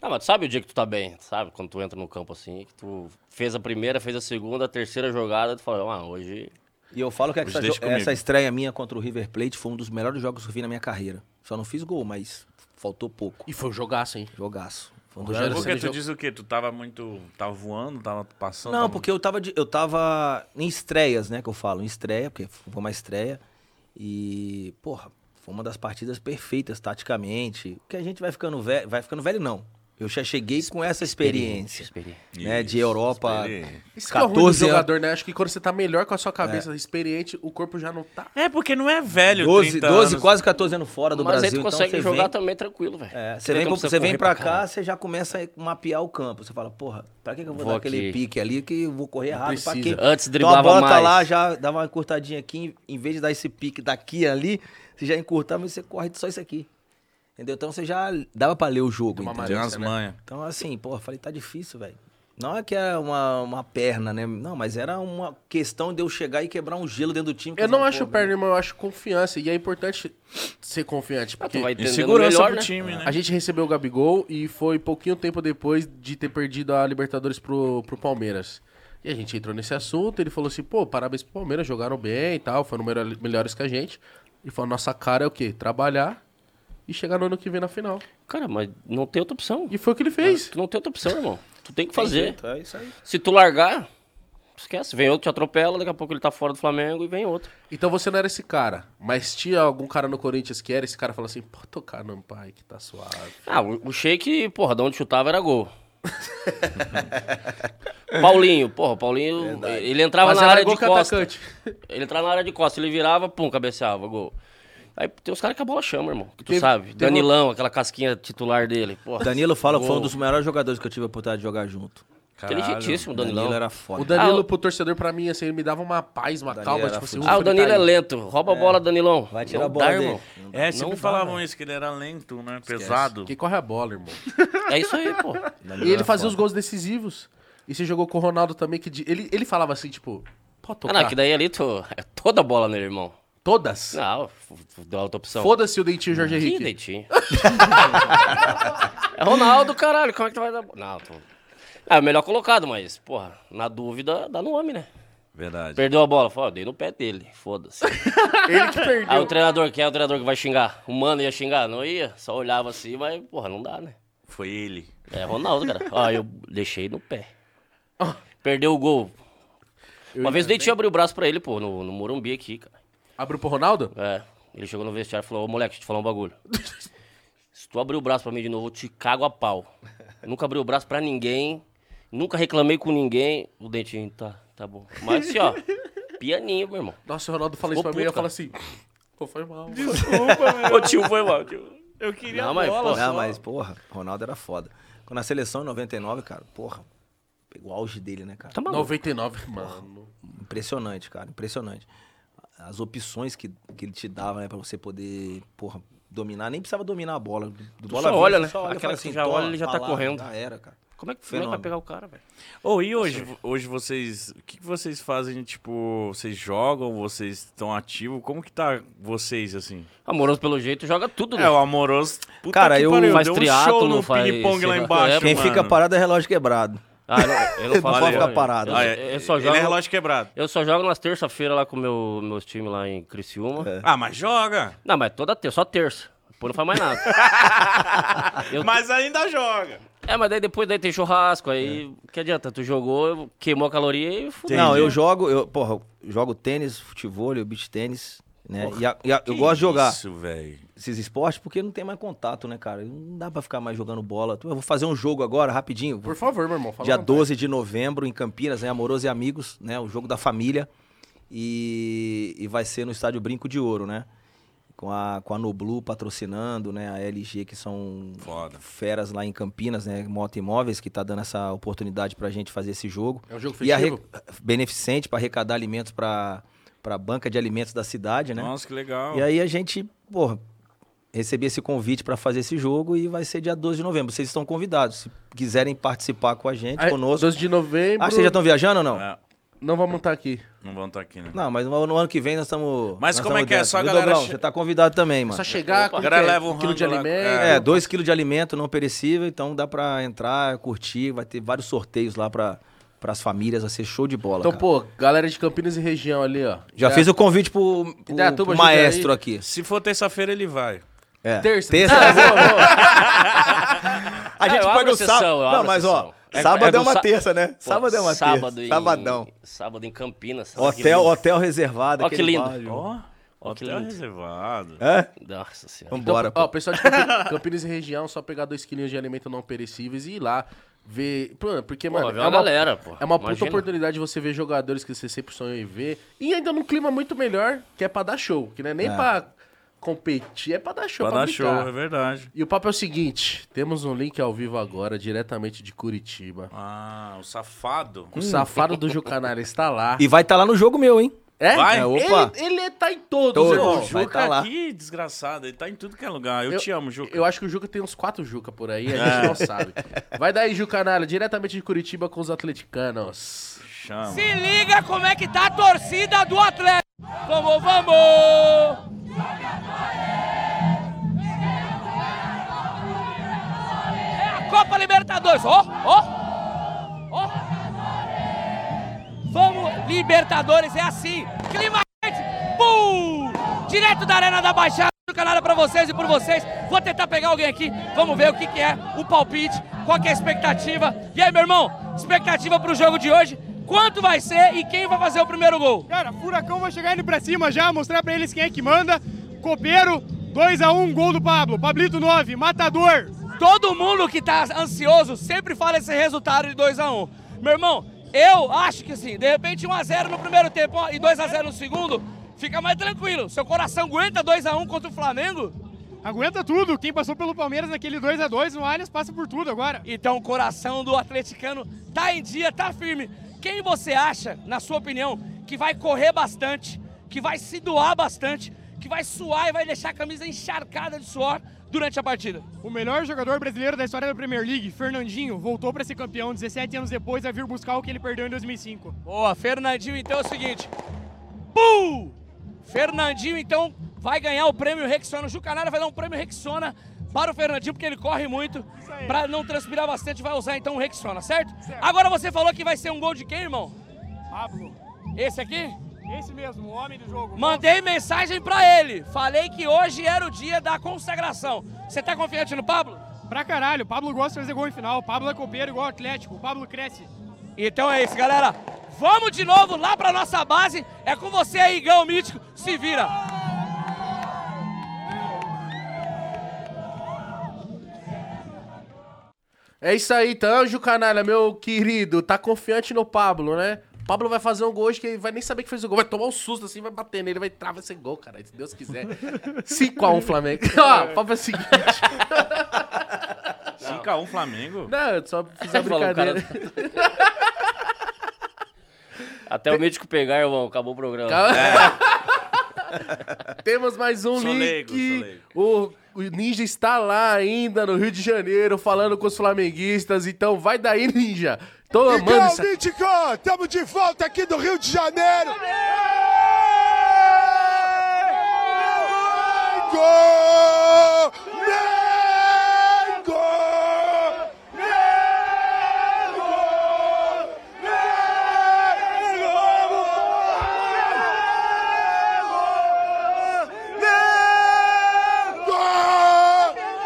Speaker 4: Não, mas tu sabe o dia que tu tá bem, sabe? Quando tu entra no campo assim, que tu fez a primeira, fez a segunda, a terceira jogada, tu fala, ah, hoje
Speaker 3: E eu falo que
Speaker 1: Hoje
Speaker 3: essa, jo-
Speaker 1: deixa comigo.
Speaker 3: essa estreia minha contra o River Plate foi um dos melhores jogos que eu vi na minha carreira. Só não fiz gol, mas faltou pouco.
Speaker 2: E foi um jogaço, hein?
Speaker 3: Jogaço. Foi um
Speaker 2: Por
Speaker 3: dos
Speaker 2: quê?
Speaker 3: melhores-
Speaker 1: Por que
Speaker 2: Você
Speaker 1: tu
Speaker 2: jo-
Speaker 1: diz o quê? Tu tava muito. Tava voando, tava passando?
Speaker 3: Não,
Speaker 1: tava-
Speaker 3: porque eu tava, de- eu tava em estreias, né, que eu falo. Em estreia, porque foi uma estreia. E, porra, foi uma das partidas perfeitas taticamente. Que a gente vai ficando velho. Vai ficando velho, não. Eu já cheguei com essa experiência.
Speaker 4: experiência.
Speaker 3: Né, de
Speaker 1: Isso,
Speaker 3: Europa.
Speaker 1: experiência.
Speaker 2: Isso que é o ruim do
Speaker 3: 14 anos.
Speaker 2: jogador, né? Acho que quando você tá melhor com a sua cabeça experiente, o corpo já não tá.
Speaker 1: É, porque não é velho,
Speaker 3: 12,
Speaker 1: 30
Speaker 3: 12
Speaker 1: anos.
Speaker 3: quase 14 anos fora do
Speaker 4: Mas
Speaker 3: Brasil.
Speaker 4: aí tu consegue
Speaker 3: então você
Speaker 4: jogar
Speaker 3: vem-
Speaker 4: também tranquilo, velho.
Speaker 3: É,
Speaker 4: Não
Speaker 3: você vem,
Speaker 4: como
Speaker 3: pra- você vem
Speaker 4: correr
Speaker 3: pra cá,
Speaker 4: caralho.
Speaker 3: você já começa a mapear o campo. Você fala, porra, pra que, que eu vou,
Speaker 4: Vou
Speaker 3: dar aquele
Speaker 4: aqui.
Speaker 3: pique ali que eu vou correr errado? Pra
Speaker 2: precisa.
Speaker 3: quê?
Speaker 4: Antes
Speaker 3: então a
Speaker 4: driblava
Speaker 3: bola tá
Speaker 4: mais.
Speaker 3: lá, já dava uma encurtadinha aqui, em vez de dar esse pique daqui e ali, você já encurtava e você corre só isso aqui. Entendeu? Então você já dava pra ler o jogo,
Speaker 2: uma
Speaker 3: entendeu?
Speaker 1: Tem
Speaker 4: né?
Speaker 1: umas manhas.
Speaker 3: Então assim, porra, falei, tá difícil, velho. Não é que era uma, uma perna, né? Não, mas era uma questão de eu chegar e quebrar um gelo dentro do time.
Speaker 2: Eu não
Speaker 3: Falei,
Speaker 2: acho
Speaker 3: pô,
Speaker 2: perna, irmão, eu acho confiança. E é importante ser confiante.
Speaker 4: Ah,
Speaker 2: Porque
Speaker 4: tu vai entendendo
Speaker 1: Insegurança
Speaker 4: melhor,
Speaker 1: pro
Speaker 4: né?
Speaker 1: time, né?
Speaker 2: A gente recebeu o Gabigol e foi pouquinho tempo depois de ter perdido a Libertadores pro, pro Palmeiras. E a gente entrou nesse assunto, ele falou assim, pô, parabéns pro Palmeiras, jogaram bem e tal, foram melhor- melhores que a gente. E falou, nossa cara é o quê? Trabalhar e chegar no ano que vem na final.
Speaker 4: Cara, mas não tem outra opção.
Speaker 2: E foi o que ele fez.
Speaker 4: Tu não tem outra opção, irmão. Tu tem que fazer.
Speaker 3: jeito, É isso aí.
Speaker 4: Se tu largar, esquece. Vem outro, te atropela, daqui a pouco ele tá fora do Flamengo e vem outro.
Speaker 2: Então você não era esse cara, mas tinha algum cara no Corinthians que era, esse cara falou assim, pode tocar no pai que tá suave.
Speaker 4: Ah, o, o Sheik, porra, de onde chutava era gol. *laughs* Paulinho, porra, Paulinho, ele entrava
Speaker 2: Mas
Speaker 4: na
Speaker 2: era
Speaker 4: área
Speaker 2: igual
Speaker 4: de
Speaker 2: que
Speaker 4: costa.
Speaker 2: atacante.
Speaker 4: Ele entrava na área de costa, ele virava, pum, cabeceava, gol. Aí tem uns caras que a bola chama, irmão, que tu
Speaker 2: Teve-
Speaker 4: sabe.
Speaker 2: teve-
Speaker 4: Danilão, aquela casquinha titular dele, porra.
Speaker 3: um- Danilo fala que foi um
Speaker 4: Gol.
Speaker 3: dos melhores jogadores que eu tive a oportunidade de jogar junto.
Speaker 4: Inteligentíssimo,
Speaker 3: Danilo,
Speaker 4: Danilão.
Speaker 3: era foda.
Speaker 2: O Danilo,
Speaker 4: Ah, o-
Speaker 2: pro torcedor, pra mim, assim, ele me dava uma paz, uma
Speaker 3: Danilo
Speaker 2: calma,
Speaker 3: era
Speaker 2: tipo assim...
Speaker 3: fudido.
Speaker 2: ufa,
Speaker 4: Ah, o
Speaker 2: ele tá
Speaker 4: Danilo é
Speaker 2: aí.
Speaker 4: lento. Rouba a bola, Danilão.
Speaker 3: Vai tirar
Speaker 4: Não
Speaker 3: a bola
Speaker 4: dá,
Speaker 3: dele.
Speaker 4: irmão.
Speaker 1: É, sempre
Speaker 4: Não
Speaker 1: falavam
Speaker 4: dá.
Speaker 1: isso, que ele era lento, né? Pesado.
Speaker 2: Quem corre a bola, irmão.
Speaker 4: É isso aí,
Speaker 3: *laughs*
Speaker 4: pô.
Speaker 3: Danilo
Speaker 2: E ele
Speaker 3: era
Speaker 2: fazia os
Speaker 3: foda.
Speaker 2: gols decisivos. E você jogou com o Ronaldo também, que de- ele, ele falava assim, tipo, pode
Speaker 4: Ah,
Speaker 2: tocar.
Speaker 4: não, que daí ali tu... é toda a bola nele, irmão.
Speaker 2: Todas.
Speaker 3: Ah,
Speaker 4: Não, f- f- deu outra opção.
Speaker 2: Foda-se o dentinho Jorge
Speaker 4: Que
Speaker 2: Henrique. *laughs*
Speaker 4: deitinho. é Ronaldo, caralho. Como é que tu vai dar... Não, tu... É o melhor colocado, mas, porra, na dúvida, dá no homem, né?
Speaker 1: Verdade.
Speaker 4: Perdeu a bola, fala, dei no pé dele, foda-se.
Speaker 2: *laughs* Ele que perdeu.
Speaker 4: Aí o treinador, quem é o treinador que vai xingar? O mano ia xingar? Não ia, só olhava assim, mas, porra, não dá, né?
Speaker 1: Foi ele.
Speaker 4: É Ronaldo, cara. Ó, eu deixei no
Speaker 2: *laughs*
Speaker 4: pé. Perdeu o gol. Uma vez o Deitinho abriu o braço pra ele, pô, no, no Morumbi aqui, cara.
Speaker 2: Abriu pro Ronaldo?
Speaker 4: É, ele chegou no vestiário e falou, ô moleque, deixa eu te falar um bagulho. *laughs* Se tu abrir o braço pra mim de novo, eu te cago a pau. Nunca abri o braço pra ninguém, nunca reclamei com ninguém. O Dentinho, tá, tá bom. Mas assim, ó, pianinho, meu irmão.
Speaker 2: Nossa, o Ronaldo fala isso
Speaker 4: Ficou
Speaker 2: pra mim e eu
Speaker 4: puto,
Speaker 2: falo assim, pô, foi mal.
Speaker 4: Ô tio, foi mal, tio. Eu queria não, mas, pô,
Speaker 3: Não, mas, porra, Ronaldo era foda. Quando na seleção em 99, cara, porra, pegou o auge dele, né, cara?
Speaker 4: Tá maluco.
Speaker 2: 99, mano.
Speaker 3: Impressionante, cara, impressionante. As opções que, que ele te dava, né, pra você poder, porra, dominar. Nem precisava dominar a bola. Do bola
Speaker 4: só
Speaker 3: viva,
Speaker 4: olha,
Speaker 3: você
Speaker 4: né?
Speaker 3: e
Speaker 4: Aquela
Speaker 3: fala
Speaker 4: que já
Speaker 3: "Toma,
Speaker 4: olha, ele já tá
Speaker 3: palavra",
Speaker 4: correndo.
Speaker 3: Já era, cara.
Speaker 4: Como é que foi pra
Speaker 3: Fenômeno.
Speaker 4: pegar o cara, velho?
Speaker 1: Ô, e hoje, hoje vocês. O que, que vocês fazem? Tipo, vocês jogam? Vocês estão ativos? Como que tá vocês, assim?
Speaker 4: Amoroso pelo jeito, joga tudo, né?
Speaker 1: É, o amoroso. Puta
Speaker 3: Cara,
Speaker 1: que
Speaker 3: eu-
Speaker 1: pariu,
Speaker 4: faz
Speaker 1: deu um
Speaker 4: triatlo,
Speaker 1: show no
Speaker 4: faz-
Speaker 1: ping-pong lá
Speaker 4: sei lá,
Speaker 1: embaixo.
Speaker 4: é,
Speaker 3: Quem
Speaker 1: mano.
Speaker 3: fica parado é relógio quebrado.
Speaker 4: Ah, eu não- eu não faço
Speaker 3: Não pode
Speaker 4: isso,
Speaker 3: ficar
Speaker 4: velho.
Speaker 3: parado.
Speaker 4: Eu,
Speaker 1: Ah,
Speaker 4: eu só
Speaker 1: Ele é
Speaker 4: jogo,
Speaker 1: relógio quebrado.
Speaker 4: eu só jogo nas terça-feiras lá com meu, meus times lá em Criciúma.
Speaker 1: Ah, mas joga!
Speaker 4: Não, mas toda terça, só terça. Depois não
Speaker 1: *laughs*
Speaker 4: faz mais nada. Eu-
Speaker 1: Mas ainda joga!
Speaker 4: É, mas daí depois daí tem churrasco, aí
Speaker 2: É.
Speaker 4: que adianta? Tu jogou, queimou a caloria e fudeu.
Speaker 3: Não, eu jogo, eu, porra, eu jogo tênis, futebol, beach tênis, né? E, a- e a- eu gosto de jogar.
Speaker 1: Isso, velho.
Speaker 3: esses esportes porque não tem mais contato, né, cara? Não dá pra ficar mais jogando bola. Eu vou fazer um jogo agora, rapidinho.
Speaker 2: Por favor, meu irmão, fala
Speaker 3: Dia
Speaker 2: não,
Speaker 3: 12 de novembro, em Campinas, né? Amoroso e Amigos, né? O jogo da família. E, e vai ser no estádio Brinco de Ouro, né? Com a, com a Noblu patrocinando, né? A LG, que são
Speaker 1: Foda.
Speaker 3: feras lá em Campinas, né? Moto Imóveis, que tá dando essa oportunidade pra gente fazer esse jogo.
Speaker 2: É um jogo
Speaker 3: E arre-
Speaker 2: festivo?
Speaker 3: beneficente para arrecadar alimentos pra, pra banca de alimentos da cidade, né?
Speaker 1: Nossa, que legal.
Speaker 3: E aí a gente, porra, recebi esse convite para fazer esse jogo e vai ser dia 12 de novembro. Vocês estão convidados. Se quiserem participar com a gente,
Speaker 2: Aí,
Speaker 3: conosco.
Speaker 2: 12 de novembro.
Speaker 3: Ah, vocês já estão viajando ou não?
Speaker 1: É,
Speaker 2: Não vamos estar aqui.
Speaker 1: não vão estar aqui, né?
Speaker 3: Não, mas no, no ano que vem nós estamos.
Speaker 1: Mas como é que é? Só a galera che-
Speaker 3: Você tá convidado também, mano.
Speaker 2: Só chegar, com
Speaker 1: Galera,
Speaker 2: que é?
Speaker 1: leva um
Speaker 2: quilo de
Speaker 1: rango lá.
Speaker 2: alimento.
Speaker 1: É.
Speaker 3: É, 2 kg de alimento não perecível, então dá pra entrar, curtir, vai ter vários sorteios lá pra, pras famílias, vai ser show de bola.
Speaker 2: Então,
Speaker 3: cara.
Speaker 2: pô, é. galera de Campinas e região ali, ó.
Speaker 3: Já fez o convite pro, pro-
Speaker 2: Indaiatuba,
Speaker 3: pro
Speaker 2: Jundiaí.
Speaker 3: maestro aqui.
Speaker 1: Se for terça-feira, ele vai.
Speaker 3: É.
Speaker 2: Terça. *laughs* Ah,
Speaker 3: Terça. *laughs* a
Speaker 4: Ah,
Speaker 3: gente
Speaker 4: eu
Speaker 3: paga
Speaker 4: abro
Speaker 3: o
Speaker 4: a sessão, eu
Speaker 3: sábado. Não,
Speaker 4: abro a
Speaker 3: mas ó,
Speaker 4: sessão. É-
Speaker 3: sábado é,
Speaker 4: é do
Speaker 3: uma
Speaker 4: sa-
Speaker 3: terça, né?
Speaker 4: Pô,
Speaker 3: sábado é uma
Speaker 4: sábado
Speaker 3: terça.
Speaker 4: em-
Speaker 3: Sabadão.
Speaker 4: Sábado em Campinas. sábado que
Speaker 3: Hotel,
Speaker 4: lindo.
Speaker 3: hotel reservado.
Speaker 4: Ó, que
Speaker 3: aquele
Speaker 4: lindo.
Speaker 3: baile.
Speaker 1: Ó,
Speaker 4: Ó, que
Speaker 2: é-
Speaker 1: hotel
Speaker 4: lindo.
Speaker 1: reservado.
Speaker 3: Hã?
Speaker 4: Nossa senhora.
Speaker 3: Vambora,
Speaker 2: Então, Ó,
Speaker 3: pô.
Speaker 2: pessoal de Campi- Campinas e região, só pegar dois quilinhos de alimento não perecíveis e ir lá ver. Pô, Porque,
Speaker 4: Pô,
Speaker 2: mano,
Speaker 4: vê
Speaker 2: é
Speaker 4: uma
Speaker 2: uma,
Speaker 4: galera, pô.
Speaker 2: é uma puta
Speaker 4: Imagina.
Speaker 2: oportunidade de você ver jogadores que você sempre sonhou em ver. E ainda num clima muito melhor, que é pra dar show. Que não é nem pra competir, é pra dar show.
Speaker 1: Pra dar show,
Speaker 2: brincar.
Speaker 1: é verdade.
Speaker 2: E o papo é o seguinte: temos um link ao vivo agora, diretamente de Curitiba.
Speaker 1: Ah, o safado.
Speaker 2: O safado do Jucanara está lá.
Speaker 3: E vai
Speaker 4: tá
Speaker 3: estar lá no jogo meu, hein?
Speaker 2: É?
Speaker 1: Vai?
Speaker 2: É,
Speaker 3: opa.
Speaker 2: Ele, ele tá em todos,
Speaker 3: Todos.
Speaker 2: irmão.
Speaker 1: O
Speaker 3: Vai
Speaker 1: Juca
Speaker 3: tá lá.
Speaker 1: aqui, desgraçado, ele tá em tudo que é lugar. Eu, te amo, Juca.
Speaker 2: Eu acho que o Juca tem uns quatro Juca por aí, a gente não sabe. Vai daí, Jucanalha, diretamente de Curitiba com os atleticanos.
Speaker 1: Chama.
Speaker 6: Se liga como é que tá a torcida do Atlético. Vamos, vamos! É a Copa Libertadores, ó, ó, ó. Vamos, Libertadores é assim. Clima quente. Pum! Direto da Arena da Baixada do Canadá pra vocês e por vocês. Vou tentar pegar alguém aqui. Vamos ver o que, que é o palpite, qual que é a expectativa. E aí, meu irmão, expectativa pro jogo de hoje? Quanto vai ser e quem vai fazer o primeiro gol?
Speaker 7: Cara, Furacão vai chegar indo pra cima já, mostrar pra eles quem é que manda. Copeiro, 2x1, gol do Pablo. Pablito 9, matador.
Speaker 6: Todo mundo que tá ansioso sempre fala esse resultado de 2x1. Meu irmão, eu acho que assim, de repente 1x0 no primeiro tempo ó, e 2x0 no segundo, fica mais tranquilo. Seu coração aguenta 2x1 contra o Flamengo?
Speaker 7: Aguenta tudo. Quem passou pelo Palmeiras naquele 2x2 no Allianz passa por tudo agora.
Speaker 6: Então o coração do atleticano tá em dia, tá firme. Quem você acha, na sua opinião, que vai correr bastante, que vai se doar bastante, que vai suar e vai deixar a camisa encharcada de suor durante a partida?
Speaker 7: O melhor jogador brasileiro da história da Premier League, Fernandinho, voltou pra ser campeão 17 anos depois a vir buscar o que ele perdeu em 2005.
Speaker 6: Boa, Fernandinho, então é o seguinte. Pum! Fernandinho, então, vai ganhar o prêmio Rexona. O Jucanara vai dar um prêmio Rexona para o Fernandinho, porque ele corre muito.
Speaker 7: aí.
Speaker 6: Para não transpirar bastante, vai usar então o Rexona, certo? Agora você falou que vai ser um gol de quem, irmão?
Speaker 7: Pablo,
Speaker 6: Esse aqui?
Speaker 7: esse mesmo, o homem do jogo.
Speaker 6: Mandei mensagem pra ele. Falei que hoje era o dia da consagração. Você tá confiante no Pablo?
Speaker 7: Pra caralho, o Pablo gosta de fazer gol em final. O Pablo é copeiro igual o Atlético. O Pablo cresce.
Speaker 6: Então é isso, galera. Vamos de novo lá pra nossa base. É com você aí, Igão Mítico. Se vira.
Speaker 2: É isso aí, então, Jucanalha, meu querido. Tá confiante no Pablo, né? Pablo vai fazer um gol hoje que ele vai nem saber que fez o gol. Vai tomar um susto assim, vai bater nele, vai travar esse gol, cara. Se Deus quiser. 5x1 Flamengo. Ó, o papo é o seguinte.
Speaker 1: 5x1 Flamengo?
Speaker 2: Não, eu só fiz a
Speaker 4: Você falou,
Speaker 2: brincadeira.
Speaker 4: *laughs* Até o mítico pegar, irmão. Acabou o programa.
Speaker 2: Calma. Temos mais um
Speaker 1: Sou
Speaker 2: link.
Speaker 1: leigo, sou leigo.
Speaker 2: O, o Ninja está lá ainda no Rio de Janeiro falando com os flamenguistas. Então vai daí, Ninja. Tô amando
Speaker 5: Miguel
Speaker 2: isso.
Speaker 5: Mítico, estamos de volta aqui do Rio de Janeiro. Gol! Gol!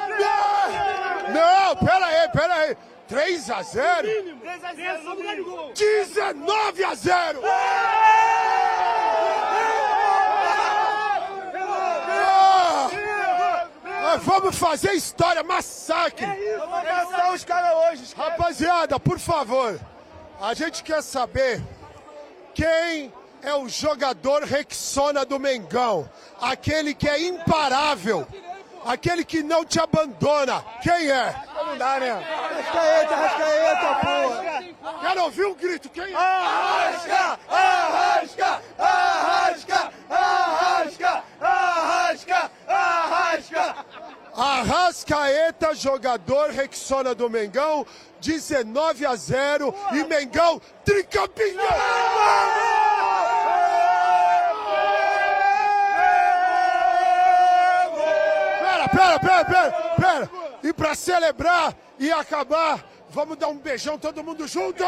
Speaker 5: Gol! Não, pera aí, pera aí. 3 a 0? 19 a 0! Nós vamos fazer história, massacre! Eu vou caçar os caras hoje. Rapaziada, por favor, a gente quer saber quem é o jogador Rexona do Mengão? Aquele que é imparável. Aquele que não te abandona. Quem é? Não dá, né? Arrascaeta, Arrascaeta, porra. Quero ouvir um grito. Quem é? Arrasca! Arrasca! Arrasca! Arrasca! Arrasca! Arrasca! Arrascaeta, jogador Rexona do Mengão, 19 a 0 e Mengão tricampeão! Pera, pera, pera, pera, pera! E pra celebrar e acabar, vamos dar um beijão todo mundo junto!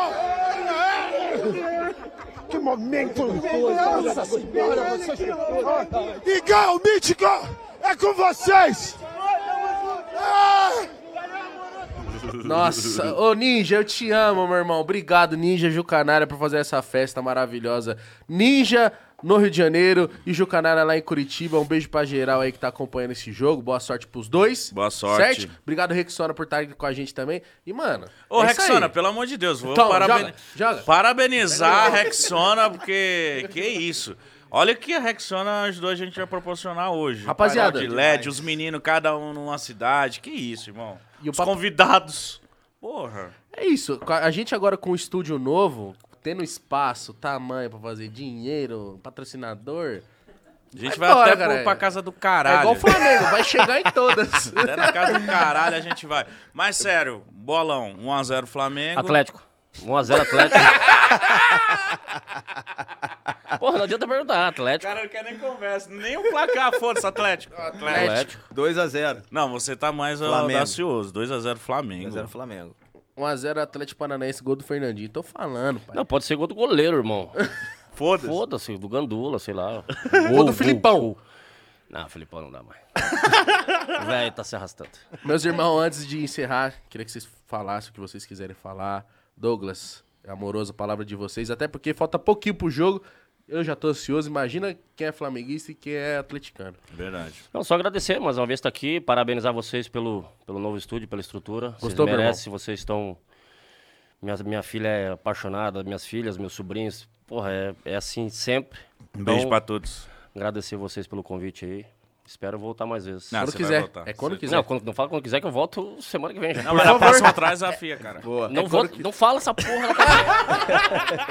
Speaker 5: Que momento! Nossa senhora, vocês... Igão, Mítico, é com vocês! Ah!
Speaker 2: Nossa, ô Ninja, eu te amo, meu irmão. Obrigado, Ninja Jucanária, por fazer essa festa maravilhosa. Ninja no Rio de Janeiro e Jucanária lá em Curitiba. Um beijo pra geral aí que tá acompanhando esse jogo. Boa sorte pros dois.
Speaker 1: Boa sorte.
Speaker 2: Certo? Obrigado, Rexona, por estar aqui com a gente também. E, mano.
Speaker 1: Ô,
Speaker 2: é isso
Speaker 1: Rexona,
Speaker 2: aí.
Speaker 1: pelo amor de Deus, vou
Speaker 2: Então,
Speaker 1: paraben-
Speaker 2: joga, joga.
Speaker 1: parabenizar a Rexona, porque que isso. Olha o que a Rexona ajudou a gente a proporcionar hoje.
Speaker 2: Rapaziada.
Speaker 1: Painel de LED, os meninos, cada um numa cidade. Que isso, irmão.
Speaker 2: E o
Speaker 1: os
Speaker 2: papo-
Speaker 1: convidados. Porra.
Speaker 2: É isso. com A a gente agora com o estúdio novo, tendo espaço, tamanho pra fazer dinheiro, patrocinador.
Speaker 1: A gente vai,
Speaker 2: Vai embora,
Speaker 1: até pro,
Speaker 2: caralho.
Speaker 1: pra casa do
Speaker 2: É
Speaker 1: caralho.
Speaker 2: igual o Flamengo, vai chegar em todas.
Speaker 1: Até na casa do caralho a gente vai. Mas sério, bolão, 1x0 Flamengo.
Speaker 4: Atlético. 1x0
Speaker 2: *laughs*
Speaker 4: Atlético. Porra, não adianta perguntar, Atlético.
Speaker 1: Cara, não quer nem conversa. Nem o placar, foda-se, Atlético. *laughs* Atlético.
Speaker 4: Atlético.
Speaker 3: 2x0.
Speaker 1: Não, você tá mais
Speaker 3: Flamengo.
Speaker 1: audacioso. 2x0 Flamengo.
Speaker 3: 2x0 Flamengo.
Speaker 2: 1x0 Atlético Paranaense, gol do Fernandinho. Tô falando, pai.
Speaker 4: Não, pode ser gol do goleiro, irmão.
Speaker 1: Foda-se.
Speaker 4: Foda-se, do Gandula, sei lá.
Speaker 2: Gol do Filipão.
Speaker 4: Não, Filipão não dá mais. Velho, tá se arrastando.
Speaker 2: Meus irmãos, antes de encerrar, queria que vocês falassem o que vocês quiserem falar. Douglas, é amoroso a palavra de vocês, até porque falta pouquinho pro jogo. Eu já tô ansioso. Imagina quem é flamenguista e quem é atleticano.
Speaker 1: Verdade.
Speaker 4: Não, só agradecer mais uma vez estar aqui, parabenizar vocês pelo, pelo novo estúdio, pela estrutura.
Speaker 2: Gostou, meu
Speaker 4: vocês merecem, vocês estão. Minha, minha filha é apaixonada, minhas filhas, meus sobrinhos. Porra, é, é assim sempre.
Speaker 1: Um beijo
Speaker 4: Então,
Speaker 1: pra todos.
Speaker 4: Agradecer vocês pelo convite aí. Espero voltar mais vezes.
Speaker 1: Não,
Speaker 4: Não,
Speaker 2: Quando
Speaker 1: Ah, você vai
Speaker 2: quiser.
Speaker 1: voltar.
Speaker 2: É quando
Speaker 1: Você-
Speaker 2: quiser.
Speaker 4: não, quando, não fala quando quiser que eu volto semana que vem já.
Speaker 1: Não, mas na próxima traz a FIA, cara.
Speaker 2: Boa.
Speaker 4: Não,
Speaker 2: é
Speaker 4: vou-
Speaker 2: quando, qui-
Speaker 4: não fala essa porra. Cara.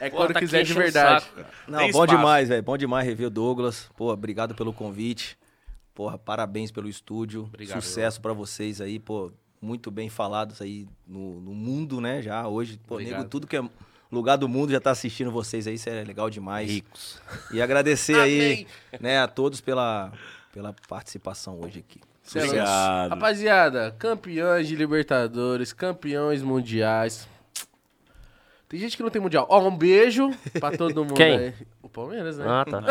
Speaker 2: é
Speaker 4: Pô,
Speaker 2: quando
Speaker 4: tá aqui
Speaker 2: quiser de
Speaker 4: enchendo o
Speaker 2: verdade.
Speaker 4: saco, cara.
Speaker 3: Não,
Speaker 1: Tem
Speaker 3: bom
Speaker 1: espaço.
Speaker 3: demais, velho. Bom demais rever o Douglas. Pô, obrigado pelo convite. Porra, parabéns pelo estúdio. Sucesso pra vocês aí, pô. Muito bem falados aí no, no mundo, né? Já hoje, pô,
Speaker 2: Obrigado.
Speaker 3: nego, tudo que é lugar do mundo já tá assistindo vocês aí. Isso é legal demais.
Speaker 4: Ricos.
Speaker 3: E agradecer aí,
Speaker 2: Amém.
Speaker 3: né, a todos pela, pela participação hoje aqui.
Speaker 2: Sei lá.
Speaker 1: Obrigado.
Speaker 2: Rapaziada, campeões de Libertadores, campeões mundiais. Tem gente que não tem mundial. Ó, um beijo pra todo mundo
Speaker 4: Quem?
Speaker 2: aí. O Palmeiras, né?
Speaker 4: Ah, tá.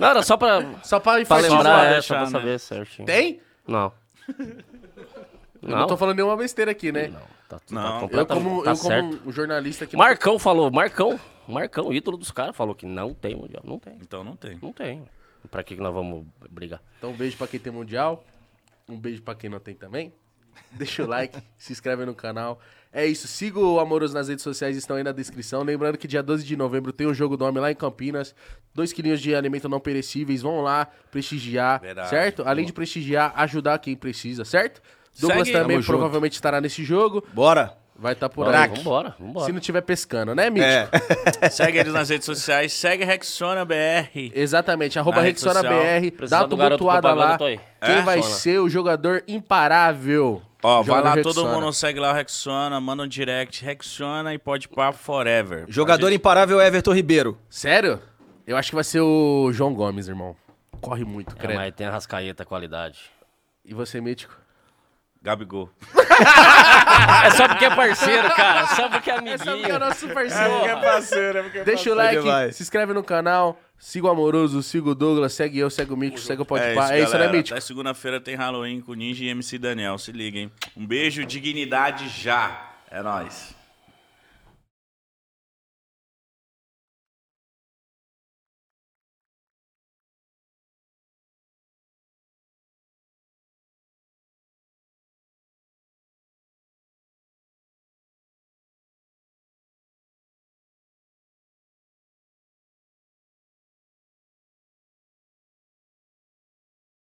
Speaker 4: Não, era só pra,
Speaker 2: Só pra
Speaker 4: pra
Speaker 2: enfatizar.
Speaker 4: lembrar, é,
Speaker 1: deixar,
Speaker 4: só pra
Speaker 1: né?
Speaker 4: saber certinho.
Speaker 2: Tem?
Speaker 4: Não.
Speaker 2: Eu não tô falando nenhuma besteira aqui, né?
Speaker 4: Não, tá,
Speaker 1: Não.
Speaker 4: tá
Speaker 1: Eu
Speaker 2: Eu
Speaker 4: completamente-
Speaker 2: como,
Speaker 4: tá
Speaker 2: eu
Speaker 4: certo.
Speaker 2: como um jornalista aqui...
Speaker 4: Marcão falou, Marcão, Marcão, ídolo dos caras, falou que não tem mundial. Não tem,
Speaker 1: Então não tem.
Speaker 4: não tem. Pra que que nós vamos brigar?
Speaker 2: Então um beijo pra quem tem mundial. Um beijo pra quem não tem também. Deixa o like, *laughs* se inscreve no canal. É isso, siga o Amoroso nas redes sociais, estão aí na descrição. Lembrando que dia 12 de novembro tem o Jogo do Homem lá em Campinas. Dois quilinhos de alimento não perecíveis, vão lá prestigiar,
Speaker 1: Verdade.
Speaker 2: certo? Além de prestigiar, ajudar quem precisa, certo? Douglas
Speaker 1: Segue-
Speaker 2: também
Speaker 1: Tamo junto.
Speaker 2: provavelmente estará nesse jogo,
Speaker 3: Bora!
Speaker 2: vai estar por
Speaker 4: Bora,
Speaker 2: aí.
Speaker 4: vambora, vambora.
Speaker 2: Se não tiver pescando, né, Mítico?
Speaker 1: É. Segue eles nas redes sociais. Segue Rexona BR.
Speaker 2: Exatamente, arroba
Speaker 1: Na rede
Speaker 2: Rexona
Speaker 1: social.
Speaker 2: Br, dá
Speaker 4: Precisar
Speaker 2: uma
Speaker 4: do garoto
Speaker 2: tumultuada
Speaker 4: propaganda,
Speaker 2: lá.
Speaker 4: tô aí.
Speaker 2: Quem
Speaker 1: É?
Speaker 2: vai
Speaker 4: Rexona.
Speaker 2: ser o jogador imparável?
Speaker 1: Ó, vai
Speaker 2: Jogador
Speaker 1: lá, todo
Speaker 2: Rexona.
Speaker 1: mundo segue lá o Rexona, manda um direct, Rexona e pode pá forever.
Speaker 3: Jogador imparável é Everton Ribeiro.
Speaker 2: Sério? Eu acho que vai ser o João Gomes, irmão. Corre muito,
Speaker 4: É,
Speaker 2: credo.
Speaker 4: mas tem a rascaeta qualidade.
Speaker 2: E você, Mítico?
Speaker 1: Gabigol.
Speaker 4: É só porque é parceiro, cara, só porque *laughs* é amiguinho.
Speaker 2: *laughs* nosso parceiro.
Speaker 1: parceiro, é porque
Speaker 2: Deixa o like,
Speaker 3: demais.
Speaker 2: se inscreve no canal, siga o Amoroso, siga o Douglas, segue eu, segue o Mítico, segue o
Speaker 1: É
Speaker 2: Podpah.
Speaker 1: isso,
Speaker 2: É, isso, né,
Speaker 1: galera.
Speaker 2: Mítico?
Speaker 1: Até segunda-feira tem Halloween com Ninja e MC Daniel. Se liga, hein? Um beijo, dignidade já. É nóis.